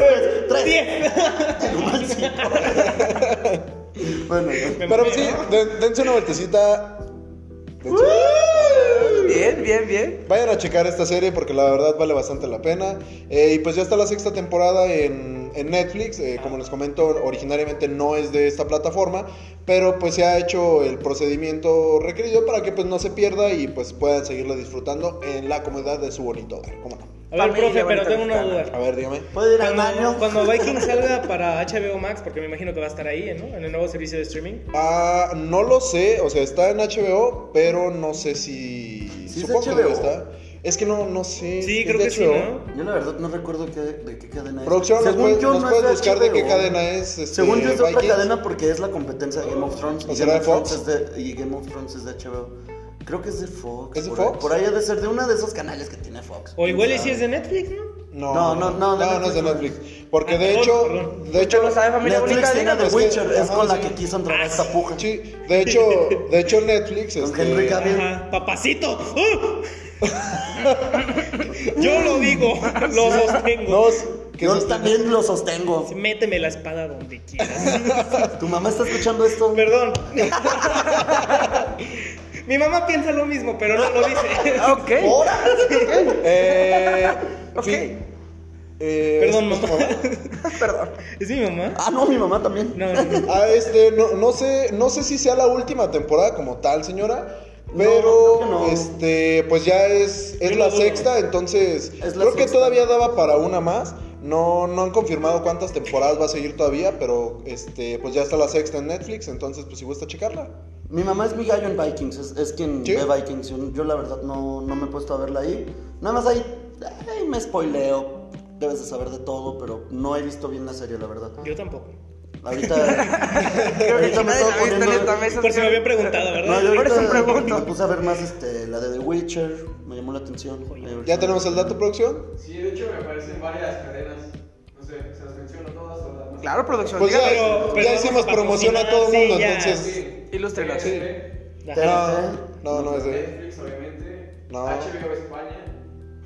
[SPEAKER 1] tres, tres. Uno, cinco. Bueno,
[SPEAKER 3] Pero pues, sí, den- dense una vueltecita. Dense-
[SPEAKER 2] Bien, bien, bien.
[SPEAKER 3] Vayan a checar esta serie porque la verdad vale bastante la pena. Eh, y pues ya está la sexta temporada en, en Netflix. Eh, como les comento, originariamente no es de esta plataforma, pero pues se ha hecho el procedimiento requerido para que pues no se pierda y pues puedan seguirla disfrutando en la comodidad de su bonito hogar. ¿Cómo no?
[SPEAKER 4] A ver,
[SPEAKER 2] Familia
[SPEAKER 4] profe, pero tengo una
[SPEAKER 2] mexicana.
[SPEAKER 4] duda.
[SPEAKER 3] A ver, dígame.
[SPEAKER 1] ¿Puedo ir al
[SPEAKER 4] Cuando,
[SPEAKER 1] baño?
[SPEAKER 4] cuando Viking salga para HBO Max, porque me imagino que va a estar ahí, ¿eh? ¿no? En el nuevo servicio de streaming.
[SPEAKER 3] Ah, no lo sé, o sea, está en HBO, pero no sé si...
[SPEAKER 1] Sí es
[SPEAKER 3] que
[SPEAKER 1] HBO.
[SPEAKER 3] está. Es que no, no sé.
[SPEAKER 4] Sí,
[SPEAKER 3] es
[SPEAKER 4] creo
[SPEAKER 3] de
[SPEAKER 4] que sí,
[SPEAKER 3] HBO.
[SPEAKER 4] ¿no?
[SPEAKER 1] Yo la verdad no recuerdo qué- de qué cadena es.
[SPEAKER 3] Producción, ¿nos puedes, nos
[SPEAKER 1] no es
[SPEAKER 3] puedes
[SPEAKER 1] de
[SPEAKER 3] buscar de qué
[SPEAKER 1] HBO.
[SPEAKER 3] cadena es? este,
[SPEAKER 1] Según yo es otra
[SPEAKER 3] Vikings?
[SPEAKER 1] cadena porque es la competencia de Game of Thrones.
[SPEAKER 3] ¿O
[SPEAKER 1] y
[SPEAKER 3] será
[SPEAKER 1] Game
[SPEAKER 3] de
[SPEAKER 1] Thrones
[SPEAKER 3] Fox?
[SPEAKER 1] es de- y Game of Thrones es de HBO. Creo que es de Fox.
[SPEAKER 3] ¿Es de
[SPEAKER 1] por
[SPEAKER 3] Fox?
[SPEAKER 1] Ahí, por ahí ha de ser de uno de esos canales que tiene Fox.
[SPEAKER 4] O igual y
[SPEAKER 1] ¿Quién
[SPEAKER 4] si es
[SPEAKER 1] sabe?
[SPEAKER 4] de Netflix, ¿no?
[SPEAKER 1] No,
[SPEAKER 3] No,
[SPEAKER 1] no, no, de
[SPEAKER 3] no, no es de
[SPEAKER 1] Netflix.
[SPEAKER 3] Netflix. Porque
[SPEAKER 4] Ah,
[SPEAKER 3] de
[SPEAKER 4] perdón,
[SPEAKER 3] hecho,
[SPEAKER 4] perdón.
[SPEAKER 3] de hecho,
[SPEAKER 2] lo sabe, familia bonita,
[SPEAKER 1] Netflix tiene
[SPEAKER 2] díganos.
[SPEAKER 1] The
[SPEAKER 3] es que-
[SPEAKER 4] pues,
[SPEAKER 1] Witcher, es
[SPEAKER 3] ajá,
[SPEAKER 1] con la
[SPEAKER 3] Ah, sí.
[SPEAKER 1] que quiso entrar
[SPEAKER 4] Ah,
[SPEAKER 1] esta puja.
[SPEAKER 3] sí, de hecho, de hecho Netflix,
[SPEAKER 1] Con
[SPEAKER 3] este,
[SPEAKER 1] Henry Cavill.
[SPEAKER 4] Ajá, papacito. ¡Ah! Yo lo digo, lo sostengo.
[SPEAKER 3] no, es- que
[SPEAKER 1] Yo
[SPEAKER 3] es- este,
[SPEAKER 1] también lo sostengo.
[SPEAKER 4] Méteme la espada donde quieras.
[SPEAKER 1] Tu mamá está escuchando esto.
[SPEAKER 4] Perdón. Mi mamá piensa lo mismo, pero no lo dice.
[SPEAKER 2] Ah, Ok.
[SPEAKER 1] ¡Ahora!
[SPEAKER 3] eh,
[SPEAKER 2] Ok.
[SPEAKER 3] sí, eh,
[SPEAKER 4] Perdón,
[SPEAKER 3] es-
[SPEAKER 4] mamá.
[SPEAKER 2] Perdón.
[SPEAKER 4] ¿Es mi mamá?
[SPEAKER 1] Ah, no, mi mamá también.
[SPEAKER 4] No, no, no.
[SPEAKER 3] Ah, este, no, no sé, no sé si sea la última temporada como tal, señora.
[SPEAKER 1] creo
[SPEAKER 3] Pero,
[SPEAKER 1] que no.
[SPEAKER 3] este, pues ya es, es
[SPEAKER 4] Yo
[SPEAKER 3] la
[SPEAKER 4] lo dudo.
[SPEAKER 3] sexta, entonces
[SPEAKER 1] Es la
[SPEAKER 3] creo que
[SPEAKER 1] sexta.
[SPEAKER 3] todavía daba para una más. No, no han confirmado cuántas temporadas va a seguir todavía, pero este, pues ya está la sexta en Netflix, entonces pues si gusta checarla.
[SPEAKER 1] Mi mamá es mi gallo en Vikings, es, es quien
[SPEAKER 3] ¿Sí?
[SPEAKER 1] ve Vikings. Yo, yo la verdad no, no me he puesto a verla ahí. Nada más ahí, ahí me spoileo. Debes de saber de todo, pero no he visto bien la serie, la verdad.
[SPEAKER 4] Yo tampoco.
[SPEAKER 1] Ahorita,
[SPEAKER 2] Creo que
[SPEAKER 1] ahorita me
[SPEAKER 2] nadie
[SPEAKER 1] estaba
[SPEAKER 2] la ha visto en esta
[SPEAKER 1] poniendo...
[SPEAKER 2] mesa.
[SPEAKER 4] Por si me habían preguntado,
[SPEAKER 1] No,
[SPEAKER 4] ¿verdad?
[SPEAKER 1] yo
[SPEAKER 2] Por eso
[SPEAKER 1] ahorita
[SPEAKER 2] pregunto.
[SPEAKER 1] me puse a ver más este, la de The Witcher, me llamó la atención. Ahí
[SPEAKER 3] ¿Ya
[SPEAKER 1] ahorita-
[SPEAKER 3] tenemos el dato, producción?
[SPEAKER 5] Sí, de hecho me aparecen varias cadenas. No sé, se las menciono todas o las más.
[SPEAKER 2] Claro, producción.
[SPEAKER 3] Pues ya,
[SPEAKER 2] díganos.
[SPEAKER 4] Pero- pero
[SPEAKER 3] ya hicimos
[SPEAKER 4] vamos a
[SPEAKER 3] promoción a
[SPEAKER 4] patrocinar,
[SPEAKER 3] todo el mundo,
[SPEAKER 4] sí, ya.
[SPEAKER 3] entonces...
[SPEAKER 5] Sí.
[SPEAKER 2] Ilústrenos.
[SPEAKER 5] TNT,
[SPEAKER 4] Ajá.
[SPEAKER 3] No, no, no es de...
[SPEAKER 5] Netflix, obviamente.
[SPEAKER 3] No.
[SPEAKER 5] HBO España.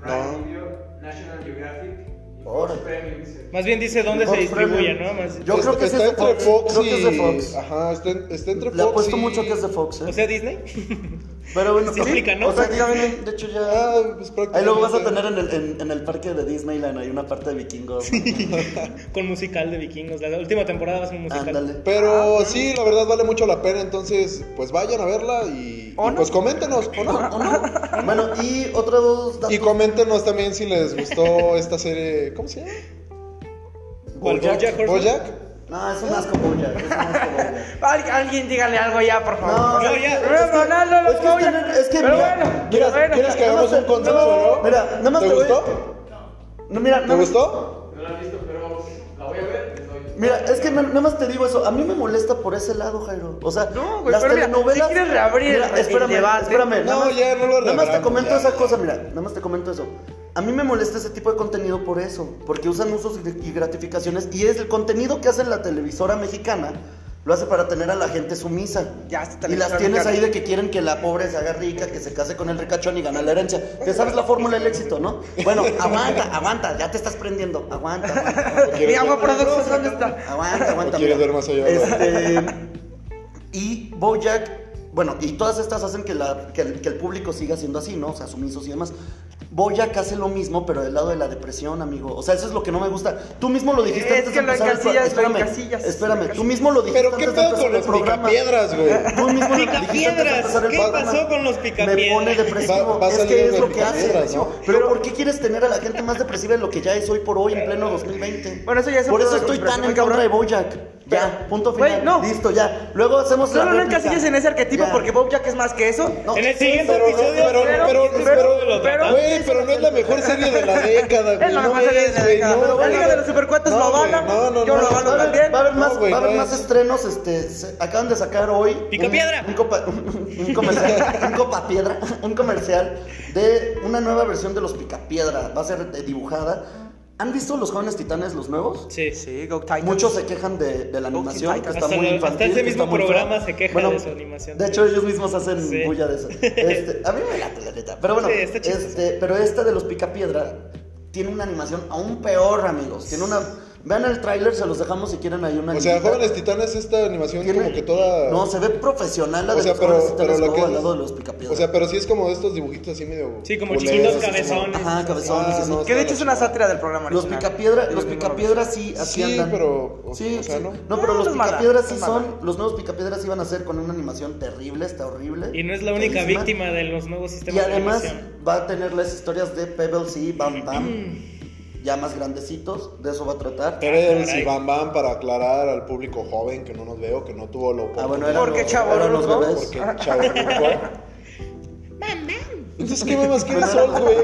[SPEAKER 5] Prime
[SPEAKER 3] No.
[SPEAKER 5] Video. National Geographic. Y Fox
[SPEAKER 1] Órale.
[SPEAKER 5] Premium. dice.
[SPEAKER 4] Más bien dice dónde se
[SPEAKER 1] Fox
[SPEAKER 4] distribuye,
[SPEAKER 1] Premium.
[SPEAKER 4] ¿no? Más-
[SPEAKER 1] Yo creo que sí
[SPEAKER 3] está
[SPEAKER 1] es de
[SPEAKER 3] entre
[SPEAKER 1] Fox,
[SPEAKER 3] Fox
[SPEAKER 1] creo que es de
[SPEAKER 3] y-
[SPEAKER 1] Fox.
[SPEAKER 3] Ajá, está, en- está entre Fox
[SPEAKER 1] Le apuesto
[SPEAKER 3] y-
[SPEAKER 1] mucho que es de Fox, ¿eh?
[SPEAKER 4] O sea, Disney.
[SPEAKER 1] pero bueno,
[SPEAKER 4] sí explica, ¿no?
[SPEAKER 1] O sea, que- de hecho ya...
[SPEAKER 3] Ah, pues
[SPEAKER 1] Ahí luego vas a
[SPEAKER 3] prácticamente.
[SPEAKER 1] tener en el, en, en el parque de Disneyland, hay una parte de vikingos.
[SPEAKER 4] Con musical de vikingos. La última temporada va a ser un musical.
[SPEAKER 1] Ándale.
[SPEAKER 3] Pero sí, la verdad vale mucho la pena, entonces pues vayan a verla y,
[SPEAKER 2] ¿O
[SPEAKER 3] y,
[SPEAKER 2] no?
[SPEAKER 3] pues coméntenos, ¿o no?
[SPEAKER 1] Bueno, y otros datos.
[SPEAKER 3] Y coméntenos también si les gustó esta serie, ¿cómo se llama?
[SPEAKER 4] ¿Cuál?
[SPEAKER 1] Bojack.
[SPEAKER 4] Bojack Horseman?
[SPEAKER 3] Bojack.
[SPEAKER 1] No, es un asco Bojack, es un asco Bojack.
[SPEAKER 2] Al- alguien dígale algo ya, por
[SPEAKER 1] No,
[SPEAKER 2] favor.
[SPEAKER 4] No,
[SPEAKER 1] es
[SPEAKER 4] ya.
[SPEAKER 1] que-
[SPEAKER 2] No, no, no, no,
[SPEAKER 1] es que
[SPEAKER 2] no,
[SPEAKER 1] este
[SPEAKER 2] ya.
[SPEAKER 1] no- es que
[SPEAKER 2] Pero
[SPEAKER 1] mira,
[SPEAKER 2] bueno,
[SPEAKER 1] mira,
[SPEAKER 2] pero bueno.
[SPEAKER 3] ¿Quieres que
[SPEAKER 1] nada
[SPEAKER 3] hagamos
[SPEAKER 1] más
[SPEAKER 3] un
[SPEAKER 1] te-
[SPEAKER 3] consenso, no?
[SPEAKER 1] Mira, nada más
[SPEAKER 3] ¿Te
[SPEAKER 1] te voy-
[SPEAKER 3] gustó?
[SPEAKER 1] No, mira,
[SPEAKER 3] ¿Te
[SPEAKER 1] nada más-
[SPEAKER 3] gustó?
[SPEAKER 5] No la he visto, pero la voy a ver. Les doy.
[SPEAKER 1] Mira, es que na- nada más te digo eso. A mí me molesta por ese lado, Jairo. O sea,
[SPEAKER 2] No, güey, pero mira, si quieres reabrir el- el
[SPEAKER 1] espérame,
[SPEAKER 2] debate.
[SPEAKER 1] espérame. nada
[SPEAKER 3] No,
[SPEAKER 1] más-
[SPEAKER 3] ya no lo
[SPEAKER 1] Nada más te
[SPEAKER 3] reabramos,
[SPEAKER 1] comento
[SPEAKER 3] ya.
[SPEAKER 1] esa cosa, mira. Nada más te comento eso. A mí me molesta ese tipo de contenido por eso. Porque usan usos y y gratificaciones. Y es el contenido que hace la televisora mexicana. Lo hace para tener a la gente sumisa.
[SPEAKER 2] Ya,
[SPEAKER 1] y
[SPEAKER 2] esta
[SPEAKER 1] las
[SPEAKER 2] televisora
[SPEAKER 1] tienes
[SPEAKER 2] mexicana.
[SPEAKER 1] ahí de que quieren que la pobre se haga rica, que se case con el ricachón y gana la herencia. Te sabes la fórmula del éxito, ¿no? Bueno, aguanta, aguanta, ya te estás prendiendo. Aguanta, aguanta. aguanta.
[SPEAKER 2] Mi agua producción, ¿dónde está?
[SPEAKER 1] Aguanta, aguanta.
[SPEAKER 3] ¿O quieres
[SPEAKER 1] mira.
[SPEAKER 3] ver más allá?
[SPEAKER 1] Este, y Bojack, bueno, y todas estas hacen que, la, que, el, que el público siga siendo así, ¿no? O sea, sumisos y demás. Bojack hace lo mismo, pero del lado de la depresión, amigo. O sea, eso es lo que no me gusta. Tú mismo lo dijiste
[SPEAKER 2] Es
[SPEAKER 1] antes
[SPEAKER 2] que
[SPEAKER 1] de
[SPEAKER 2] lo
[SPEAKER 1] empezar el pro-
[SPEAKER 2] encasillas, lo
[SPEAKER 1] Espérame,
[SPEAKER 2] encasillas,
[SPEAKER 1] espérame.
[SPEAKER 2] lo
[SPEAKER 1] Tú
[SPEAKER 2] encasillas.
[SPEAKER 1] mismo lo dijiste
[SPEAKER 3] Pero qué
[SPEAKER 1] antes de
[SPEAKER 3] pedo
[SPEAKER 1] empezar
[SPEAKER 3] con
[SPEAKER 1] el
[SPEAKER 3] los
[SPEAKER 1] programa.
[SPEAKER 3] picapiedras, güey.
[SPEAKER 1] Tú mismo lo
[SPEAKER 4] Picapiedras,
[SPEAKER 1] dijiste antes de empezar el
[SPEAKER 4] ¿qué
[SPEAKER 1] programa.
[SPEAKER 4] pasó con los
[SPEAKER 1] Me pone
[SPEAKER 4] picapiedras?
[SPEAKER 1] depresivo.
[SPEAKER 3] Va- va a
[SPEAKER 1] es
[SPEAKER 3] salir
[SPEAKER 1] que es
[SPEAKER 3] los
[SPEAKER 1] lo que hace.
[SPEAKER 3] picapiedras, ¿no?
[SPEAKER 1] Pero, ¿por qué quieres tener a la gente más depresiva de lo que ya es hoy por hoy en pleno 2020?
[SPEAKER 2] Bueno, eso ya es un
[SPEAKER 1] Por
[SPEAKER 2] pedo
[SPEAKER 1] eso
[SPEAKER 2] de
[SPEAKER 1] estoy tan
[SPEAKER 2] conspiración,
[SPEAKER 1] en
[SPEAKER 2] cabrón.
[SPEAKER 1] contra de Bojack. Ya, punto
[SPEAKER 2] Güey,
[SPEAKER 1] final.
[SPEAKER 2] no.
[SPEAKER 1] Listo, ya. Luego hacemos la
[SPEAKER 2] Solo no
[SPEAKER 1] réplica.
[SPEAKER 2] encasilles en ese arquetipo
[SPEAKER 1] Ya.
[SPEAKER 2] porque Bojack es más que eso.
[SPEAKER 1] No,
[SPEAKER 4] En el
[SPEAKER 1] sí,
[SPEAKER 4] siguiente
[SPEAKER 3] pero no,
[SPEAKER 4] episodio.
[SPEAKER 3] pero- pero-
[SPEAKER 2] pero-
[SPEAKER 4] lo
[SPEAKER 2] pero-
[SPEAKER 4] tratan.
[SPEAKER 3] Güey, pero no es la mejor serie de la década, güey.
[SPEAKER 2] Es la
[SPEAKER 3] no
[SPEAKER 2] mejor serie de la
[SPEAKER 3] güey,
[SPEAKER 2] década.
[SPEAKER 3] no,
[SPEAKER 2] La
[SPEAKER 3] güey.
[SPEAKER 2] Liga de los Supercuates lo
[SPEAKER 3] No, güey,
[SPEAKER 2] avala,
[SPEAKER 3] No, no,
[SPEAKER 2] yo
[SPEAKER 3] no.
[SPEAKER 2] lo
[SPEAKER 1] Va
[SPEAKER 2] avalo
[SPEAKER 1] a haber,
[SPEAKER 2] también.
[SPEAKER 1] va a haber
[SPEAKER 3] No,
[SPEAKER 1] más,
[SPEAKER 3] güey,
[SPEAKER 1] va a haber
[SPEAKER 3] no
[SPEAKER 1] más
[SPEAKER 3] es.
[SPEAKER 1] estrenos, este, se- acaban de sacar hoy
[SPEAKER 4] Pica
[SPEAKER 1] un-
[SPEAKER 4] piedra.
[SPEAKER 1] Un, copa, un comercial, un copa piedra, un comercial de una nueva versión de los picapiedra, va a ser eh, dibujada. ¿Han visto los jóvenes titanes los nuevos?
[SPEAKER 4] Sí, sí.
[SPEAKER 2] Sí, Go Titans.
[SPEAKER 1] Muchos se quejan de, de la
[SPEAKER 4] Oh,
[SPEAKER 2] Teen
[SPEAKER 1] animación, que
[SPEAKER 2] Titans.
[SPEAKER 1] está muy
[SPEAKER 4] Hasta lo- hasta
[SPEAKER 1] infantil.
[SPEAKER 4] ese
[SPEAKER 1] que
[SPEAKER 4] mismo
[SPEAKER 1] está muy
[SPEAKER 4] programa
[SPEAKER 1] fea.
[SPEAKER 4] se queja de su animación.
[SPEAKER 1] De hecho, ellos mismos hacen
[SPEAKER 4] Sí.
[SPEAKER 1] bulla de eso. Este, a mí me late, la neta. Pero bueno,
[SPEAKER 4] Sí, está chistoso.
[SPEAKER 1] este, pero esta de los Picapiedra tiene una animación aún peor, amigos. Tiene una... Vean el tráiler, se los dejamos si quieren ahí una
[SPEAKER 3] O sea,
[SPEAKER 1] linkita.
[SPEAKER 3] Jóvenes Titanes, esta animación
[SPEAKER 1] Tiene-
[SPEAKER 3] como que toda...
[SPEAKER 1] No, se ve profesional la de
[SPEAKER 3] O sea,
[SPEAKER 1] los
[SPEAKER 3] pero-
[SPEAKER 1] jóvenes titanes
[SPEAKER 3] pero lo
[SPEAKER 1] luego
[SPEAKER 3] que-
[SPEAKER 1] al lado de los picapiedras.
[SPEAKER 3] O sea, pero sí es como de estos dibujitos así medio...
[SPEAKER 4] Sí, como
[SPEAKER 3] culeros,
[SPEAKER 4] chiquitos
[SPEAKER 3] así como-
[SPEAKER 4] cabezones.
[SPEAKER 1] Ajá, cabezones,
[SPEAKER 3] Ah,
[SPEAKER 1] así.
[SPEAKER 3] no,
[SPEAKER 2] Que de
[SPEAKER 3] está
[SPEAKER 2] hecho es
[SPEAKER 3] la
[SPEAKER 2] una
[SPEAKER 3] chingada.
[SPEAKER 2] sátira del programa
[SPEAKER 1] Los
[SPEAKER 2] original.
[SPEAKER 1] picapiedra,
[SPEAKER 2] Sí,
[SPEAKER 1] los
[SPEAKER 2] no lo vi.
[SPEAKER 1] picapiedras sí, así
[SPEAKER 3] Sí,
[SPEAKER 1] andan.
[SPEAKER 3] pero, o-
[SPEAKER 1] sí,
[SPEAKER 3] o sea,
[SPEAKER 1] sí.
[SPEAKER 3] ¿no?
[SPEAKER 1] No, pero
[SPEAKER 2] No,
[SPEAKER 1] los
[SPEAKER 2] no es mala,
[SPEAKER 1] picapiedras
[SPEAKER 2] no
[SPEAKER 1] sí
[SPEAKER 2] es mala.
[SPEAKER 1] son, los nuevos picapiedras iban a ser con una animación terrible, está horrible.
[SPEAKER 4] Y no es la única
[SPEAKER 1] feísima.
[SPEAKER 4] víctima de los nuevos
[SPEAKER 1] Y
[SPEAKER 4] sistemas
[SPEAKER 1] además
[SPEAKER 4] de animación.
[SPEAKER 1] va a tener las historias de Pebbles y
[SPEAKER 2] Mm.
[SPEAKER 1] Bam Bam, ya más grandecitos, de eso va a tratar.
[SPEAKER 3] Pérez
[SPEAKER 4] Caray.
[SPEAKER 3] y Bam Bam para aclarar al público joven que no nos veo, que no tuvo la
[SPEAKER 1] Ah,
[SPEAKER 3] oportunidad.
[SPEAKER 1] bueno, eran
[SPEAKER 2] Porque
[SPEAKER 1] los-
[SPEAKER 2] chavo,
[SPEAKER 1] eran los
[SPEAKER 2] ¿no?
[SPEAKER 1] bebés. Ah,
[SPEAKER 3] Porque chavo, Entonces, ¿qué mamas quieres son, güey?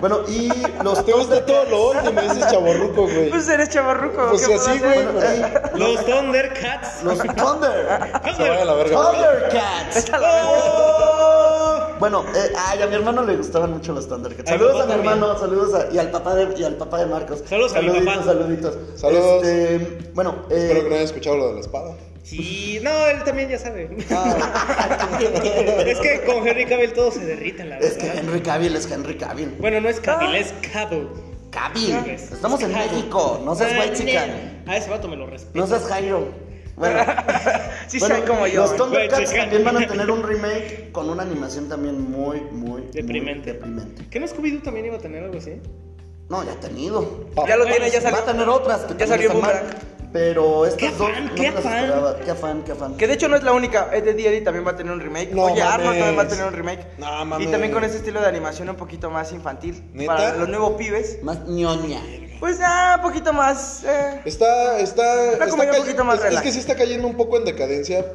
[SPEAKER 1] Bueno, y los
[SPEAKER 3] Te gusta todo lo old y me dices chaborruco, güey.
[SPEAKER 2] Pues eres chavarruco.
[SPEAKER 3] Pues
[SPEAKER 2] ¿qué puedo
[SPEAKER 3] así,
[SPEAKER 2] hacer?
[SPEAKER 3] güey.
[SPEAKER 1] bueno, ey,
[SPEAKER 4] Los Thundercats.
[SPEAKER 1] los Thunder.
[SPEAKER 3] Se vaya a la verga.
[SPEAKER 1] Thundercats.
[SPEAKER 2] Vete a la verga.
[SPEAKER 1] Bueno, eh, ay, a mi hermano le gustaban mucho los Thundercats.
[SPEAKER 4] A mi
[SPEAKER 1] Saludos a mi
[SPEAKER 4] papá también.
[SPEAKER 1] hermano, saludos a- y al papá de y al papá de Marcos.
[SPEAKER 4] Saludos a mi
[SPEAKER 1] saluditos,
[SPEAKER 4] papá.
[SPEAKER 1] saluditos.
[SPEAKER 3] Saludos.
[SPEAKER 1] Este, bueno, eh,
[SPEAKER 3] Espero que no hayan escuchado lo de la espada.
[SPEAKER 4] Sí, no, él también ya sabe.
[SPEAKER 1] ah,
[SPEAKER 4] es que con Henry Cavill todo se derrite, la
[SPEAKER 1] es que
[SPEAKER 4] verdad.
[SPEAKER 1] Henry Cavill es Henry Cavill.
[SPEAKER 4] Bueno, no es Cavill, es Cavill.
[SPEAKER 1] Cavill.
[SPEAKER 4] Es-
[SPEAKER 1] Estamos en
[SPEAKER 4] es Cavill.
[SPEAKER 1] México, no seas
[SPEAKER 4] Ah,
[SPEAKER 1] white chican.
[SPEAKER 4] nel. A ese vato me lo respeto.
[SPEAKER 1] No seas Jairo. Bueno,
[SPEAKER 2] Sí,
[SPEAKER 1] bueno,
[SPEAKER 2] soy como yo.
[SPEAKER 1] Los
[SPEAKER 2] güey.
[SPEAKER 1] Thundercats
[SPEAKER 4] chican.
[SPEAKER 1] también van a tener un remake con una animación también muy, muy, muy
[SPEAKER 4] Deprimente.
[SPEAKER 1] deprimente.
[SPEAKER 4] ¿Que no Scooby-Doo también iba a tener algo así?
[SPEAKER 1] No, ya ha tenido.
[SPEAKER 2] Ya lo tiene, ya
[SPEAKER 1] Va a
[SPEAKER 2] salió.
[SPEAKER 1] tener otras que
[SPEAKER 2] Ya
[SPEAKER 1] también
[SPEAKER 2] salió
[SPEAKER 1] están mal, Pero estas
[SPEAKER 4] ¡Qué
[SPEAKER 1] dos
[SPEAKER 4] afán,
[SPEAKER 1] no
[SPEAKER 4] qué
[SPEAKER 1] me las
[SPEAKER 4] afán!
[SPEAKER 1] esperaba. Qué afán, qué afán.
[SPEAKER 2] Que de hecho no es la única. Ed, Eddie Eddie también va a tener un remake.
[SPEAKER 3] No
[SPEAKER 2] Oye,
[SPEAKER 3] mames.
[SPEAKER 2] Arnold también va a tener un remake.
[SPEAKER 3] No
[SPEAKER 2] Y
[SPEAKER 3] mames.
[SPEAKER 2] también con ese estilo de animación un poquito más infantil.
[SPEAKER 3] ¿Neta?
[SPEAKER 2] Para los nuevos pibes.
[SPEAKER 1] Más ñoña.
[SPEAKER 2] Pues ah, un poquito más. eh.
[SPEAKER 3] Está, está,
[SPEAKER 2] Una
[SPEAKER 3] está
[SPEAKER 2] comedia un
[SPEAKER 3] cay-
[SPEAKER 2] poquito más
[SPEAKER 3] es, es
[SPEAKER 2] relax.
[SPEAKER 3] que sí está cayendo un poco en decadencia.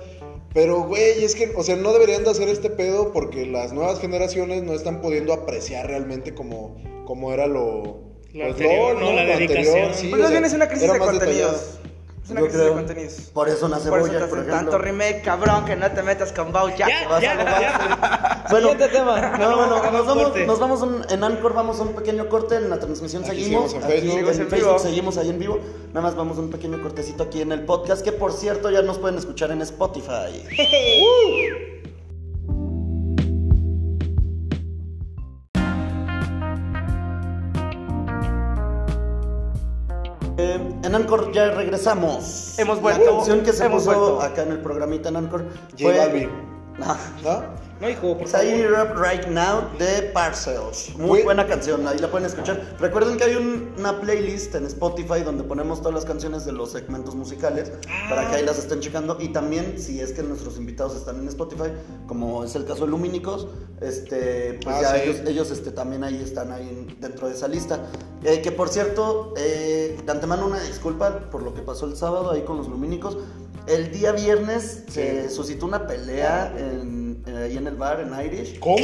[SPEAKER 3] Pero, güey, es que, o sea, no deberían de hacer este pedo porque las nuevas generaciones no están pudiendo apreciar realmente como, como era lo...
[SPEAKER 4] Lo anterior, ¿no? La
[SPEAKER 3] Lo
[SPEAKER 4] dedicación.
[SPEAKER 3] sí,
[SPEAKER 2] Pues
[SPEAKER 3] o
[SPEAKER 2] más
[SPEAKER 3] sea,
[SPEAKER 2] bien es una crisis
[SPEAKER 3] era
[SPEAKER 2] de
[SPEAKER 3] más
[SPEAKER 2] contenidos.
[SPEAKER 3] detallado.
[SPEAKER 2] Es una
[SPEAKER 1] Yo
[SPEAKER 2] crisis
[SPEAKER 1] creo.
[SPEAKER 2] de contenidos.
[SPEAKER 1] Por eso nace
[SPEAKER 2] Por eso te
[SPEAKER 1] Bojack, por
[SPEAKER 2] hacen
[SPEAKER 1] ejemplo.
[SPEAKER 2] tanto remake, cabrón, que no te metas con Bojack.
[SPEAKER 4] Ya, ya, ya.
[SPEAKER 1] Bueno,
[SPEAKER 4] Siguiente tema.
[SPEAKER 1] No, bueno,
[SPEAKER 4] Hagamos
[SPEAKER 1] nos vamos,
[SPEAKER 4] corte.
[SPEAKER 1] nos vamos un- en Anchor, vamos a un pequeño corte, en la transmisión
[SPEAKER 3] Aquí
[SPEAKER 1] seguimos.
[SPEAKER 3] seguimos en
[SPEAKER 1] aquí
[SPEAKER 3] Facebook.
[SPEAKER 1] en
[SPEAKER 2] Seguimos en
[SPEAKER 1] Facebook,
[SPEAKER 2] vivo.
[SPEAKER 1] seguimos ahí en vivo. Nada más vamos a un pequeño cortecito aquí en el podcast, que por cierto ya nos pueden escuchar en Spotify. Eh, en Anchor ya regresamos.
[SPEAKER 2] Hemos
[SPEAKER 1] La
[SPEAKER 2] vuelto,
[SPEAKER 1] canción que se
[SPEAKER 2] hemos
[SPEAKER 1] puso
[SPEAKER 2] vuelto.
[SPEAKER 1] acá en el programita en Anchor
[SPEAKER 3] J Balvin.
[SPEAKER 1] Ah.
[SPEAKER 3] ¿No?
[SPEAKER 4] No, hijo, por favor.
[SPEAKER 1] Tidy Up Right Now de Parcels. Muy
[SPEAKER 3] Güey.
[SPEAKER 1] buena canción, ahí la pueden escuchar. Recuerden que hay un- una playlist en Spotify donde ponemos todas las canciones de los segmentos musicales para que ahí las estén checando. Y también, si es que nuestros invitados están en Spotify, como es el caso de Lumínicos, este, pues
[SPEAKER 3] Ah,
[SPEAKER 1] ya
[SPEAKER 3] sí.
[SPEAKER 1] ellos, ellos, este, también ahí están ahí en- dentro de esa lista. Eh, que por cierto, eh, de antemano una disculpa por lo que pasó el sábado ahí con los Lumínicos. El día viernes eh, se suscitó una pelea en, eh, ahí en el bar, en Irish.
[SPEAKER 3] ¿Cómo?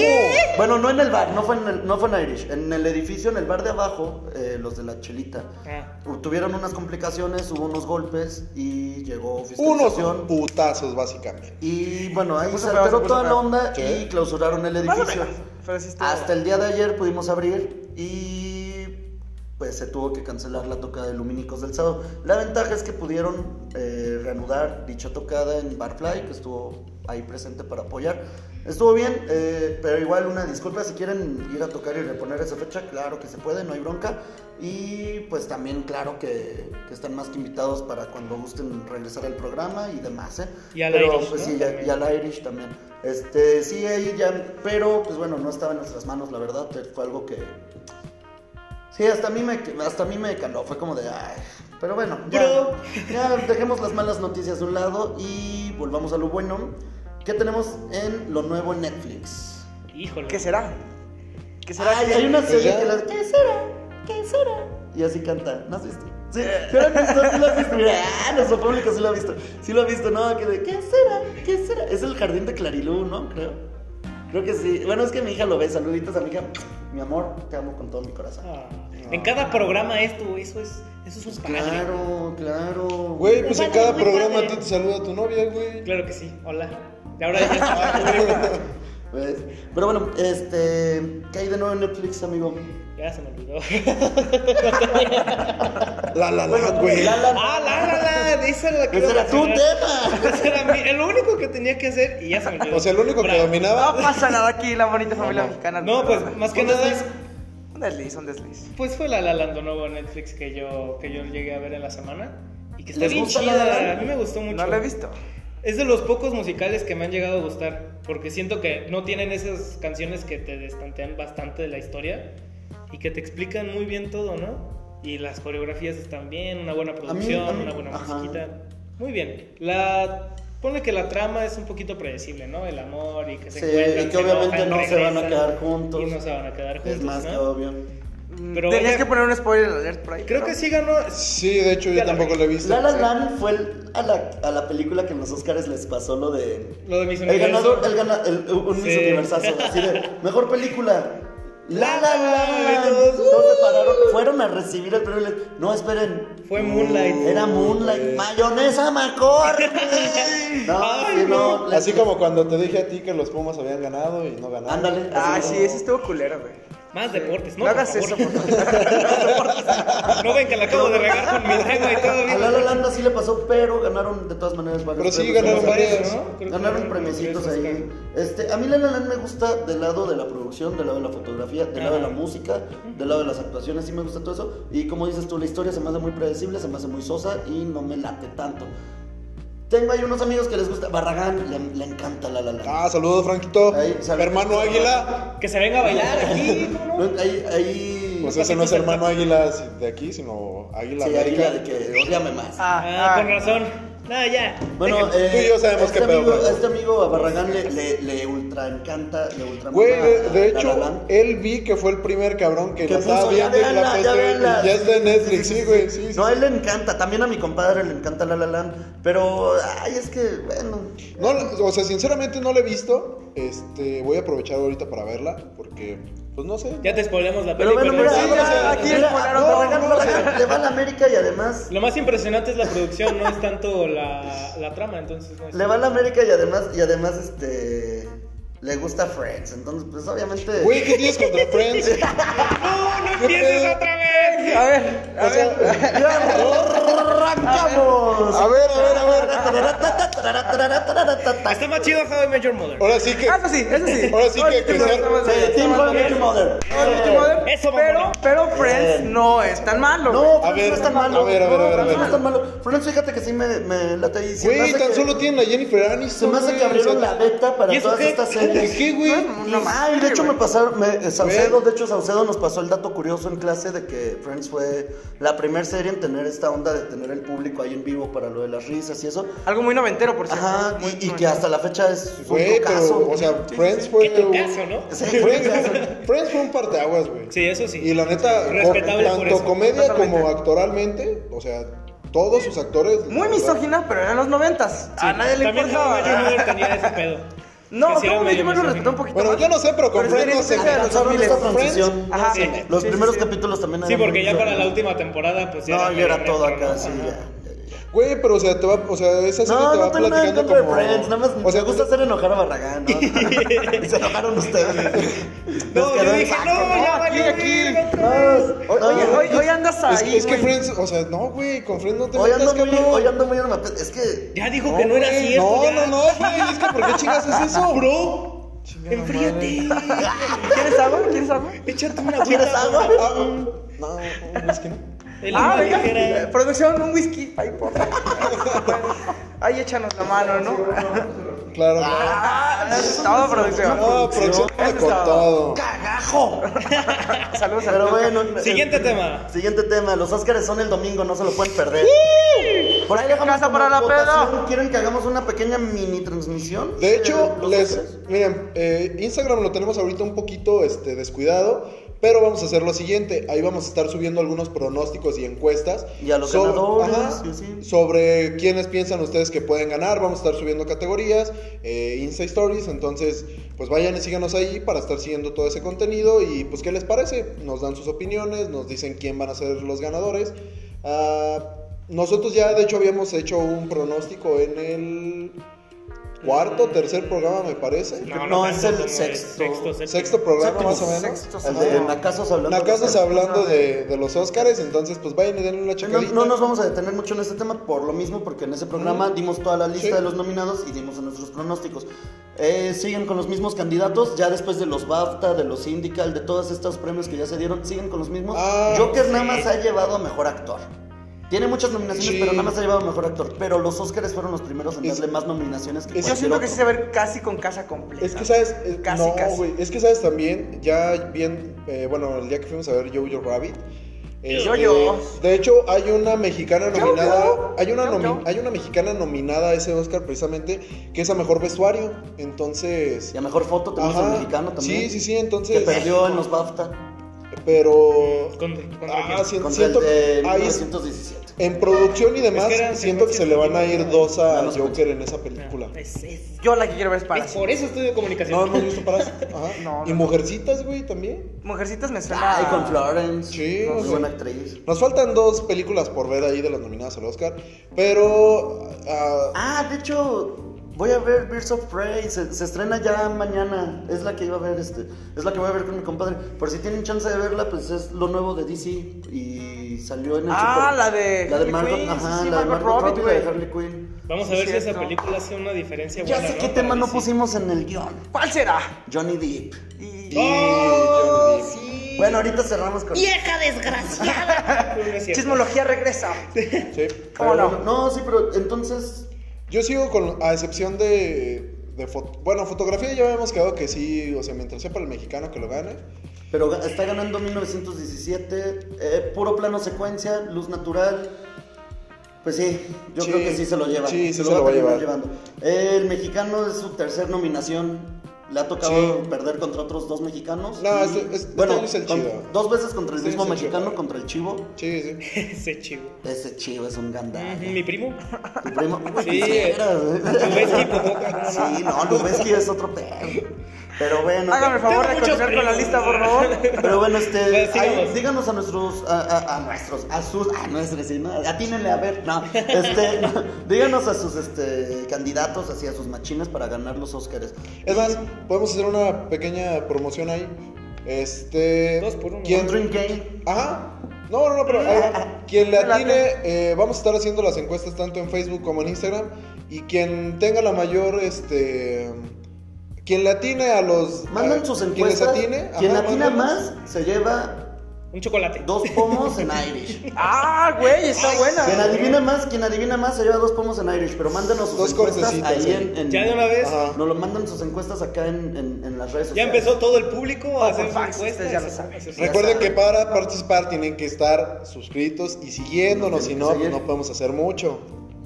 [SPEAKER 1] Bueno, no en el bar, no fue en, el- no fue en Irish. En el edificio, en el bar de abajo, eh, los de la chelita.
[SPEAKER 4] Ah.
[SPEAKER 1] Tuvieron unas complicaciones, hubo unos golpes y llegó
[SPEAKER 3] Unos
[SPEAKER 1] fiscalización.
[SPEAKER 3] putazos, básicamente.
[SPEAKER 1] Y bueno, ahí
[SPEAKER 2] puso
[SPEAKER 1] se
[SPEAKER 2] feo, se
[SPEAKER 1] alteró
[SPEAKER 2] puso
[SPEAKER 1] toda la
[SPEAKER 2] feo.
[SPEAKER 1] onda
[SPEAKER 3] Sí.
[SPEAKER 1] y clausuraron el
[SPEAKER 2] Más o
[SPEAKER 1] edificio.
[SPEAKER 2] menos, pero sí estuvo-
[SPEAKER 1] Hasta el día de ayer pudimos abrir y pues se tuvo que cancelar la tocada de Lumínicos del sábado. La ventaja es que pudieron eh, reanudar dicha tocada en Barfly, que estuvo ahí presente para apoyar. Estuvo bien, eh, pero igual una disculpa si quieren ir a tocar y reponer esa fecha, claro que se puede, no hay bronca. Y pues también claro que, que están más que invitados para cuando gusten regresar al programa y demás. ¿eh?
[SPEAKER 4] Y al
[SPEAKER 1] Pero,
[SPEAKER 4] Irish,
[SPEAKER 1] pues,
[SPEAKER 4] ¿no?
[SPEAKER 1] sí, ya-
[SPEAKER 4] También.
[SPEAKER 1] ya al Irish también. Este, sí, ahí ya, pero pues bueno, no estaba en nuestras manos, la verdad, fue algo que... Sí, hasta a mí me, hasta a mí me caló, fue como de... Ay, pero bueno, ya,
[SPEAKER 4] Bro.
[SPEAKER 1] ya dejemos las malas noticias de un lado y volvamos a lo bueno. ¿Qué tenemos en lo nuevo en Netflix?
[SPEAKER 4] Híjole.
[SPEAKER 2] ¿Qué será? ¿Qué será?
[SPEAKER 1] Ay,
[SPEAKER 2] que-
[SPEAKER 1] hay una serie
[SPEAKER 3] ya.
[SPEAKER 1] que la... ¿Qué será? ¿Qué será? Y así canta, ¿no has visto? Sí, sí lo han visto, sí lo has visto. Mira, ah, nuestro público sí lo ha visto. Sí lo ha visto, ¿no? Que de, ¿Qué será? ¿Qué será? Es el jardín de Clarilú, ¿no? Creo. Creo que sí. Bueno, es que mi hija lo ve. Saluditos a mi hija. Mi amor, te amo con todo mi corazón.
[SPEAKER 4] Ah, en cada programa esto, eso es, eso es un padre.
[SPEAKER 1] Claro,
[SPEAKER 4] Claro.
[SPEAKER 1] claro.
[SPEAKER 3] Güey, pues en cada
[SPEAKER 6] Muy
[SPEAKER 3] programa a
[SPEAKER 6] padre.
[SPEAKER 3] ti te saluda tu novia, güey.
[SPEAKER 4] que sí. Hola. Y ahora ya,
[SPEAKER 1] Pues, pero bueno, este. ¿Qué hay de nuevo en Netflix, amigo?
[SPEAKER 4] ya se me olvidó.
[SPEAKER 3] La la la, güey.
[SPEAKER 1] La, la, la.
[SPEAKER 4] ah, la la la, esa era la que
[SPEAKER 1] Ese
[SPEAKER 4] iba a
[SPEAKER 1] era tu
[SPEAKER 4] mencionar.
[SPEAKER 1] tema.
[SPEAKER 4] Ese era mi- lo único que tenía que hacer y ya se me olvidó.
[SPEAKER 3] O sea, el único que
[SPEAKER 4] Bra-
[SPEAKER 2] No
[SPEAKER 3] dominaba.
[SPEAKER 2] pasa nada aquí, la bonita familia mexicana.
[SPEAKER 4] No, pues más que
[SPEAKER 1] Un
[SPEAKER 4] nada,
[SPEAKER 1] desliz.
[SPEAKER 2] Un desliz, un desliz.
[SPEAKER 4] pues fue la la Land, nuevo Netflix que yo que yo llegué a ver en la semana y que está
[SPEAKER 1] ¿Les
[SPEAKER 4] bien
[SPEAKER 1] gusta
[SPEAKER 4] chida.
[SPEAKER 1] La La Land?
[SPEAKER 4] a mí me gustó mucho.
[SPEAKER 2] No lo he visto.
[SPEAKER 4] Es de los pocos musicales que me han llegado a gustar, porque siento que no tienen esas canciones que te destantean bastante de la historia y que te explican muy bien todo, ¿no? Y las coreografías están bien, una buena producción,
[SPEAKER 1] a mí-
[SPEAKER 4] una buena
[SPEAKER 1] ajá.
[SPEAKER 4] musiquita. Muy bien. La ponle que la trama es un poquito predecible, ¿no? El amor y que se
[SPEAKER 1] Sí,
[SPEAKER 4] encuentran,
[SPEAKER 1] y que
[SPEAKER 4] se
[SPEAKER 1] obviamente
[SPEAKER 4] enojan,
[SPEAKER 1] no se van a
[SPEAKER 4] regresan,
[SPEAKER 1] quedar juntos.
[SPEAKER 4] Y no se van a quedar juntos,
[SPEAKER 1] Es más que
[SPEAKER 4] ¿no?
[SPEAKER 1] obvio.
[SPEAKER 4] Pero
[SPEAKER 2] Mm, Tenías
[SPEAKER 4] vaya-
[SPEAKER 2] que poner un spoiler alert por ahí.
[SPEAKER 4] Creo
[SPEAKER 2] ¿no?
[SPEAKER 4] que sí ganó.
[SPEAKER 3] Sí, de hecho
[SPEAKER 4] Ya
[SPEAKER 3] yo
[SPEAKER 4] la
[SPEAKER 3] tampoco
[SPEAKER 4] vi.
[SPEAKER 3] lo he visto.
[SPEAKER 1] La La Land fue el- a, la, a la película que en los Oscars les pasó lo de.
[SPEAKER 4] Lo de Miss
[SPEAKER 1] El ganador,
[SPEAKER 4] Universo.
[SPEAKER 1] el ganador, el, un Miss
[SPEAKER 4] Sí.
[SPEAKER 1] Universazo, así de, mejor película. La la la.
[SPEAKER 4] Y todos,
[SPEAKER 1] Todos se pararon, fueron a recibir el premio. y les- No, esperen.
[SPEAKER 4] Fue Moonlight.
[SPEAKER 1] Era Moonlight. Mayonesa Macor. No,
[SPEAKER 4] Ay,
[SPEAKER 1] sí, no. les-
[SPEAKER 3] Así como cuando te dije a ti que los Pumas habían ganado y no ganaron.
[SPEAKER 1] Ándale.
[SPEAKER 2] Ah,
[SPEAKER 1] así
[SPEAKER 2] sí,
[SPEAKER 1] como-
[SPEAKER 2] ese estuvo culero, güey.
[SPEAKER 4] Más deportes, ¿no?
[SPEAKER 2] No hagas
[SPEAKER 4] por
[SPEAKER 2] eso,
[SPEAKER 4] favor.
[SPEAKER 2] por favor.
[SPEAKER 4] No ven que la acabo de regar con mi lengua y todo
[SPEAKER 1] A
[SPEAKER 4] bien.
[SPEAKER 1] La La Land sí le pasó, pero ganaron de todas maneras varios
[SPEAKER 3] Pero sí
[SPEAKER 1] premios.
[SPEAKER 3] ganaron varios.
[SPEAKER 4] Creo que
[SPEAKER 1] Ganaron premiecitos
[SPEAKER 4] varios
[SPEAKER 1] ahí.
[SPEAKER 4] Oscar.
[SPEAKER 1] Este, a mí La La Land me gusta del lado de la producción, del lado de la fotografía, del lado de la
[SPEAKER 4] Ajá.
[SPEAKER 1] música, del lado de las actuaciones, sí me gusta todo eso. Y como dices tú, la historia se me hace muy predecible, se me hace muy sosa y no me late tanto. Tengo ahí unos amigos que les gusta, Barragán le, le encanta La La Land.
[SPEAKER 3] Ah, saludos, Franquito.
[SPEAKER 1] Ahí, saludos.
[SPEAKER 3] hermano Águila.
[SPEAKER 4] Que se venga a bailar aquí. ¿cómo
[SPEAKER 1] No,
[SPEAKER 4] no?
[SPEAKER 1] ahí, ahí...
[SPEAKER 3] Pues
[SPEAKER 1] sí,
[SPEAKER 3] ese no es hermano Águila de aquí, sino Águila
[SPEAKER 1] ahí
[SPEAKER 3] América.
[SPEAKER 1] la de que odiame más.
[SPEAKER 2] Ah,
[SPEAKER 4] Ah, con razón. No, ya.
[SPEAKER 1] Bueno,
[SPEAKER 3] Déjame, tú y yo sabemos
[SPEAKER 1] este
[SPEAKER 3] qué pedo,
[SPEAKER 1] amigo,
[SPEAKER 3] pero-
[SPEAKER 1] Este amigo a Barragán le, le, le ultra encanta, le ultra
[SPEAKER 3] Güey,
[SPEAKER 1] mama
[SPEAKER 3] de, de
[SPEAKER 1] La La
[SPEAKER 3] hecho,
[SPEAKER 1] Land.
[SPEAKER 3] él vi que fue el primer cabrón que,
[SPEAKER 1] Que
[SPEAKER 3] la estaba
[SPEAKER 1] puso, ya
[SPEAKER 3] viendo y la
[SPEAKER 1] véanla, ya
[SPEAKER 3] puso,
[SPEAKER 1] véanla.
[SPEAKER 3] y ya está en Netflix, sí, güey, sí, sí.
[SPEAKER 1] No, a él le encanta, también a mi compadre le encanta La La Land, pero ay, es que bueno.
[SPEAKER 3] No, o sea, sinceramente no la he visto. Este, voy a aprovechar ahorita para verla, porque, pues no sé.
[SPEAKER 4] Ya te spoilemos la
[SPEAKER 1] Pero
[SPEAKER 4] película.
[SPEAKER 1] bueno, mira,
[SPEAKER 4] Sí,
[SPEAKER 1] mira,
[SPEAKER 3] sí,
[SPEAKER 2] aquí
[SPEAKER 1] mira,
[SPEAKER 2] les volaron
[SPEAKER 1] no,
[SPEAKER 2] Barragán,
[SPEAKER 1] no,
[SPEAKER 2] Barragán.
[SPEAKER 1] Le va a la América y además
[SPEAKER 4] Lo más impresionante es la producción, no es tanto la, la trama, entonces no es-
[SPEAKER 1] le va a la América y además y además este le gusta Friends, entonces pues obviamente
[SPEAKER 3] Güey, ¿qué tienes contra Friends?
[SPEAKER 4] ¡No, no empieces otra vez!
[SPEAKER 2] a ver, a
[SPEAKER 3] O sea,
[SPEAKER 2] ver.
[SPEAKER 1] arrancamos.
[SPEAKER 3] a ver, a ver, a ver.
[SPEAKER 4] Está más chido How I Met Your Mother.
[SPEAKER 3] Ahora sí que.
[SPEAKER 2] Ah, eso sí, eso sí.
[SPEAKER 3] Ahora sí que- que sea-
[SPEAKER 1] Sí, Team How I Met Your Mother.
[SPEAKER 4] Eso,
[SPEAKER 2] Pero,
[SPEAKER 4] mamona.
[SPEAKER 2] pero Friends
[SPEAKER 1] Bien.
[SPEAKER 2] no es tan malo.
[SPEAKER 1] No,
[SPEAKER 3] A
[SPEAKER 1] Friends
[SPEAKER 3] ver,
[SPEAKER 1] no es tan
[SPEAKER 3] a
[SPEAKER 1] malo.
[SPEAKER 3] ver, a ver, a ver, a
[SPEAKER 1] No, Friends no es
[SPEAKER 3] ver.
[SPEAKER 1] tan malo. Friends, fíjate que sí me, me late ahí. Se me
[SPEAKER 3] Güey,
[SPEAKER 1] hace
[SPEAKER 3] tan
[SPEAKER 1] que-
[SPEAKER 3] solo tienen a Jennifer Aniston.
[SPEAKER 1] Se me hace
[SPEAKER 3] güey,
[SPEAKER 1] que abrieron
[SPEAKER 3] o sea,
[SPEAKER 1] la beta
[SPEAKER 4] ¿Y
[SPEAKER 1] para
[SPEAKER 4] eso
[SPEAKER 1] todas
[SPEAKER 4] qué?
[SPEAKER 1] estas series.
[SPEAKER 3] ¿Qué, güey?
[SPEAKER 2] No
[SPEAKER 1] Ay,
[SPEAKER 2] mames,
[SPEAKER 1] de hecho me
[SPEAKER 2] güey.
[SPEAKER 1] pasaron, me, eh, Saucedo,
[SPEAKER 3] Güey.
[SPEAKER 1] de hecho Saucedo nos pasó el dato curioso en clase de que Friends fue la primera serie en tener esta onda de tener el público ahí en vivo para lo de las risas y eso.
[SPEAKER 2] Algo muy noventero, por cierto.
[SPEAKER 1] Ajá,
[SPEAKER 2] Pues Muy-
[SPEAKER 1] y, y
[SPEAKER 2] muy-
[SPEAKER 1] que hasta la fecha es
[SPEAKER 3] Güey,
[SPEAKER 1] un caso.
[SPEAKER 3] pero, o sea, Friends fue.
[SPEAKER 4] Qué trucazo, ¿no?
[SPEAKER 1] Sí,
[SPEAKER 3] Friends, Friends fue un parteaguas, güey.
[SPEAKER 4] Sí, eso sí.
[SPEAKER 3] Y la neta, co-
[SPEAKER 4] Respetable por
[SPEAKER 3] tanto
[SPEAKER 4] eso.
[SPEAKER 3] comedia como
[SPEAKER 2] Totalmente.
[SPEAKER 3] actualmente, o sea, todos sus actores.
[SPEAKER 2] Muy misógina, pero eran los noventas.
[SPEAKER 4] Sí,
[SPEAKER 2] a nadie le
[SPEAKER 4] También How I
[SPEAKER 2] importaba.
[SPEAKER 4] Met Your Mother tenía ese pedo.
[SPEAKER 2] No,
[SPEAKER 4] Que sí era
[SPEAKER 2] ¿cómo me
[SPEAKER 4] medio
[SPEAKER 2] yo me lo
[SPEAKER 4] misógino.
[SPEAKER 2] respetó un poquito
[SPEAKER 3] Bueno,
[SPEAKER 2] más.
[SPEAKER 3] yo no sé, pero con
[SPEAKER 2] Pero es que
[SPEAKER 3] Friends no
[SPEAKER 2] era
[SPEAKER 3] se-
[SPEAKER 2] independiente de los
[SPEAKER 1] Lanzaron
[SPEAKER 2] dos
[SPEAKER 1] esta
[SPEAKER 2] miles.
[SPEAKER 1] transición.
[SPEAKER 2] Ajá.
[SPEAKER 1] Sí,
[SPEAKER 2] Sí,
[SPEAKER 1] Los
[SPEAKER 2] sí,
[SPEAKER 1] primeros
[SPEAKER 2] sí.
[SPEAKER 1] capítulos también eran
[SPEAKER 4] Sí, porque
[SPEAKER 1] muy
[SPEAKER 4] ya para la
[SPEAKER 1] violentos.
[SPEAKER 4] última temporada, pues ya.
[SPEAKER 1] No, yo era
[SPEAKER 4] medio
[SPEAKER 1] todo
[SPEAKER 4] retro,
[SPEAKER 1] acá,
[SPEAKER 4] ¿no?
[SPEAKER 1] sí,
[SPEAKER 4] Ajá.
[SPEAKER 1] ya. ya, ya.
[SPEAKER 3] Güey, pero o sea, te va, o sea, esa serie
[SPEAKER 1] No,
[SPEAKER 3] te
[SPEAKER 1] no
[SPEAKER 3] va
[SPEAKER 1] tengo nada en
[SPEAKER 3] platicando
[SPEAKER 1] contra de
[SPEAKER 3] como.
[SPEAKER 1] Friends, nada más
[SPEAKER 3] o sea,
[SPEAKER 1] me gusta hacer enojar a Barragán, ¿no? Y se enojaron ustedes. Nos
[SPEAKER 4] No,
[SPEAKER 1] quedó
[SPEAKER 4] yo
[SPEAKER 1] en
[SPEAKER 4] dije,
[SPEAKER 1] saco.
[SPEAKER 4] no, ya
[SPEAKER 2] aquí,
[SPEAKER 4] valió,
[SPEAKER 2] aquí.
[SPEAKER 4] verga, otra vez.
[SPEAKER 1] No,
[SPEAKER 2] Hoy-
[SPEAKER 1] no.
[SPEAKER 2] Oye, hoy, hoy andas
[SPEAKER 3] es,
[SPEAKER 2] ahí.
[SPEAKER 3] es que
[SPEAKER 2] güey.
[SPEAKER 3] Friends, o sea, no, güey, con Friends no te
[SPEAKER 1] Hoy ando
[SPEAKER 3] metas,
[SPEAKER 1] muy,
[SPEAKER 3] cabrón.
[SPEAKER 1] hoy ando muy armapet- Es que.
[SPEAKER 4] Ya dijo que no era
[SPEAKER 3] güey,
[SPEAKER 4] cierto.
[SPEAKER 3] No,
[SPEAKER 4] ya.
[SPEAKER 3] no, no, güey, es que ¿por qué chingas es eso, bro?
[SPEAKER 4] Enfríate.
[SPEAKER 2] ¿Quieres agua? ¿Quieres agua?
[SPEAKER 4] Échate una
[SPEAKER 1] ¿Quieres
[SPEAKER 4] agüita.
[SPEAKER 1] agua?
[SPEAKER 3] Ah, no, es que no.
[SPEAKER 4] El
[SPEAKER 2] Ah,
[SPEAKER 4] agua
[SPEAKER 2] venga. Eh,
[SPEAKER 4] ligera.
[SPEAKER 2] Producción, un whisky. Ay, por favor. Ahí échanos la mano, ¿no?
[SPEAKER 3] Claro,
[SPEAKER 2] Ah, eso es todo, producción.
[SPEAKER 3] no. No, producción
[SPEAKER 2] Eso
[SPEAKER 3] con
[SPEAKER 2] es todo.
[SPEAKER 3] todo.
[SPEAKER 1] ¡Cagajo!
[SPEAKER 2] Saludos a
[SPEAKER 1] Pero bueno.
[SPEAKER 4] Siguiente
[SPEAKER 1] eh,
[SPEAKER 4] tema.
[SPEAKER 1] Siguiente tema. Los Óscares son el domingo, no se lo pueden perder. Por ahí dejamos
[SPEAKER 2] Casa
[SPEAKER 1] como
[SPEAKER 2] para la
[SPEAKER 1] votación.
[SPEAKER 2] peda.
[SPEAKER 1] ¿Quieren que hagamos una pequeña mini transmisión?
[SPEAKER 3] De hecho,
[SPEAKER 1] Eh, dos o
[SPEAKER 3] les,
[SPEAKER 1] tres.
[SPEAKER 3] miren, eh, Instagram lo tenemos ahorita un poquito este, descuidado, pero vamos a hacer lo siguiente. Ahí vamos a estar subiendo algunos pronósticos y encuestas.
[SPEAKER 1] Y a los
[SPEAKER 3] sobre-
[SPEAKER 1] ganadores,
[SPEAKER 3] ajá,
[SPEAKER 1] y así.
[SPEAKER 3] sobre quiénes piensan ustedes que pueden ganar. Vamos a estar subiendo categorías, eh, Insta Stories. Entonces, pues vayan y síganos ahí para estar siguiendo todo ese contenido. Y pues, ¿qué les parece? Nos dan sus opiniones, nos dicen quién van a ser los ganadores. Ah, nosotros ya, de hecho, habíamos hecho un pronóstico en el cuarto, tercer programa, me parece.
[SPEAKER 1] No, es el
[SPEAKER 4] como
[SPEAKER 1] sexto.
[SPEAKER 4] séptimo.
[SPEAKER 3] Sexto programa,
[SPEAKER 1] Séptimo,
[SPEAKER 3] más o menos.
[SPEAKER 2] sexto,
[SPEAKER 1] El de
[SPEAKER 3] Ajá.
[SPEAKER 1] Nacasos hablando.
[SPEAKER 3] Nacasos
[SPEAKER 1] de-
[SPEAKER 3] hablando de, de los Oscars, entonces pues vayan y denle una
[SPEAKER 1] No,
[SPEAKER 3] checadita.
[SPEAKER 1] no nos vamos a detener mucho en este tema por lo mismo, porque en ese programa dimos toda la lista
[SPEAKER 3] Sí.
[SPEAKER 1] de los nominados y dimos nuestros pronósticos. Eh, siguen con los mismos candidatos, ya después de los BAFTA, de los Syndical, de todos estos premios que ya se dieron, siguen con los mismos.
[SPEAKER 3] Ah,
[SPEAKER 1] Joker nada
[SPEAKER 4] sí.
[SPEAKER 1] más ha llevado a mejor actor. Tiene muchas nominaciones,
[SPEAKER 3] Sí.
[SPEAKER 1] pero nada más ha llevado a mejor actor. Pero los Oscars fueron los primeros en
[SPEAKER 3] Es-
[SPEAKER 1] darle más nominaciones que
[SPEAKER 3] es-
[SPEAKER 2] Yo
[SPEAKER 1] cualquier
[SPEAKER 2] siento que
[SPEAKER 1] otro.
[SPEAKER 2] sí se va a ver casi con casa completa.
[SPEAKER 3] Es que sabes, eh,
[SPEAKER 2] Casi,
[SPEAKER 3] no,
[SPEAKER 2] casi.
[SPEAKER 3] güey, es que sabes también, ya bien, eh, bueno, el día que fuimos a ver Jojo Rabbit. este,
[SPEAKER 2] Yo-Yo.
[SPEAKER 3] De hecho, hay una mexicana
[SPEAKER 2] Yo-Yo.
[SPEAKER 3] nominada. Hay una, nomi-
[SPEAKER 2] Yo-Yo.
[SPEAKER 3] hay una mexicana nominada a ese Oscar precisamente que es a mejor vestuario. Entonces.
[SPEAKER 1] Y a mejor foto tenemos
[SPEAKER 3] ajá.
[SPEAKER 1] al mexicano también.
[SPEAKER 3] Sí, sí, sí,
[SPEAKER 1] Que
[SPEAKER 3] entonces.
[SPEAKER 1] perdió en los BAFTA
[SPEAKER 3] Pero.
[SPEAKER 4] ¿Contra- contra
[SPEAKER 3] Ah,
[SPEAKER 4] quién?
[SPEAKER 3] sí,
[SPEAKER 1] contra
[SPEAKER 3] siento
[SPEAKER 1] el de
[SPEAKER 3] ahí-
[SPEAKER 1] 1917.
[SPEAKER 3] En producción y demás,
[SPEAKER 4] Es que eran
[SPEAKER 3] siento que se le van a ir dos a
[SPEAKER 1] No, no,
[SPEAKER 3] Joker en esa película.
[SPEAKER 4] Ah, es- es-
[SPEAKER 2] Yo la que quiero ver es para
[SPEAKER 4] es por eso estudio comunicación.
[SPEAKER 3] No hemos visto Parásitos. Ajá.
[SPEAKER 2] No, no,
[SPEAKER 3] y
[SPEAKER 2] no.
[SPEAKER 3] Mujercitas, güey, también.
[SPEAKER 2] Mujercitas me suena.
[SPEAKER 1] Ay, con Florence.
[SPEAKER 3] Ah, Sí,
[SPEAKER 1] muy
[SPEAKER 3] sí.
[SPEAKER 1] buena actriz.
[SPEAKER 3] Nos faltan dos películas por ver ahí de las nominadas al Oscar, pero ah,
[SPEAKER 1] Ah, de hecho, voy a ver Birds of Prey. Se, se estrena ya mañana. Es la que iba a ver, este. Es la que voy a ver con mi compadre. Por si tienen chance de verla, pues es lo nuevo de DC. Y salió en el.
[SPEAKER 2] Ah,
[SPEAKER 1] Super-
[SPEAKER 2] la de
[SPEAKER 1] La de
[SPEAKER 2] Harley
[SPEAKER 1] Margot.
[SPEAKER 2] Quinn,
[SPEAKER 1] ajá,
[SPEAKER 2] sí,
[SPEAKER 1] la de
[SPEAKER 2] Margot
[SPEAKER 1] Margot
[SPEAKER 2] Robbie,
[SPEAKER 1] Robbie, la de
[SPEAKER 2] güey.
[SPEAKER 1] Harley Quinn.
[SPEAKER 4] Vamos a
[SPEAKER 2] Sí,
[SPEAKER 4] ver si esa
[SPEAKER 2] cierto.
[SPEAKER 4] película hace una diferencia
[SPEAKER 1] Ya
[SPEAKER 4] buena,
[SPEAKER 1] sé
[SPEAKER 4] ¿no?
[SPEAKER 1] qué
[SPEAKER 4] Para
[SPEAKER 1] tema no
[SPEAKER 4] DC.
[SPEAKER 1] pusimos en el guión.
[SPEAKER 2] ¿Cuál será?
[SPEAKER 1] Johnny Depp.
[SPEAKER 2] Y... ¡Oh,
[SPEAKER 3] y Johnny Depp.
[SPEAKER 1] Bueno, ahorita cerramos con.
[SPEAKER 4] No es cierto.
[SPEAKER 2] Chismología regresa.
[SPEAKER 3] Sí.
[SPEAKER 2] ¿Cómo
[SPEAKER 1] Pero
[SPEAKER 2] no?
[SPEAKER 1] bueno, No, sí, pero entonces.
[SPEAKER 3] Yo sigo con, a excepción de, de fot- bueno, fotografía ya habíamos quedado que sí, o sea, mientras sea para el mexicano que lo gane.
[SPEAKER 1] Pero ga- está ganando 1917, eh, puro plano secuencia, luz natural. Pues sí, yo
[SPEAKER 3] Sí,
[SPEAKER 1] creo que sí se lo lleva.
[SPEAKER 3] sí, sí se
[SPEAKER 1] va
[SPEAKER 3] lo va a
[SPEAKER 1] terminar
[SPEAKER 3] llevar.
[SPEAKER 1] llevando. Eh, el mexicano es su tercer nominación. Le ha tocado
[SPEAKER 3] Sí.
[SPEAKER 1] perder contra otros dos mexicanos.
[SPEAKER 3] No,
[SPEAKER 1] y-
[SPEAKER 3] este- este
[SPEAKER 1] bueno,
[SPEAKER 3] año es el
[SPEAKER 1] con-
[SPEAKER 3] chido.
[SPEAKER 1] dos veces contra el
[SPEAKER 3] Este año
[SPEAKER 1] mismo
[SPEAKER 3] es el chido.
[SPEAKER 1] mexicano, contra el chivo.
[SPEAKER 3] Sí, sí.
[SPEAKER 4] Ese chivo. Mm,
[SPEAKER 1] Ese chivo es un gandalla.
[SPEAKER 4] Mi primo.
[SPEAKER 1] Tu primo, uy,
[SPEAKER 4] Sí,
[SPEAKER 1] quisiera, güey.
[SPEAKER 4] Lubeski, pues, no, ¿cómo no?
[SPEAKER 1] Sí, no, Lubeski es otro perro. Pero bueno.
[SPEAKER 2] Hágame el favor de
[SPEAKER 4] Tengo muchos
[SPEAKER 2] continuar con la
[SPEAKER 4] primos.
[SPEAKER 2] lista, por favor.
[SPEAKER 1] Pero bueno, este,
[SPEAKER 4] Bueno,
[SPEAKER 1] ahí,
[SPEAKER 4] sigamos.
[SPEAKER 1] díganos a nuestros, a, a- a nuestros, a sus, a nuestros, sí, ¿no? atínenle a ver, no, este, no, díganos a sus, este, candidatos, así a sus machines para ganar los Óscares.
[SPEAKER 3] Es más, podemos hacer una pequeña promoción ahí. Este.
[SPEAKER 4] Dos por uno.
[SPEAKER 3] ¿quién-
[SPEAKER 1] Andrew Kane,
[SPEAKER 3] Ajá. No, no, no, pero eh, quien le atine, eh, vamos a estar haciendo las encuestas tanto en Facebook como en Instagram. Y quien tenga la mayor, este. Quien le atine a los.
[SPEAKER 1] mandan
[SPEAKER 3] a-
[SPEAKER 1] sus
[SPEAKER 3] Quien les
[SPEAKER 1] encuestas,
[SPEAKER 3] atine.
[SPEAKER 1] quien
[SPEAKER 3] ajá,
[SPEAKER 1] atina
[SPEAKER 3] mándanos.
[SPEAKER 1] más se lleva
[SPEAKER 4] Un chocolate.
[SPEAKER 1] dos pomos en Irish.
[SPEAKER 2] Ah, güey, está buena.
[SPEAKER 1] Quien adivina más, quien adivina más se lleva dos pomos en Irish, pero mándanos sus
[SPEAKER 3] Dos
[SPEAKER 1] encuestas
[SPEAKER 3] cortecitos,
[SPEAKER 1] ahí
[SPEAKER 3] sí.
[SPEAKER 1] en, en-
[SPEAKER 4] Ya de una vez.
[SPEAKER 3] Ajá.
[SPEAKER 1] nos lo mandan sus encuestas acá en, en- en las redes
[SPEAKER 4] Ya
[SPEAKER 1] sociales.
[SPEAKER 4] empezó todo el público a hacer
[SPEAKER 2] por
[SPEAKER 4] sus
[SPEAKER 2] fax,
[SPEAKER 4] encuestas.
[SPEAKER 2] ustedes ya lo saben.
[SPEAKER 4] Eso sí.
[SPEAKER 3] Recuerden que para participar tienen que estar suscritos y siguiéndonos,
[SPEAKER 1] Nos
[SPEAKER 3] si
[SPEAKER 1] tienen
[SPEAKER 3] no,
[SPEAKER 1] que
[SPEAKER 3] pues
[SPEAKER 1] seguir.
[SPEAKER 3] no podemos hacer mucho.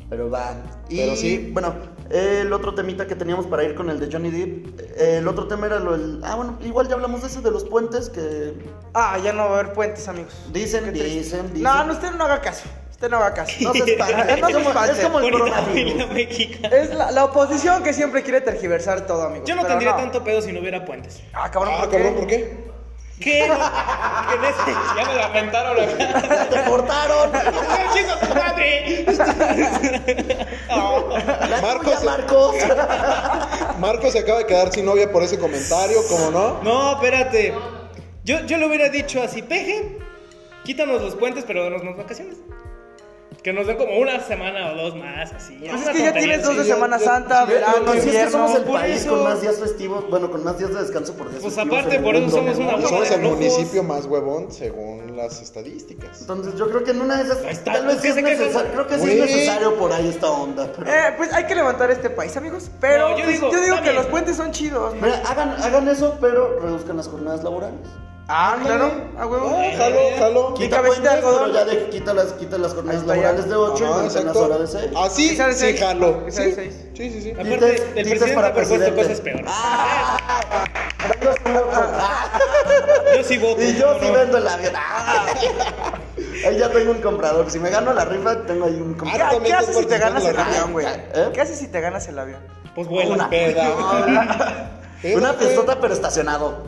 [SPEAKER 1] Pero va. Y,
[SPEAKER 3] Pero sí.
[SPEAKER 1] Bueno, el otro temita que teníamos para ir con el de Johnny Depp, eh, el otro tema era lo del. Ah, bueno, igual ya hablamos de ese de los puentes que
[SPEAKER 2] Ah, ya no va a haber puentes, amigos.
[SPEAKER 1] dicen,
[SPEAKER 2] triste.
[SPEAKER 1] dicen, dicen.
[SPEAKER 2] No, no, usted no haga caso. Usted no haga caso.
[SPEAKER 1] No se espante.
[SPEAKER 2] No se
[SPEAKER 1] es, como,
[SPEAKER 2] espante.
[SPEAKER 1] es como el
[SPEAKER 4] Bonita
[SPEAKER 1] coronavirus.
[SPEAKER 4] familia mexicana.
[SPEAKER 2] Es la, la oposición que siempre quiere tergiversar todo, amigos.
[SPEAKER 4] Yo no
[SPEAKER 2] pero
[SPEAKER 4] tendría tanto pedo si no hubiera puentes.
[SPEAKER 2] Ah, cabrón,
[SPEAKER 3] Ah,
[SPEAKER 2] ¿por qué?
[SPEAKER 3] cabrón, ¿por qué?
[SPEAKER 4] ¿Qué? ¿Qué en ese? Ya me la mentaron acá.
[SPEAKER 1] Ya te cortaron.
[SPEAKER 4] ¡Ah, chinga tu madre! Oh.
[SPEAKER 1] La
[SPEAKER 3] Marcos.
[SPEAKER 1] tuya, Marcos.
[SPEAKER 3] Marco se acaba de quedar sin novia por ese comentario, ¿cómo no?
[SPEAKER 4] No, espérate. Yo, yo le hubiera dicho así, peje, quítanos los puentes, pero danos más vacaciones. Que nos den como una semana o dos más, así.
[SPEAKER 2] Pues es
[SPEAKER 4] Una
[SPEAKER 2] que ya
[SPEAKER 4] tontería
[SPEAKER 2] tienes dos de
[SPEAKER 3] sí, ya-
[SPEAKER 2] Semana
[SPEAKER 3] ya-
[SPEAKER 2] Santa,
[SPEAKER 3] sí, ya-
[SPEAKER 2] verano,
[SPEAKER 1] Pues sí, es que
[SPEAKER 2] invierno.
[SPEAKER 1] somos el
[SPEAKER 4] por
[SPEAKER 1] país
[SPEAKER 4] eso-
[SPEAKER 1] con más días festivos, bueno, con más días de descanso por día
[SPEAKER 4] Pues
[SPEAKER 1] festivos
[SPEAKER 4] aparte,
[SPEAKER 1] en el
[SPEAKER 4] por eso
[SPEAKER 1] mundo,
[SPEAKER 4] somos
[SPEAKER 1] ¿no?
[SPEAKER 4] una
[SPEAKER 3] Y
[SPEAKER 4] bola
[SPEAKER 3] somos
[SPEAKER 4] de
[SPEAKER 3] el
[SPEAKER 4] locos.
[SPEAKER 3] municipio más huevón según las estadíficas.
[SPEAKER 1] Entonces yo creo que en una de esas
[SPEAKER 4] Ahí está,
[SPEAKER 1] tal vez sí
[SPEAKER 4] es
[SPEAKER 1] es
[SPEAKER 4] que se quejan.
[SPEAKER 1] necesario, creo que sí
[SPEAKER 3] Güey.
[SPEAKER 1] es necesario por ahí esta onda. pero-
[SPEAKER 2] Eh, pues hay que levantar este país, amigos. Pero
[SPEAKER 4] No, yo
[SPEAKER 2] pues,
[SPEAKER 4] digo,
[SPEAKER 2] yo digo
[SPEAKER 4] está
[SPEAKER 2] que
[SPEAKER 4] bien.
[SPEAKER 2] los puentes son chidos.
[SPEAKER 1] Mira, hagan, hagan eso, pero reduzcan las jornadas laborales.
[SPEAKER 2] Ah, claro, a huevo.
[SPEAKER 3] Ah, jalo, jalo.
[SPEAKER 2] Mi cabecita de
[SPEAKER 1] puentes, pero
[SPEAKER 2] algodón.
[SPEAKER 1] ya de- quita las, quita las jornadas
[SPEAKER 2] Ahí está ya.
[SPEAKER 1] laborales de 8
[SPEAKER 3] Ah,
[SPEAKER 1] y mantén las horas de 6.
[SPEAKER 3] Así,
[SPEAKER 2] Esa de
[SPEAKER 3] Ah, sí,
[SPEAKER 2] seis.
[SPEAKER 3] jalo.
[SPEAKER 2] Esa de
[SPEAKER 3] Sí,
[SPEAKER 2] seis.
[SPEAKER 3] sí, sí. sí.
[SPEAKER 4] Aparte, el presidente ha propuesto cosas peores.
[SPEAKER 1] Ah,
[SPEAKER 4] Yo sí voto.
[SPEAKER 1] Y yo
[SPEAKER 4] ¿cómo
[SPEAKER 1] sí
[SPEAKER 4] no?
[SPEAKER 1] vendo el avión. ¡Ah! Ahí ya tengo un comprador. Si me gano la rifa, tengo ahí un
[SPEAKER 2] ¿Qué,
[SPEAKER 1] comprador.
[SPEAKER 3] Ah,
[SPEAKER 2] qué haces si te ganas el
[SPEAKER 3] Participando en la
[SPEAKER 2] avión, güey?
[SPEAKER 1] ¿Eh?
[SPEAKER 2] ¿Qué haces si te ganas el avión?
[SPEAKER 4] Pues vuela.
[SPEAKER 1] Una.
[SPEAKER 3] Pero,
[SPEAKER 1] Una
[SPEAKER 3] güey,
[SPEAKER 1] pistota, pero estacionado.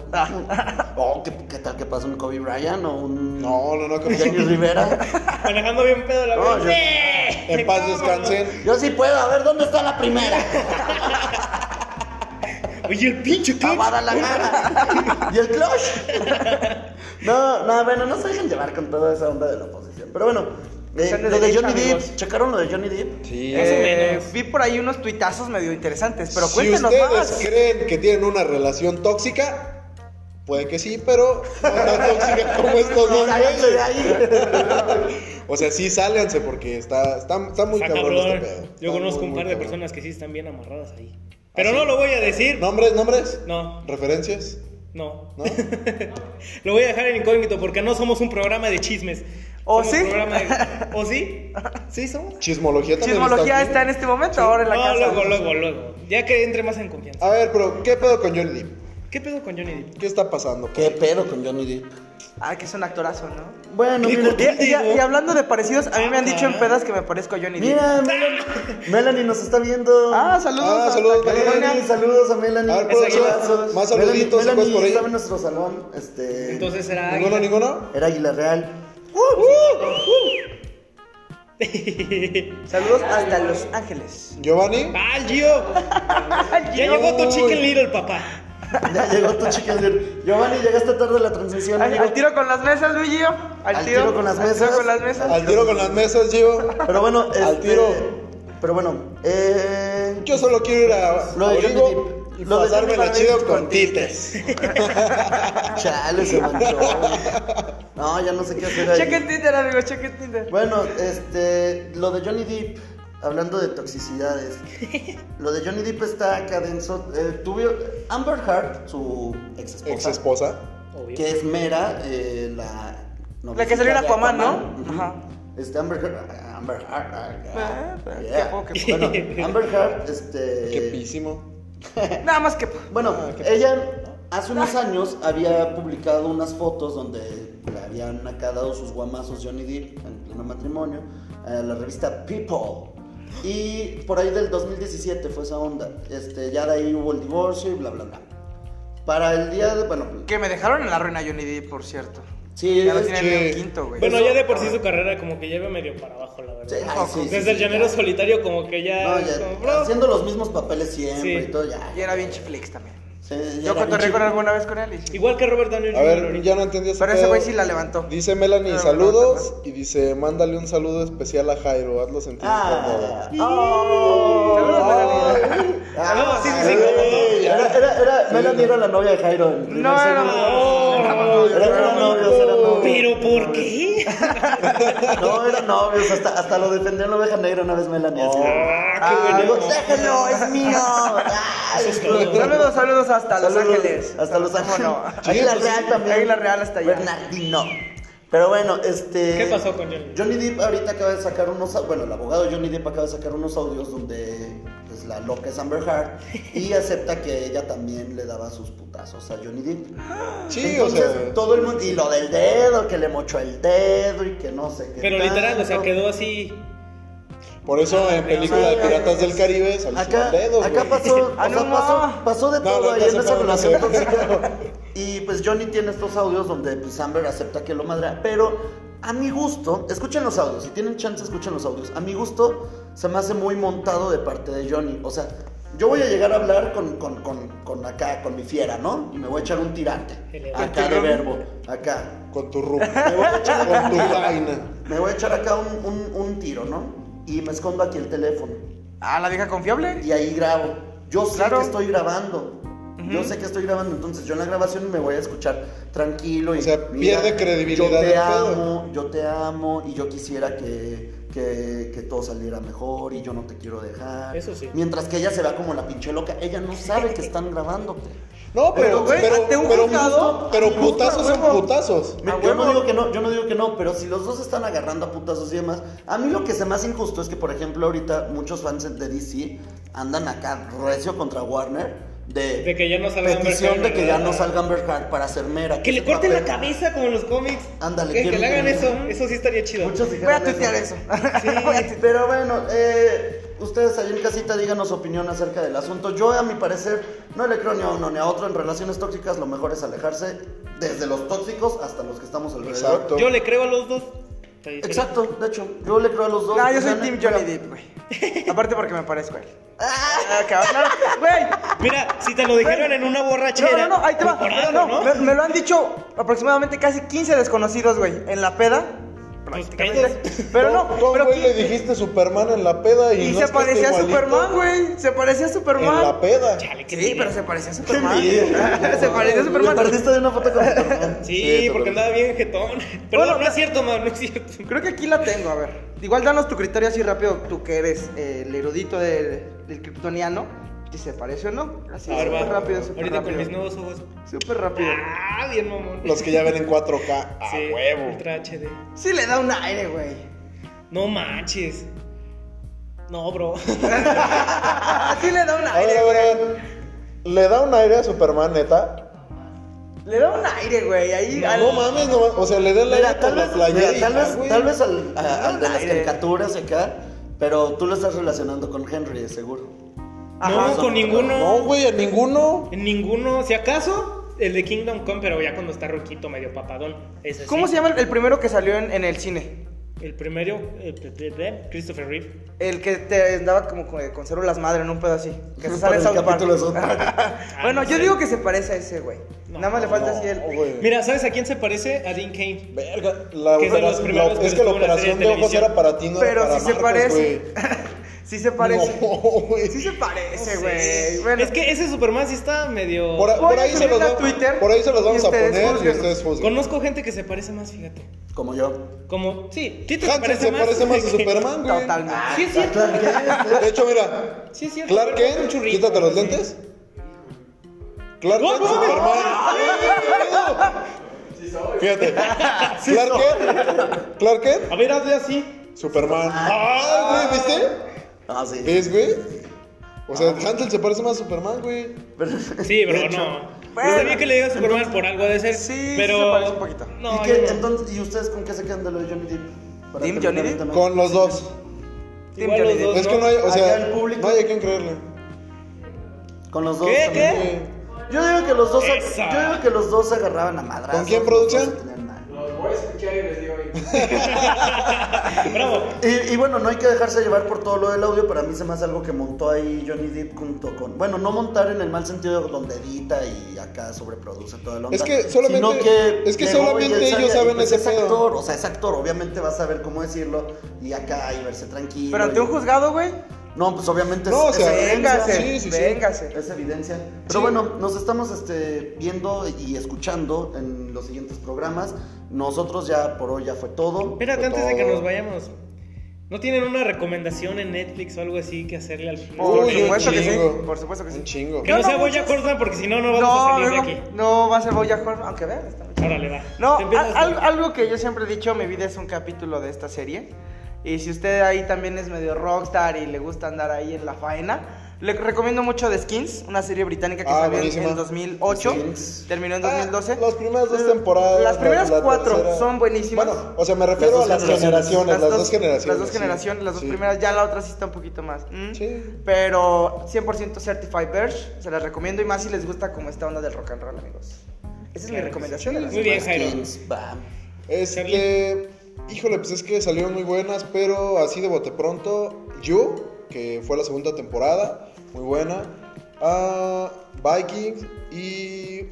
[SPEAKER 1] Oh, ¿qué, qué tal que pasa un Kobe Bryant o un
[SPEAKER 3] No, no, no, que
[SPEAKER 1] Jenny Rivera?
[SPEAKER 4] Manejando bien pedo la
[SPEAKER 1] No,
[SPEAKER 4] vida.
[SPEAKER 1] yo-
[SPEAKER 3] en paz descansen.
[SPEAKER 1] Yo sí puedo. A ver, ¿dónde está la primera?
[SPEAKER 4] Oye, el pinche qué.
[SPEAKER 1] Lavada la cara. ¿Y el clutch? No, no, bueno, no se dejen llevar con toda esa onda de la oposición. Pero bueno, eh,
[SPEAKER 2] Sean de
[SPEAKER 1] lo de
[SPEAKER 2] derecha,
[SPEAKER 1] Johnny
[SPEAKER 2] amigos.
[SPEAKER 1] Depp. ¿Checaron lo de Johnny Depp?
[SPEAKER 3] Sí.
[SPEAKER 4] Más o
[SPEAKER 2] Eh,
[SPEAKER 4] menos.
[SPEAKER 2] Vi por ahí unos tuitazos medio interesantes, pero
[SPEAKER 3] si
[SPEAKER 2] cuéntenos
[SPEAKER 3] ustedes
[SPEAKER 2] más.
[SPEAKER 3] creen que tienen una relación tóxica, puede que sí, pero no tan tóxica como estos dos.
[SPEAKER 1] Sáquense de
[SPEAKER 3] güeyes.
[SPEAKER 1] ahí.
[SPEAKER 3] O sea, sí, sálganse porque está, está, está muy
[SPEAKER 4] Está
[SPEAKER 3] cabrón,
[SPEAKER 4] cabrón.
[SPEAKER 3] este pedo. Está
[SPEAKER 4] Yo conozco
[SPEAKER 3] muy,
[SPEAKER 4] un
[SPEAKER 3] muy
[SPEAKER 4] par de
[SPEAKER 3] cabrón.
[SPEAKER 4] personas que sí están bien amarradas ahí. Pero no lo voy a decir.
[SPEAKER 3] ¿Nombres, nombres?
[SPEAKER 4] No,
[SPEAKER 3] ¿Referencias?
[SPEAKER 4] no.
[SPEAKER 3] ¿No?
[SPEAKER 4] Lo voy a dejar en incógnito porque no somos un programa de chismes.
[SPEAKER 2] ¿O
[SPEAKER 4] Somos
[SPEAKER 2] sí?
[SPEAKER 4] un programa de- ¿O sí? ¿Sí somos?
[SPEAKER 3] Chismología también.
[SPEAKER 2] Chismología está en
[SPEAKER 3] aquí.
[SPEAKER 2] este momento, ahora en la
[SPEAKER 4] no,
[SPEAKER 2] casa.
[SPEAKER 4] luego, luego, luego. Ya que entre más en
[SPEAKER 2] este-
[SPEAKER 4] confianza.
[SPEAKER 3] A ver, pero ¿qué pedo con Johnny Depp?
[SPEAKER 4] ¿Qué pedo con Johnny Depp?
[SPEAKER 3] ¿Qué está pasando?
[SPEAKER 1] ¿Qué pedo con Johnny Depp?
[SPEAKER 2] Ah, que es un actorazo, ¿no?
[SPEAKER 1] Bueno,
[SPEAKER 4] ¿Qué
[SPEAKER 1] mira,
[SPEAKER 4] con-
[SPEAKER 2] Y, y-
[SPEAKER 4] digo?
[SPEAKER 2] y hablando de parecidos, a mí me han dicho en
[SPEAKER 4] Ajá.
[SPEAKER 2] pedas que me parezco a Johnny Depp.
[SPEAKER 1] mira, Melanie, Melanie nos está viendo.
[SPEAKER 2] Ah, saludos.
[SPEAKER 3] Ah,
[SPEAKER 2] hasta
[SPEAKER 3] saludos,
[SPEAKER 2] California.
[SPEAKER 1] Melanie, saludos a Melanie.
[SPEAKER 3] A ver, producción,
[SPEAKER 1] Abrazos.
[SPEAKER 3] más saluditos,
[SPEAKER 1] Melanie,
[SPEAKER 3] ¿se puede por ahí?
[SPEAKER 1] Melanie estaba en nuestro salón, este,
[SPEAKER 4] Entonces será
[SPEAKER 3] ¿Ninguno, ninguno?
[SPEAKER 1] era Águila Real.
[SPEAKER 2] Uh, Saludos hasta Los Ángeles.
[SPEAKER 3] ¿Giovanni?
[SPEAKER 4] ¡Ah, el Gio! Ya llegó tu chicken little, papá.
[SPEAKER 1] Ya llegó tu chica. Giovanni, llegaste tarde a la transmisión.
[SPEAKER 2] Al,
[SPEAKER 1] amigo.
[SPEAKER 2] al tiro con las mesas, Luigi. Al,
[SPEAKER 1] Al tiro con las
[SPEAKER 2] al tiro
[SPEAKER 1] mesas.
[SPEAKER 2] con las mesas.
[SPEAKER 3] Al tiro con las mesas, Gio.
[SPEAKER 1] Pero bueno, este,
[SPEAKER 3] Al tiro.
[SPEAKER 1] Pero bueno, eh,
[SPEAKER 3] Yo solo quiero ir a
[SPEAKER 1] Lo de Johnny
[SPEAKER 3] Rodrigo
[SPEAKER 1] Depp.
[SPEAKER 3] y
[SPEAKER 1] Lo de Johnny
[SPEAKER 3] pasármela
[SPEAKER 1] Depp
[SPEAKER 3] chido
[SPEAKER 1] con
[SPEAKER 3] con tites.
[SPEAKER 1] chale, se manchó. No, ya no sé qué hacer ahí.
[SPEAKER 2] Chequen Tinder, amigos, chequen Tinder.
[SPEAKER 1] Bueno, este, lo de Johnny Depp, hablando de toxicidades, lo de Johnny Depp está acá denso. Eh, tuvo Amber Heard, su ex esposa,
[SPEAKER 3] Ex esposa.
[SPEAKER 4] Obvio.
[SPEAKER 1] que es Mera, eh, la
[SPEAKER 2] La que salió en
[SPEAKER 1] de
[SPEAKER 2] Aquaman, ¿no?
[SPEAKER 1] Ujú.
[SPEAKER 2] Ajá.
[SPEAKER 1] Este Amber Heard, Amber Heard, ah,
[SPEAKER 2] Ah, ah, qué
[SPEAKER 1] yeah.
[SPEAKER 2] poco, qué
[SPEAKER 4] poco.
[SPEAKER 1] bueno, Amber Heard, este,
[SPEAKER 3] Qué písimo.
[SPEAKER 2] Nada más que.
[SPEAKER 1] bueno,
[SPEAKER 3] Ah, qué
[SPEAKER 1] ella hace unos años había publicado unas fotos donde le habían acá dado sus guamazos Johnny Depp en pleno matrimonio a la revista People. Y por ahí del 2017 fue esa onda. Este, ya de ahí hubo el divorcio y bla, bla, bla. Para el día de. Bueno,
[SPEAKER 2] Que me dejaron en la ruina Johnny Depp, por cierto.
[SPEAKER 1] sí,
[SPEAKER 2] Ya lo
[SPEAKER 1] es-
[SPEAKER 2] tienen
[SPEAKER 3] sí.
[SPEAKER 2] en el quinto, güey.
[SPEAKER 4] Bueno, ya de por sí su carrera como que lleva medio para abajo, la
[SPEAKER 1] sí,
[SPEAKER 4] verdad.
[SPEAKER 1] ay, sí, sí,
[SPEAKER 4] Desde
[SPEAKER 1] sí,
[SPEAKER 4] el llanero
[SPEAKER 1] ya.
[SPEAKER 4] solitario como que ya...
[SPEAKER 1] No,
[SPEAKER 4] es
[SPEAKER 1] ya,
[SPEAKER 4] como, bro,
[SPEAKER 1] haciendo los mismos papeles siempre
[SPEAKER 4] Sí.
[SPEAKER 1] y todo, ya.
[SPEAKER 2] Y era bien chiflix también.
[SPEAKER 1] Sí, ya
[SPEAKER 2] Yo
[SPEAKER 1] era
[SPEAKER 2] cotorré
[SPEAKER 1] bien
[SPEAKER 2] con
[SPEAKER 1] chido.
[SPEAKER 2] alguna vez con él y sí.
[SPEAKER 4] Igual que Robert Downey Jr.
[SPEAKER 3] A ver,
[SPEAKER 4] ahorita.
[SPEAKER 3] ya no entendí ese
[SPEAKER 2] Pero ese
[SPEAKER 3] pedo.
[SPEAKER 2] güey sí la levantó.
[SPEAKER 3] Dice Melanie,
[SPEAKER 2] No, no,
[SPEAKER 3] saludos.
[SPEAKER 2] no,
[SPEAKER 3] Y dice, mándale un saludo especial a Jairo. Hazlo sentir
[SPEAKER 1] Ah,
[SPEAKER 3] cómodo.
[SPEAKER 1] oh,
[SPEAKER 2] Saludos, Melanie.
[SPEAKER 1] Ah,
[SPEAKER 4] Saludos, sí, sí, sí,
[SPEAKER 1] eh,
[SPEAKER 3] cómo no.
[SPEAKER 1] Era, era, era, Melanie era la novia de Jairo. en primer
[SPEAKER 2] No, era-
[SPEAKER 1] segundo.
[SPEAKER 4] Oh,
[SPEAKER 1] Era- era novios, era novios.
[SPEAKER 4] Pero ¿por qué?
[SPEAKER 1] No, eran novios. Hasta, hasta lo defendió en la oveja negra una vez Melanie. así.
[SPEAKER 2] Oh.
[SPEAKER 4] Ah,
[SPEAKER 1] Ah,
[SPEAKER 4] qué
[SPEAKER 1] digo,
[SPEAKER 4] bueno.
[SPEAKER 1] déjalo, es mío. Ay,
[SPEAKER 4] es todo.
[SPEAKER 2] Saludos, saludos hasta Los
[SPEAKER 1] Saludos,
[SPEAKER 2] Ángeles.
[SPEAKER 1] Hasta Los
[SPEAKER 2] ¿Cómo
[SPEAKER 1] Ángeles.
[SPEAKER 2] no? pues,
[SPEAKER 1] Águila Real también.
[SPEAKER 2] Águila Real hasta allá.
[SPEAKER 1] Bernardino. Pero bueno, este.
[SPEAKER 4] ¿Qué pasó con Johnny Depp?
[SPEAKER 1] Johnny Depp ahorita acaba de sacar unos. au- Bueno, el abogado Johnny Depp acaba de sacar unos audios donde pues, la loca es Amber Heard y acepta que ella también le daba sus putazos a Johnny Depp.
[SPEAKER 3] Sí, o
[SPEAKER 1] Entonces,
[SPEAKER 3] sea.
[SPEAKER 1] todo el mundo. Y lo del dedo, que le mochó el dedo y que no sé qué.
[SPEAKER 4] Pero literal, o sea,
[SPEAKER 1] tanto.
[SPEAKER 4] quedó así...
[SPEAKER 3] Por eso en película de
[SPEAKER 1] ay, ay,
[SPEAKER 3] Piratas
[SPEAKER 1] ay.
[SPEAKER 3] del Caribe salió
[SPEAKER 1] Acá,
[SPEAKER 3] sin dedos,
[SPEAKER 1] acá
[SPEAKER 3] güey.
[SPEAKER 1] pasó,
[SPEAKER 2] Ah,
[SPEAKER 1] o sea,
[SPEAKER 2] no,
[SPEAKER 1] pasó,
[SPEAKER 2] no.
[SPEAKER 1] pasó de
[SPEAKER 3] No,
[SPEAKER 1] todo
[SPEAKER 3] no,
[SPEAKER 1] ahí
[SPEAKER 3] no
[SPEAKER 1] en
[SPEAKER 3] se
[SPEAKER 1] esa
[SPEAKER 3] puede, no se
[SPEAKER 1] relación
[SPEAKER 3] puede.
[SPEAKER 1] tóxica. Y pues Johnny tiene estos audios donde pues Amber acepta que lo madrea, pero a mi gusto, escuchen los audios, si tienen chance escuchen los audios. A mi gusto se me hace muy montado de parte de Johnny, o sea, yo voy a llegar a hablar con, con, con, con acá, con mi fiera, ¿no? Y me voy a echar un tirante,
[SPEAKER 4] Genial.
[SPEAKER 1] acá de verbo, acá,
[SPEAKER 3] Con tu rupa.
[SPEAKER 1] Me voy a echar
[SPEAKER 3] con tu vaina.
[SPEAKER 1] me voy a echar acá un, un, un tiro, ¿no? Y me escondo aquí el teléfono.
[SPEAKER 2] Ah, la vieja confiable.
[SPEAKER 1] y ahí grabo. Yo sé
[SPEAKER 2] Claro.
[SPEAKER 1] que estoy grabando. Yo sé que estoy grabando, entonces yo en la grabación me voy a escuchar tranquilo y
[SPEAKER 3] O sea, pierde credibilidad
[SPEAKER 1] Yo
[SPEAKER 3] el
[SPEAKER 1] te
[SPEAKER 3] pedo".
[SPEAKER 1] amo, yo te amo y yo quisiera que, que, que todo saliera mejor y yo no te quiero dejar.
[SPEAKER 4] Eso sí.
[SPEAKER 1] Mientras que ella se va como la pinche loca, ella no sabe que están grabándote.
[SPEAKER 3] No, pero,
[SPEAKER 2] Pero, güey,
[SPEAKER 3] pero,
[SPEAKER 2] ante un
[SPEAKER 3] pero,
[SPEAKER 2] juzgado,
[SPEAKER 3] pero
[SPEAKER 2] ante un
[SPEAKER 3] putazos son
[SPEAKER 2] juzgado.
[SPEAKER 3] putazos.
[SPEAKER 1] Me-
[SPEAKER 2] A
[SPEAKER 1] yo,
[SPEAKER 2] huevo.
[SPEAKER 1] no digo que no, yo no digo que no, pero si los dos están agarrando a putazos y demás, a mí lo que se me hace injusto es que, por ejemplo, ahorita muchos fans de DC andan acá recio contra Warner de,
[SPEAKER 4] De que ya no salga Amber
[SPEAKER 1] petición
[SPEAKER 4] Heard,
[SPEAKER 1] de que ya no
[SPEAKER 4] ¿verdad?
[SPEAKER 1] salga Amber Heard para ser mera.
[SPEAKER 4] Que le
[SPEAKER 1] se
[SPEAKER 4] corten la
[SPEAKER 1] papel.
[SPEAKER 4] cabeza como en los cómics.
[SPEAKER 1] Ándale,
[SPEAKER 4] que, que
[SPEAKER 1] quiero
[SPEAKER 4] le hagan eso.
[SPEAKER 1] entender.
[SPEAKER 4] Eso sí estaría chido.
[SPEAKER 1] Muchos
[SPEAKER 2] Voy a
[SPEAKER 1] dijeron
[SPEAKER 2] tuitear eso.
[SPEAKER 1] Sí, pero bueno, eh, ustedes ahí en casita díganos su opinión acerca del asunto. Yo, a mi parecer, no le creo ni a uno ni a otro. En relaciones tóxicas, lo mejor es alejarse desde los tóxicos hasta los que estamos alrededor.
[SPEAKER 3] Exacto.
[SPEAKER 4] Yo le creo a los dos. Te dije.
[SPEAKER 1] Exacto, de hecho, yo le creo a los dos.
[SPEAKER 2] No, Ah, yo soy
[SPEAKER 1] Ganan,
[SPEAKER 2] Team Johnny
[SPEAKER 1] pero-
[SPEAKER 2] Depp, güey. Aparte porque me parezco a él. Ah, cabrón, claro. Güey,
[SPEAKER 4] Mira, si te lo dijeron en una
[SPEAKER 2] No,
[SPEAKER 4] borrachera.
[SPEAKER 2] no, no, ahí te va.
[SPEAKER 4] por algo,
[SPEAKER 2] no,
[SPEAKER 4] ¿no?
[SPEAKER 2] Me, me lo han dicho aproximadamente casi 15 desconocidos, güey, en la peda.
[SPEAKER 4] Pues,
[SPEAKER 2] prácticamente.
[SPEAKER 4] pedos.
[SPEAKER 2] Pero no,
[SPEAKER 3] Tú- tú a un
[SPEAKER 2] pero
[SPEAKER 3] güey
[SPEAKER 2] qui-
[SPEAKER 3] le dijiste Superman en la peda y,
[SPEAKER 2] Y se
[SPEAKER 3] no es que esté
[SPEAKER 2] parecía a
[SPEAKER 3] igualito
[SPEAKER 2] Superman, güey. Se parecía a
[SPEAKER 3] En la
[SPEAKER 2] Superman.
[SPEAKER 3] peda.
[SPEAKER 4] Chale, qué
[SPEAKER 2] Sí,
[SPEAKER 4] miedo.
[SPEAKER 2] pero se parecía a Superman.
[SPEAKER 1] envidia.
[SPEAKER 2] se parecía a Superman.
[SPEAKER 1] Te perdiste de una foto con Superman.
[SPEAKER 4] Sí,
[SPEAKER 1] te perdiste.
[SPEAKER 4] porque andaba bien jetón. Pero
[SPEAKER 2] Bueno,
[SPEAKER 4] no es cierto, man, no es cierto.
[SPEAKER 2] Creo que aquí la tengo, a ver. Igual danos tu criterio así rápido, tú que eres eh, el erudito del, del kryptoniano. Si se parece o no. Así,
[SPEAKER 4] A ver,
[SPEAKER 2] súper
[SPEAKER 4] va.
[SPEAKER 2] rápido, súper
[SPEAKER 4] Ahorita con mis
[SPEAKER 2] rápido.
[SPEAKER 4] nuevos ojos.
[SPEAKER 2] Súper rápido.
[SPEAKER 4] Ah, bien, mamón.
[SPEAKER 3] Los que ya ven en 4K.
[SPEAKER 2] Ah,
[SPEAKER 3] A
[SPEAKER 4] Sí,
[SPEAKER 3] huevo.
[SPEAKER 4] Ultra HD.
[SPEAKER 2] Sí le da un aire, güey.
[SPEAKER 4] No manches. No, bro.
[SPEAKER 2] Ah, sí le da un
[SPEAKER 3] A ver,
[SPEAKER 2] aire,
[SPEAKER 3] a
[SPEAKER 2] güey.
[SPEAKER 3] ver, a ver. ¿Le da un aire a Superman, neta?
[SPEAKER 2] Le da un aire, güey. Ahí.
[SPEAKER 4] No,
[SPEAKER 2] al-
[SPEAKER 3] No mames, no mames. O sea, le da el aire
[SPEAKER 1] Mira,
[SPEAKER 3] con
[SPEAKER 1] tal
[SPEAKER 3] la
[SPEAKER 1] vez,
[SPEAKER 3] playera.
[SPEAKER 1] mira,
[SPEAKER 3] y
[SPEAKER 1] tal
[SPEAKER 3] ya,
[SPEAKER 1] vez,
[SPEAKER 3] güey.
[SPEAKER 1] tal vez al, a- al de las
[SPEAKER 2] Aire.
[SPEAKER 1] caricaturas acá, pero tú lo estás relacionando con Henry, de seguro.
[SPEAKER 4] no,
[SPEAKER 1] eso
[SPEAKER 4] con
[SPEAKER 1] no.
[SPEAKER 4] ninguno.
[SPEAKER 3] No, güey, a ninguno.
[SPEAKER 4] En ninguno. Si acaso, el de Kingdom Come, pero ya cuando está roquito, medio papadón. Ese sí.
[SPEAKER 2] ¿Cómo se llama el, el primero que salió en, en el cine?
[SPEAKER 4] El primero, eh, pe- pe- pe- Christopher Reeve.
[SPEAKER 2] El que te andaba como con, con células madre en un pedo así. Que se
[SPEAKER 1] Para
[SPEAKER 2] sale en
[SPEAKER 1] el
[SPEAKER 2] South Park.
[SPEAKER 1] capítulo de South Park.
[SPEAKER 2] bueno,
[SPEAKER 4] Ah, no
[SPEAKER 2] yo
[SPEAKER 4] sé.
[SPEAKER 2] digo que se parece a ese, güey.
[SPEAKER 4] No,
[SPEAKER 2] Nada más le falta
[SPEAKER 3] no,
[SPEAKER 2] así el.
[SPEAKER 3] güey.
[SPEAKER 4] Mira, ¿sabes a quién se parece? A Dean Kane.
[SPEAKER 3] Verga, la
[SPEAKER 4] Que es de los
[SPEAKER 3] operación-
[SPEAKER 4] primeros
[SPEAKER 3] la-
[SPEAKER 4] que
[SPEAKER 3] es que la
[SPEAKER 4] estuvo en la
[SPEAKER 3] operación de
[SPEAKER 4] serie de
[SPEAKER 3] ojos era
[SPEAKER 4] televisión.
[SPEAKER 3] para ti, no
[SPEAKER 2] Pero
[SPEAKER 3] era para
[SPEAKER 2] sí se
[SPEAKER 3] Marcos,
[SPEAKER 2] parece.
[SPEAKER 3] güey.
[SPEAKER 2] sí se parece.
[SPEAKER 3] No, güey.
[SPEAKER 2] Sí se parece,
[SPEAKER 4] Sí.
[SPEAKER 2] güey. Bueno,
[SPEAKER 4] Es que ese Superman sí está medio.
[SPEAKER 3] Por, a- por
[SPEAKER 2] Voy a
[SPEAKER 3] ahí se los
[SPEAKER 2] subirla a
[SPEAKER 3] va-
[SPEAKER 2] Twitter
[SPEAKER 3] por ahí se los
[SPEAKER 2] y
[SPEAKER 3] vamos a
[SPEAKER 2] ustedes
[SPEAKER 3] poner y
[SPEAKER 2] juzguen.
[SPEAKER 3] ustedes juzguen.
[SPEAKER 4] Conozco gente que se parece más, fíjate.
[SPEAKER 1] Como yo.
[SPEAKER 4] Como, sí, sí te
[SPEAKER 3] Hansen
[SPEAKER 4] parece
[SPEAKER 3] se
[SPEAKER 4] más.
[SPEAKER 3] parece más a
[SPEAKER 4] que-
[SPEAKER 3] Superman, güey.
[SPEAKER 2] Totalmente.
[SPEAKER 4] Ah, Sí, es cierto.
[SPEAKER 1] Clark Kent,
[SPEAKER 3] De hecho, mira,
[SPEAKER 4] Sí, es cierto.
[SPEAKER 3] Clark
[SPEAKER 4] pero es un
[SPEAKER 3] Kent,
[SPEAKER 4] churrito,
[SPEAKER 3] quítate los
[SPEAKER 4] sí.
[SPEAKER 3] lentes. Clark Kent,
[SPEAKER 4] no, no.
[SPEAKER 3] Superman. Fíjate. Clark Kent, Clark Kent,
[SPEAKER 4] A ver, hazle así.
[SPEAKER 3] Superman. Ah, güey, ¿viste?
[SPEAKER 1] Ah, sí.
[SPEAKER 3] ¿Ves, güey? O
[SPEAKER 4] Ah.
[SPEAKER 3] sea, Hansel se parece más a Superman, güey.
[SPEAKER 4] Sí, bro, no.
[SPEAKER 2] Bueno.
[SPEAKER 4] Está bien que le digas Superman por algo de ser.
[SPEAKER 2] Sí,
[SPEAKER 4] pero.
[SPEAKER 2] se parece un poquito.
[SPEAKER 4] No,
[SPEAKER 1] ¿Y,
[SPEAKER 4] yo
[SPEAKER 1] qué,
[SPEAKER 4] no.
[SPEAKER 1] entonces, ¿Y ustedes con qué se quedan de lo de Johnny Depp? Para
[SPEAKER 2] ¿Team
[SPEAKER 1] terminar
[SPEAKER 2] Johnny
[SPEAKER 1] el
[SPEAKER 2] Depp?
[SPEAKER 1] tema.
[SPEAKER 3] Con los dos.
[SPEAKER 2] Team Johnny
[SPEAKER 4] Igual los
[SPEAKER 2] Depp.
[SPEAKER 4] dos,
[SPEAKER 3] Es que no hay, o sea,
[SPEAKER 1] Acá el público.
[SPEAKER 3] no hay a quien creerle.
[SPEAKER 1] Con los dos.
[SPEAKER 4] ¿Qué?
[SPEAKER 1] también.
[SPEAKER 4] ¿Qué?
[SPEAKER 1] Yo digo que los dos se-
[SPEAKER 4] Esa.
[SPEAKER 1] yo digo que los dos se agarraban a madrazos.
[SPEAKER 3] ¿Con quién,
[SPEAKER 1] los dos se
[SPEAKER 3] producción?
[SPEAKER 1] tenían mal.
[SPEAKER 5] Los voy a escuchar y les digo,
[SPEAKER 4] Bravo.
[SPEAKER 1] Y, y bueno, no hay que dejarse llevar por todo lo del audio. Para mí se me hace algo que montó ahí Johnny Depp junto con. Bueno, no montar en el mal sentido donde edita y acá sobreproduce todo el onda.
[SPEAKER 3] Es que solamente-
[SPEAKER 1] sino que
[SPEAKER 3] es que
[SPEAKER 1] llegó y
[SPEAKER 3] solamente
[SPEAKER 1] él sabía,
[SPEAKER 3] ellos saben
[SPEAKER 1] y pues
[SPEAKER 3] ese
[SPEAKER 1] es
[SPEAKER 3] pedo.
[SPEAKER 1] actor, o sea, es actor. Obviamente va a saber cómo decirlo y acá y verse tranquilo.
[SPEAKER 2] Pero ante
[SPEAKER 1] y-
[SPEAKER 2] un juzgado, güey.
[SPEAKER 1] No, pues obviamente
[SPEAKER 3] No, o
[SPEAKER 1] es,
[SPEAKER 3] sea,
[SPEAKER 1] es evidencia.
[SPEAKER 2] Véngase,
[SPEAKER 3] Sí, sí, sí.
[SPEAKER 2] véngase.
[SPEAKER 1] Es evidencia. Pero
[SPEAKER 3] Sí.
[SPEAKER 1] bueno, nos estamos este, viendo y escuchando en los siguientes programas. Nosotros ya por hoy ya fue todo.
[SPEAKER 4] Espérate,
[SPEAKER 3] Fue
[SPEAKER 4] antes de que
[SPEAKER 3] todo.
[SPEAKER 4] nos vayamos. ¿No tienen una recomendación en Netflix o algo así que hacerle al
[SPEAKER 2] Por
[SPEAKER 3] Uy, un
[SPEAKER 2] supuesto que sí,
[SPEAKER 3] chingo.
[SPEAKER 2] por supuesto que sí.
[SPEAKER 3] Un chingo.
[SPEAKER 4] Que no
[SPEAKER 2] Yo no
[SPEAKER 4] sea Boya
[SPEAKER 2] muchas-
[SPEAKER 4] Horseman porque si no, no vamos a
[SPEAKER 2] No,
[SPEAKER 4] salir
[SPEAKER 2] luego-
[SPEAKER 4] de aquí.
[SPEAKER 2] no va a ser Boya Horseman, aunque vean, está muy
[SPEAKER 4] Órale, va.
[SPEAKER 2] No,
[SPEAKER 4] Te empiezas
[SPEAKER 2] al- al- algo que yo siempre he dicho, mi vida es un capítulo de esta serie. Y si usted ahí también es medio rockstar y le gusta andar ahí en la faena, le recomiendo mucho The Skins, una serie británica que
[SPEAKER 3] Ah,
[SPEAKER 2] salió en-
[SPEAKER 3] buenísima.
[SPEAKER 2] en 2008,
[SPEAKER 1] Skins.
[SPEAKER 2] terminó en
[SPEAKER 3] Ah,
[SPEAKER 2] 2012.
[SPEAKER 3] las primeras dos temporadas.
[SPEAKER 2] Las
[SPEAKER 3] la-
[SPEAKER 2] primeras
[SPEAKER 3] la
[SPEAKER 2] cuatro
[SPEAKER 3] tercera.
[SPEAKER 2] son buenísimas.
[SPEAKER 3] Bueno, o sea, me
[SPEAKER 1] Las
[SPEAKER 3] refiero
[SPEAKER 1] dos
[SPEAKER 3] a las
[SPEAKER 1] generaciones.
[SPEAKER 3] generaciones, las, dos, generaciones.
[SPEAKER 2] Las dos
[SPEAKER 3] sí.
[SPEAKER 2] generaciones, las dos
[SPEAKER 3] Sí.
[SPEAKER 2] primeras, ya la otra sí está un poquito más. ¿mm?
[SPEAKER 3] Sí.
[SPEAKER 2] Pero 100% Certified Verge, se las recomiendo y más si les gusta como esta onda del rock and roll, amigos. Esa es mi
[SPEAKER 4] Claro que
[SPEAKER 2] recomendación. de la
[SPEAKER 4] Muy bien,
[SPEAKER 1] Los
[SPEAKER 4] Jairo.
[SPEAKER 1] Kings, bam.
[SPEAKER 3] Este, híjole, pues es que salieron muy buenas, pero así de bote pronto, You, que fue la segunda temporada, muy buena. Ah, Vikings y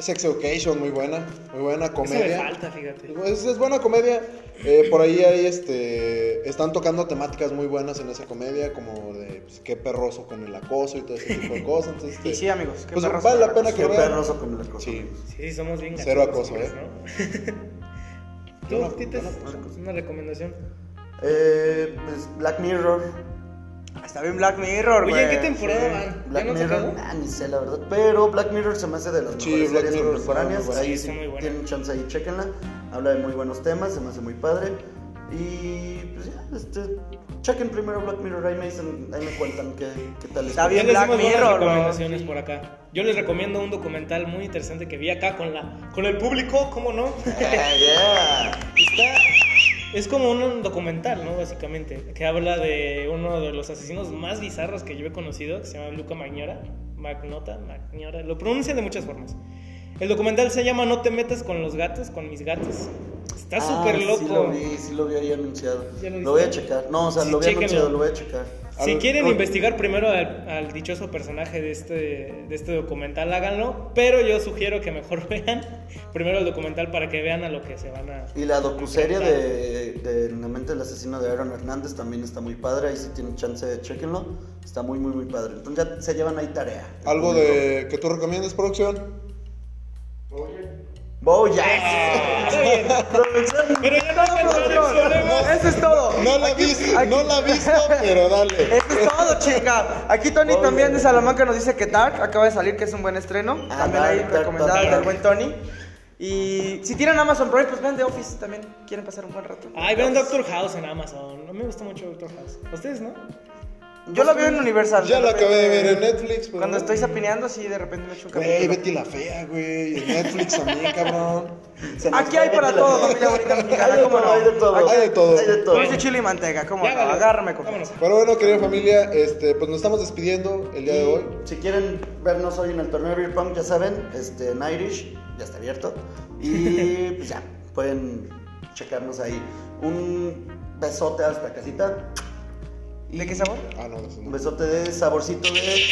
[SPEAKER 3] Sex Education, muy buena, muy buena
[SPEAKER 4] Eso me
[SPEAKER 3] comedia.
[SPEAKER 4] falta, fíjate.
[SPEAKER 3] pues, Es, es buena comedia. eh, por ahí hay este. Están tocando temáticas muy buenas en esa comedia, como de pues, qué perroso con el acoso y todo ese tipo de cosas. Entonces,
[SPEAKER 2] Y
[SPEAKER 3] este,
[SPEAKER 2] sí, amigos, qué
[SPEAKER 3] pues,
[SPEAKER 2] perros
[SPEAKER 3] vale la
[SPEAKER 2] son
[SPEAKER 3] pena
[SPEAKER 1] Qué
[SPEAKER 3] que vean.
[SPEAKER 1] perroso con las cosas.
[SPEAKER 3] Sí.
[SPEAKER 4] Sí, sí, somos bien
[SPEAKER 3] Cero
[SPEAKER 4] gachos,
[SPEAKER 3] acoso,
[SPEAKER 4] pues,
[SPEAKER 3] ¿eh?
[SPEAKER 4] ¿no?
[SPEAKER 3] Yo no-
[SPEAKER 4] ¿Tú, Tites?
[SPEAKER 3] yo
[SPEAKER 4] Una recomendación.
[SPEAKER 1] Eh, pues Black Mirror.
[SPEAKER 2] Está bien Black Mirror, güey.
[SPEAKER 4] Oye, ¿en qué temporada van? ¿Ya
[SPEAKER 1] Black
[SPEAKER 4] no han
[SPEAKER 1] Mirror,
[SPEAKER 4] sacado?
[SPEAKER 1] ah, ni sé la verdad, pero Black Mirror se me hace de las
[SPEAKER 3] Sí,
[SPEAKER 1] mejores
[SPEAKER 3] Black
[SPEAKER 1] series
[SPEAKER 3] Mirror está
[SPEAKER 1] contemporáneas.
[SPEAKER 3] muy buena.
[SPEAKER 1] ahí
[SPEAKER 4] Sí, está muy buena.
[SPEAKER 1] tienen chance ahí, chequenla. Habla de muy buenos temas, se me hace muy padre. Y pues ya, este, chequen primero Black Mirror, ahí me, dicen, ahí me cuentan qué, qué tal
[SPEAKER 2] Está bien
[SPEAKER 4] Ya les
[SPEAKER 2] Black
[SPEAKER 4] dimos buenas
[SPEAKER 2] Mirror,
[SPEAKER 4] recomendaciones por acá. Yo les recomiendo un documental muy interesante que vi acá con la con el público, ¿cómo no?
[SPEAKER 1] Ah, yeah.
[SPEAKER 4] Está es como un documental, ¿no? Básicamente, que habla de uno de los asesinos más bizarros que yo he conocido, que se llama Luca Magnola, Magnota, Magnola, lo pronuncian de muchas formas. El documental se llama No te metas con los gatos, con mis gatos. Está
[SPEAKER 1] Ah,
[SPEAKER 4] súper loco.
[SPEAKER 1] Sí lo vi, sí lo vi ahí anunciado.
[SPEAKER 4] ¿Ya lo
[SPEAKER 1] Lo voy a
[SPEAKER 4] viste?
[SPEAKER 1] checar. No, o sea,
[SPEAKER 4] Sí,
[SPEAKER 1] lo vi
[SPEAKER 4] chéquenlo.
[SPEAKER 1] anunciado, lo voy a checar.
[SPEAKER 4] Si
[SPEAKER 3] Al-
[SPEAKER 4] quieren
[SPEAKER 3] con-
[SPEAKER 4] investigar primero al, al dichoso personaje de este, de este documental, háganlo. Pero yo sugiero que mejor vean primero el documental para que vean a lo que se van a.
[SPEAKER 1] Y la docuserie de, de La mente del asesino de Aaron Hernández también está muy padre. Ahí si tienen chance, chequenlo. Está muy, muy, muy padre. Entonces ya se llevan ahí tarea.
[SPEAKER 3] Algo de que tú recomiendas, producción.
[SPEAKER 5] Oye,
[SPEAKER 1] ¡Boya!
[SPEAKER 4] Está bien, Pero ya no alcanzaron el problema.
[SPEAKER 2] Eso es todo.
[SPEAKER 3] No la viste,
[SPEAKER 2] aquí-
[SPEAKER 3] no la viste, pero dale.
[SPEAKER 2] Eso es todo, chica. Aquí Tony
[SPEAKER 1] Obvio.
[SPEAKER 2] también de Salamanca nos dice que Dark acaba de salir, que es un buen estreno.
[SPEAKER 1] Ah,
[SPEAKER 2] también ahí
[SPEAKER 1] Dark, Dark,
[SPEAKER 2] recomendada
[SPEAKER 1] Dark.
[SPEAKER 2] del buen Tony. Y si tienen Amazon Prime, pues vean The Office también. Quieren pasar un buen rato.
[SPEAKER 4] Ay, vean Doctor House en Amazon. No me gusta mucho Doctor House. ¿Ustedes no?
[SPEAKER 2] Yo lo veo en Universal.
[SPEAKER 3] Ya
[SPEAKER 2] de
[SPEAKER 3] lo acabé de ver
[SPEAKER 2] repente,
[SPEAKER 3] en Netflix. pero
[SPEAKER 2] Cuando
[SPEAKER 3] no.
[SPEAKER 2] estoy sapineando, sí, de repente me echo un
[SPEAKER 3] Güey,
[SPEAKER 2] capítulo.
[SPEAKER 3] Betty la fea, güey. En Netflix también, cabrón.
[SPEAKER 1] Se nos
[SPEAKER 2] Aquí
[SPEAKER 1] va
[SPEAKER 2] hay
[SPEAKER 1] Betty
[SPEAKER 2] para
[SPEAKER 1] la
[SPEAKER 2] todo,
[SPEAKER 1] Fea.
[SPEAKER 2] familia bonita
[SPEAKER 1] Hay
[SPEAKER 2] mexicana,
[SPEAKER 1] de
[SPEAKER 2] ¿cómo
[SPEAKER 1] todo, hay de
[SPEAKER 2] no?
[SPEAKER 1] todo.
[SPEAKER 2] Aquí
[SPEAKER 3] Hay de todo.
[SPEAKER 1] Hay de todo.
[SPEAKER 2] Dulce chile y manteca, ¿cómo no?
[SPEAKER 4] Ya, vale.
[SPEAKER 2] Agárrame con
[SPEAKER 4] Vámonos.
[SPEAKER 3] Pero bueno, querida familia, este, pues nos estamos despidiendo el día de hoy.
[SPEAKER 1] Si quieren vernos hoy en el torneo de Beer Pong, ya saben, este, en Irish, ya está abierto. Y pues ya, pueden checarnos ahí. Un besote hasta casita.
[SPEAKER 2] ¿De qué sabor?
[SPEAKER 3] Ah, no, eso
[SPEAKER 1] Un
[SPEAKER 3] no.
[SPEAKER 1] besote de saborcito de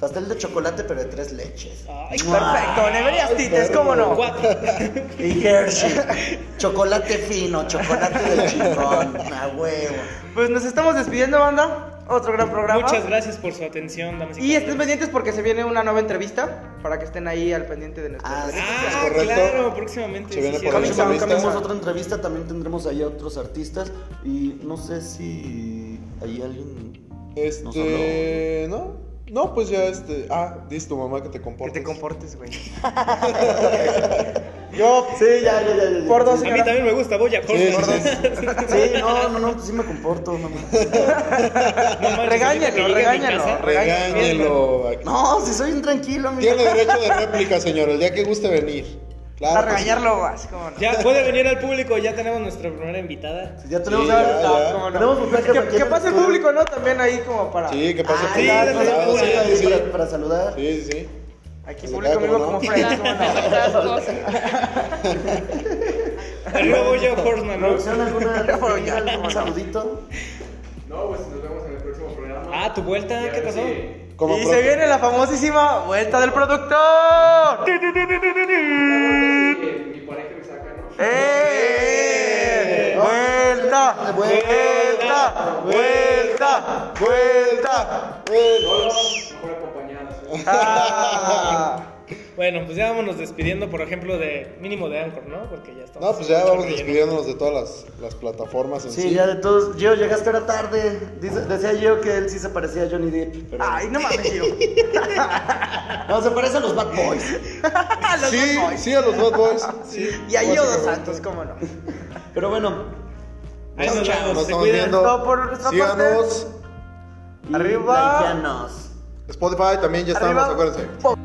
[SPEAKER 1] pastel de chocolate, pero de tres leches.
[SPEAKER 4] Ay,
[SPEAKER 2] Perfecto, neverias tites, ¿cómo no?
[SPEAKER 4] Cuatro.
[SPEAKER 1] Ah, Y Hershey. chocolate fino, chocolate de chingón. A huevo.
[SPEAKER 2] Pues nos estamos despidiendo, banda. Otro gran programa.
[SPEAKER 4] Muchas gracias por su atención, damas y
[SPEAKER 2] Y estén
[SPEAKER 4] caballeros.
[SPEAKER 2] pendientes porque se viene una nueva entrevista para que estén ahí al pendiente de nuestro.
[SPEAKER 1] Ah, sí.
[SPEAKER 3] Es
[SPEAKER 4] Ah,
[SPEAKER 3] correcto.
[SPEAKER 4] claro, próximamente.
[SPEAKER 3] Se viene
[SPEAKER 4] sí,
[SPEAKER 3] por
[SPEAKER 4] sí.
[SPEAKER 3] ahí.
[SPEAKER 1] Próximamente
[SPEAKER 3] entrevista.
[SPEAKER 1] tendremos otra entrevista, también tendremos ahí a otros artistas y no sé si hay alguien... nos habló.
[SPEAKER 3] Este, no, no, pues ya este, ah, dice tu mamá que te
[SPEAKER 2] que
[SPEAKER 3] comportes.
[SPEAKER 2] te comportes, güey. Yo,
[SPEAKER 1] Sí, ya, ya, ya. ya, ya.
[SPEAKER 2] por dos,
[SPEAKER 4] A mí
[SPEAKER 2] señora.
[SPEAKER 4] también me gusta, voy a
[SPEAKER 3] Sí, sí, sí.
[SPEAKER 1] Sí, no, no, no, pues sí me comporto, mamá.
[SPEAKER 2] Regáñalo, regáñalo,
[SPEAKER 3] Regáñelo. aquí.
[SPEAKER 1] No, si soy intranquilo, mi
[SPEAKER 3] Tiene derecho de réplica, señor, el día que guste venir.
[SPEAKER 2] A
[SPEAKER 3] Claro. que Ah, pues sí.
[SPEAKER 2] regañarlo más, ¿cómo no?
[SPEAKER 4] Ya puede venir al público, ya tenemos nuestra primera invitada.
[SPEAKER 1] Ya tenemos...
[SPEAKER 3] Sí, ya, ya.
[SPEAKER 2] ¿Cómo no?
[SPEAKER 1] Tenemos bufete
[SPEAKER 2] pues, Que-
[SPEAKER 1] aquí
[SPEAKER 2] Que
[SPEAKER 1] en el
[SPEAKER 2] pase el
[SPEAKER 1] estudio.
[SPEAKER 2] público, ¿no? También ahí como para.
[SPEAKER 3] Sí, que pase
[SPEAKER 1] Ah,
[SPEAKER 3] por
[SPEAKER 1] sí, ya,
[SPEAKER 3] todos
[SPEAKER 4] sí,
[SPEAKER 1] ya,
[SPEAKER 3] lados,
[SPEAKER 4] sí,
[SPEAKER 1] ya,
[SPEAKER 3] sí, sí,
[SPEAKER 1] para, para saludar.
[SPEAKER 3] sí, sí, sí.
[SPEAKER 2] Aquí
[SPEAKER 3] Pues
[SPEAKER 2] público
[SPEAKER 3] acá,
[SPEAKER 2] amigo
[SPEAKER 3] ¿cómo no?
[SPEAKER 2] como Fred, ¿cómo no?
[SPEAKER 6] Esas cosas.
[SPEAKER 4] Arriba voy yo, Horseman. ¿no?
[SPEAKER 1] ¿Producción alguna?
[SPEAKER 2] Pero ya,
[SPEAKER 1] ¿Algún saludito?
[SPEAKER 5] No, pues nos vemos en el próximo programa.
[SPEAKER 4] Ah, tu vuelta,
[SPEAKER 5] Y a
[SPEAKER 4] ¿qué
[SPEAKER 5] ver
[SPEAKER 4] pasó?
[SPEAKER 5] si-
[SPEAKER 3] Como
[SPEAKER 2] Y se
[SPEAKER 3] profe-
[SPEAKER 2] viene la famosísima vuelta del productor.
[SPEAKER 5] Sí, mi pareja me saca, ¿no?
[SPEAKER 2] ¡Eh! ¡Vuelta! ¡Vuelta! ¡Vuelta! ¡Vuelta!
[SPEAKER 5] Solos, mejor acompañadas. ¿eh?
[SPEAKER 2] Ah.
[SPEAKER 4] Bueno, pues ya vámonos despidiendo, por ejemplo, de mínimo de Anchor, ¿no? Porque ya estamos.
[SPEAKER 3] No, pues ya
[SPEAKER 4] mucho
[SPEAKER 3] vamos
[SPEAKER 4] relleno.
[SPEAKER 3] despidiéndonos de todas las, las plataformas en sí.
[SPEAKER 1] Sí, ya de todos. Yo llegaste era tarde. Dice- decía yo que él sí se parecía a Johnny Depp. pero-
[SPEAKER 2] Ay, no mames, yo.
[SPEAKER 1] No, se parece a los Bad Boys.
[SPEAKER 2] Los
[SPEAKER 3] sí,
[SPEAKER 2] Bad Boys.
[SPEAKER 3] sí, a los Bad Boys. Sí,
[SPEAKER 2] Y a Yodo
[SPEAKER 3] básicamente.
[SPEAKER 2] Santos, cómo no. Es
[SPEAKER 1] Pero bueno,
[SPEAKER 4] Ahí nos vemos,
[SPEAKER 3] Nos
[SPEAKER 4] se
[SPEAKER 3] estamos
[SPEAKER 4] cuidan.
[SPEAKER 3] viendo.
[SPEAKER 2] todo por nuestra
[SPEAKER 3] Síganos.
[SPEAKER 1] y
[SPEAKER 2] Arriba.
[SPEAKER 1] likeanos.
[SPEAKER 3] Spotify también ya estamos, acuérdense.
[SPEAKER 2] Po-